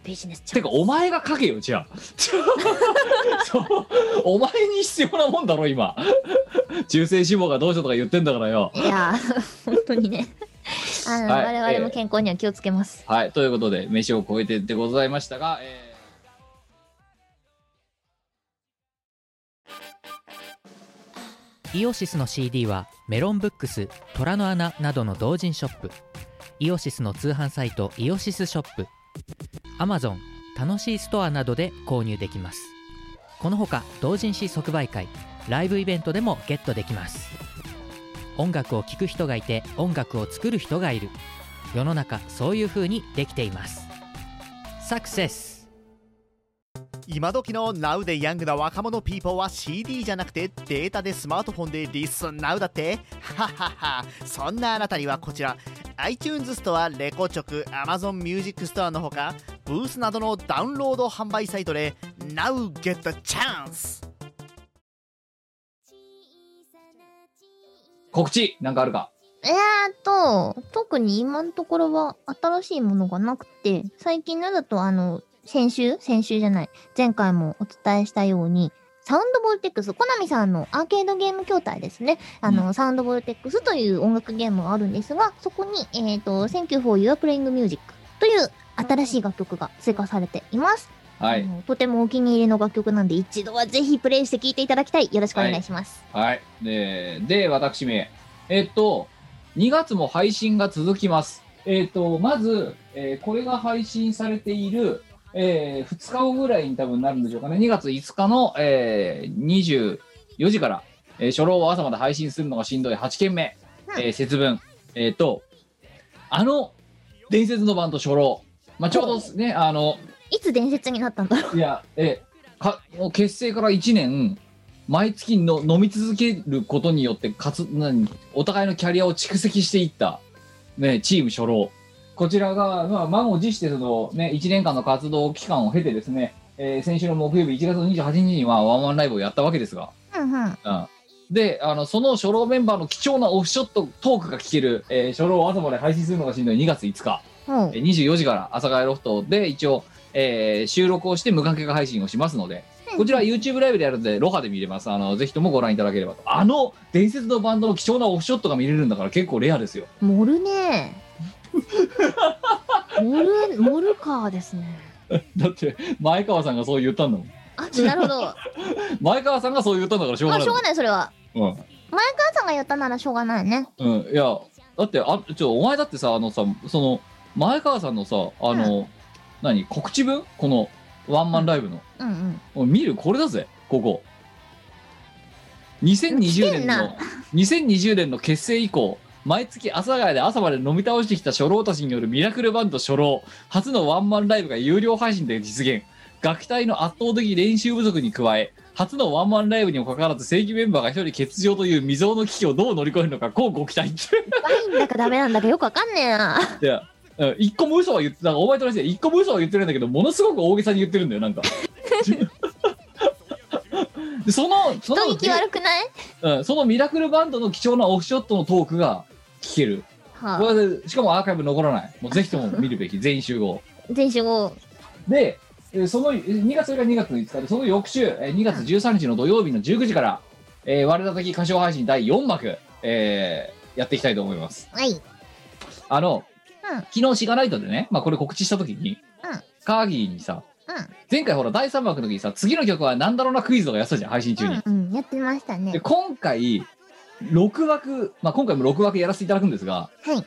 Speaker 1: ビジネスチャ
Speaker 3: て
Speaker 1: ン
Speaker 3: かお前が書けよじゃあそうお前に必要なもんだろ今中性脂肪がどうしようとか言ってんだからよ
Speaker 1: スいやー本当にねあの、
Speaker 3: はい
Speaker 1: 我々も健康には気をつけます、
Speaker 3: はいということで飯を超えてでございましたが、え
Speaker 4: イオシスの CD はメロンブックス虎の穴などの同人ショップイオシスの通販サイトイオシスショップ Amazon 楽しいストアなどで購入できますこのほか同人誌即売会ライブイベントでもゲットできます音楽を聴く人がいて音楽を作る人がいる世の中そういう風にできていますサクセス
Speaker 5: 今時の Now でヤングな若者ピーポーは CD じゃなくてデータでスマートフォンでリスン Now だってはははそんなあなたにはこちら iTunes ストア、レコチョク、Amazon Music ストアのほかブースなどのダウンロード販売サイトで Now get the chance!
Speaker 3: ー告知なんかあるか
Speaker 1: えーっと特に今のところは新しいものがなくて最近のだとあの先週先週じゃない前回もお伝えしたようにサウンドボルテックス、コナミさんのアーケードゲーム筐体ですね。あの、サウンドボルテックスという音楽ゲームがあるんですが、そこに、えーっ、と、Thank you for your playing music という新しい楽曲が追加されています。
Speaker 3: は
Speaker 1: あ
Speaker 3: い
Speaker 1: のとてもお気に入りの楽曲なんで一度はぜひプレイして聴いていただきたいよろしくお願いします、
Speaker 3: はいでで私めえっと2月も配信が続きますえっとまず、えーこれが配信されている、え2日後ぐらいに多分なるんでしょうかね2月5日の、えー24時から、えー初老を朝まで配信するのがしんどい8件目、
Speaker 1: うん
Speaker 3: えー節分えっ、とあの伝説のバンド初老まあちょうどねあの
Speaker 1: い、つ伝説になったんだろう
Speaker 3: いや、え、か、もう結成から1年、毎月の飲み続けることによって、かつ、何、お互いのキャリアを蓄積していった、ね、チーム初老。こちらが、まあ、満を持して、その、ね、1年間の活動期間を経てですね、えー先週の木曜日1月28日にはワンワンライブをやったわけですが、
Speaker 1: うんうん
Speaker 3: うんで、あの、その初老メンバーの貴重なオフショットトークが聞ける、えー初老を朝まで配信するのがしんどい2月5日。
Speaker 1: ほう
Speaker 3: えー24時から朝帰ロフトで一応、えー収録をして無観客配信をしますので、こちら YouTube ライブでやるので、ロハで見れます。あの、ぜひともご覧いただければと。あの、伝説のバンドの貴重なオフショットが見れるんだから結構レアですよ。
Speaker 1: 盛るね盛る盛るかですね
Speaker 3: だって前川さんがそう言ったんだもん
Speaker 1: あ、なるほど。あ、
Speaker 3: 前川さんがそう言ったんだからしょうがない
Speaker 1: しょうがない、それは。
Speaker 3: うん
Speaker 1: 前川さんが言ったならしょうがないね。
Speaker 3: うん、いや、だって、あ、ちょ、お前だってさ、あのさ、その、前川さんのさ、あの、何、告知文この、ワンマンライブの。
Speaker 1: うんうん。
Speaker 3: おい見る、これだぜ、ここ。2020
Speaker 1: 来てん
Speaker 3: 年の
Speaker 1: な、
Speaker 3: 2020年の結成以降、毎月阿佐ヶ谷で朝まで飲み倒してきた初老たちによるミラクルバンド初老、初のワンマンライブが有料配信で実現。楽隊の圧倒的練習不足に加え、初のワンマンライブにもかかわらず正規メンバーが一人欠場という未曾有の危機をどう乗り越えるのか、こうご期待。
Speaker 1: ワインだかダメなんだかよくわかんねえな。
Speaker 3: いや、うん一個も嘘は言って、なんかお前と同じで一個も嘘は言ってるんだけど、ものすごく大げさに言ってるんだよ、な んか。でその、その
Speaker 1: 人、聞き悪くない
Speaker 3: うん、そのミラクルバンドの貴重なオフショットのトークが聞ける。こ
Speaker 1: はあ、
Speaker 3: れでしかもアーカイブ残らない。もうぜひとも見るべき、全員集合。
Speaker 1: 全集合。
Speaker 3: で、えーそのえー2月が2月の5日で、その翌週、えー2月13日の土曜日の19時から、えー、我ら的歌唱配信第4幕、えーやっていきたいと思います。
Speaker 1: はい。
Speaker 3: あの、
Speaker 1: うん
Speaker 3: 昨日シガライトでね、まあ、これ告知した時に、
Speaker 1: うん
Speaker 3: カーギーにさ、
Speaker 1: うん
Speaker 3: 前回ほら第3幕の時にさ次の曲は何だろうなクイズとかやってたじゃん配信中に、
Speaker 1: うんうん、やってました
Speaker 3: で
Speaker 1: ね。
Speaker 3: 今回6枠、まあ、今回も6枠やらせていただくんですが、
Speaker 1: はい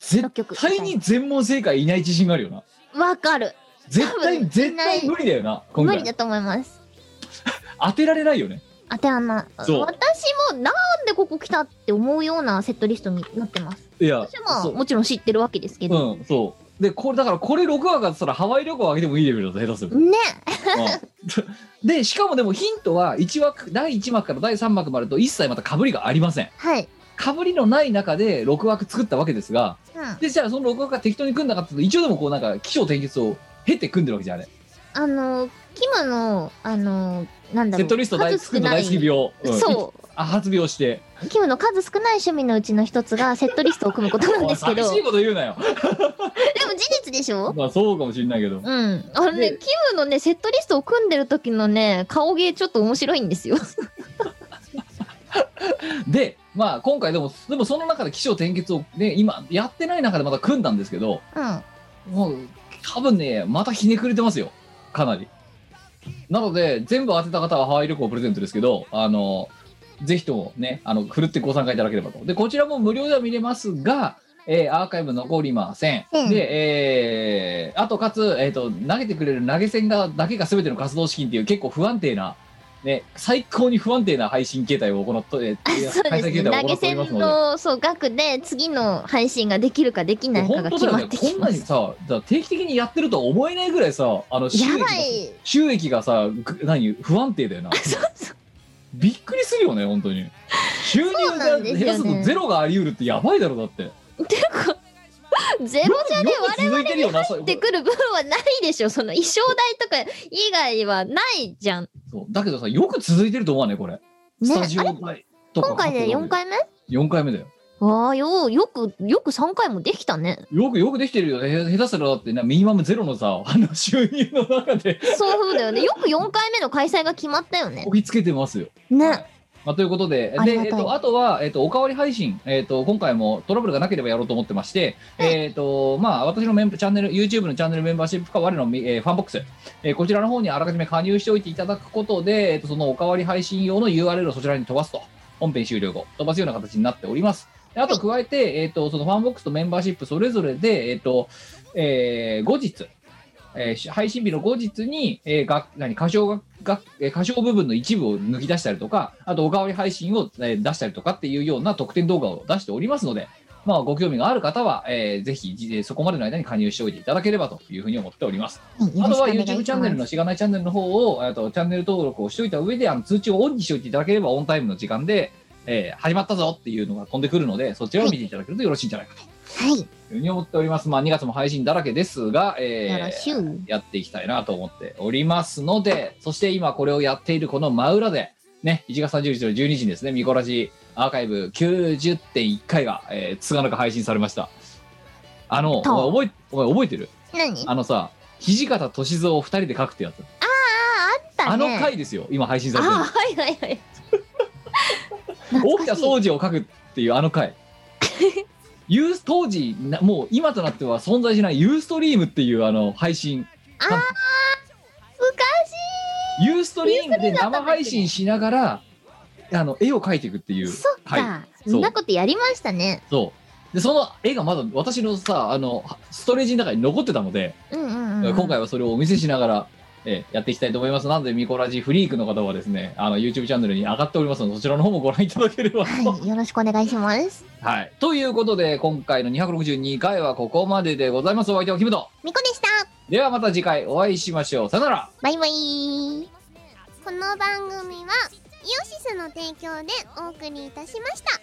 Speaker 3: 絶
Speaker 1: 曲
Speaker 3: 対に全問正解いない自信があるよな
Speaker 1: わかる。
Speaker 3: 絶
Speaker 1: 多
Speaker 3: 対
Speaker 1: 分
Speaker 3: 絶対無理だよな今
Speaker 1: 無
Speaker 3: 回
Speaker 1: 理だと思います。
Speaker 3: 当てられないよね
Speaker 1: 当てはな。私
Speaker 3: そう
Speaker 1: もなんでここ来たって思うようなセットリストになってます。
Speaker 3: いや
Speaker 1: 私はま
Speaker 3: そ
Speaker 1: あ
Speaker 3: う
Speaker 1: もちろん知ってるわけですけど。
Speaker 3: うんそうでこれだからこれ6枠だったらハワイ旅行あげてもいいレベルだと下手すると
Speaker 1: ね
Speaker 3: うんでしかもでもヒントは1枠第1幕から第3幕までと一切またかぶりがありません
Speaker 1: はい。
Speaker 3: かぶりのない中で6枠作ったわけですが
Speaker 1: うん。
Speaker 3: でじゃあその6枠が適当に組んだかっていうと一応でもこうなんか起承転結を経て組んでるわけじゃんあれ
Speaker 1: あの、キムの、あの、なんだろう。
Speaker 3: セットリスト大作るの大好き病、うん
Speaker 1: そう。
Speaker 3: あ発病して
Speaker 1: キムの数少ない趣味のうちの一つがセットリストを組むことなんですけ
Speaker 3: おい
Speaker 1: ど。
Speaker 3: 寂しいこと言うなよ
Speaker 1: でも事実でしょ
Speaker 3: まあそうかもしれないけど
Speaker 1: うん。あのね
Speaker 3: で、
Speaker 1: キムのね、セットリストを組んでる時のね、顔芸ちょっと面白いんですよ。
Speaker 3: でまあ今回でもでもその中で起承転結をね今やってない中でまた組んだんですけど
Speaker 1: うん。
Speaker 3: もう多分ねまたひねくれてますよかなりなので全部当てた方はハワイ旅行プレゼントですけどあのぜひともねあのふるってご参加いただければとでこちらも無料では見れますが、えーアーカイブ残りません、
Speaker 1: うん
Speaker 3: で、えーあとかつ、えー、と投げてくれる投げ銭がだけが全ての活動資金っていう結構不安定なね、最高に不安定な配信形態を行って、え ー
Speaker 1: そう
Speaker 3: 開
Speaker 1: で
Speaker 3: 催
Speaker 1: す
Speaker 3: 形
Speaker 1: ね。
Speaker 3: 態
Speaker 1: 投
Speaker 3: を行
Speaker 1: げ
Speaker 3: っておりま
Speaker 1: 銭
Speaker 3: すので
Speaker 1: のそう額で次の配信ができるかできないか
Speaker 3: 本
Speaker 1: が
Speaker 3: 当だ
Speaker 1: 決ま
Speaker 3: よ
Speaker 1: っ
Speaker 3: ね
Speaker 1: て
Speaker 3: こ
Speaker 1: き
Speaker 3: ん
Speaker 1: ま
Speaker 3: なに
Speaker 1: す。
Speaker 3: さだから定期的にやってるとは思えないぐらいさあの収益
Speaker 1: や
Speaker 3: が
Speaker 1: ばい。
Speaker 3: 収益がさぐ何不安定だよな
Speaker 1: そうそう。
Speaker 3: びっくりするよね本当に収入
Speaker 1: そうな
Speaker 3: が
Speaker 1: ん
Speaker 3: 下
Speaker 1: ですよね
Speaker 3: 手するとゼロがあり得るってやばいだろだって
Speaker 1: てか、 ゼロじゃね
Speaker 3: よく続いてるよなそ
Speaker 1: え
Speaker 3: う
Speaker 1: ってくる分はないでしょ。その衣装代とか以外はないじゃん。
Speaker 3: そうだけどさよく続いてると思わねこれス
Speaker 1: ね
Speaker 3: タジオ代とか
Speaker 1: 今回で4回目
Speaker 3: 4回目だよ
Speaker 1: わあよう、よく、よく3回もできたね。
Speaker 3: よくよくできてるよへ下手するとだってなミニマムゼロのさあの収入の中で
Speaker 1: そうそうだ よね。よく4回目の開催が決まったよね
Speaker 3: 追。いつけてますよ
Speaker 1: ね。
Speaker 3: まあ、ということで、
Speaker 1: あ
Speaker 3: で、
Speaker 1: りがた
Speaker 3: え
Speaker 1: い
Speaker 3: っと、あとは、えっと、おかわり配信、えっと、今回もトラブルがなければやろうと思ってまして、えっと、まあ、私のメンバーチャンネル、YouTube のチャンネルメンバーシップか、我のみ、えーファンボックス、えーこちらの方にあらかじめ加入しておいていただくことで、えっと、そのおかわり配信用の URL をそちらに飛ばすと、本編終了後、飛ばすような形になっております。であと、加えて、えっと、そのファンボックスとメンバーシップそれぞれで、えっと、えー後日、えー配信日の後日に、えー、が何歌唱がが、えー歌唱部分の一部を抜き出したりとか、あとおかわり配信を、えー出したりとかっていうような特典動画を出しておりますので、まあ、ご興味がある方は、えーぜひ、じえーそこまでの間に加入しておいていただければというふうに思っております。
Speaker 1: はい
Speaker 3: あとは
Speaker 1: よろしくお願いします
Speaker 3: YouTube チャンネルのしがないチャンネルの方を、えーとチャンネル登録をしておいた上で、あの通知をオンにしておいていただければ、オンタイムの時間で、えー始まったぞっていうのが飛んでくるので、そちらを見ていただけるとよろしいんじゃないかと
Speaker 1: はい。
Speaker 3: いうふうに思っております。まあ、2月も配信だらけですが、えー
Speaker 1: よろしゅう。
Speaker 3: やっていきたいなと思っておりますので、そして今これをやっているこの真裏で、ね、1月30日の12時にですね、ミコラジアーカイブ90.1回が、えー、つがなく配信されました。あの、
Speaker 1: と
Speaker 3: お前覚え、お前覚えてる
Speaker 1: 何あ
Speaker 3: あのさ、土方歳三を2人で書くってやつ。
Speaker 1: あ、あった
Speaker 3: あの
Speaker 1: ね。
Speaker 3: 回ですよ、今配信さ
Speaker 1: あ
Speaker 3: れてる
Speaker 1: あ、。はいはい はい。
Speaker 3: 起きた掃除を書くっていうあ の回ユース当時なもう今となっては存在しないユーストリームっていうあの配信
Speaker 1: あー、難し
Speaker 3: ユーストリームで生配信しながらあの絵を描いていくってい
Speaker 1: い。
Speaker 3: う
Speaker 1: そっか、
Speaker 3: は
Speaker 1: そんなことやりましたね。
Speaker 3: そうでその絵がまだ私のさあのストレージの中に残ってたので、
Speaker 1: うんうんうん。
Speaker 3: 今回はそれをお見せしながら、えーやっていきたいと思いますなのでミコラジフリークの方はですねあの YouTube チャンネルに上がっておりますのでそちらの方もご覧いただければと
Speaker 1: はい、よろしくお願いします。
Speaker 3: はい。ということで、今回の262回はここまででございます。お相手はキムト。
Speaker 1: みこでした。
Speaker 3: ではまた次回お会いしましょう。さよなら。
Speaker 1: バイバイ。この番組はイオシスの提供でお送りいたしました。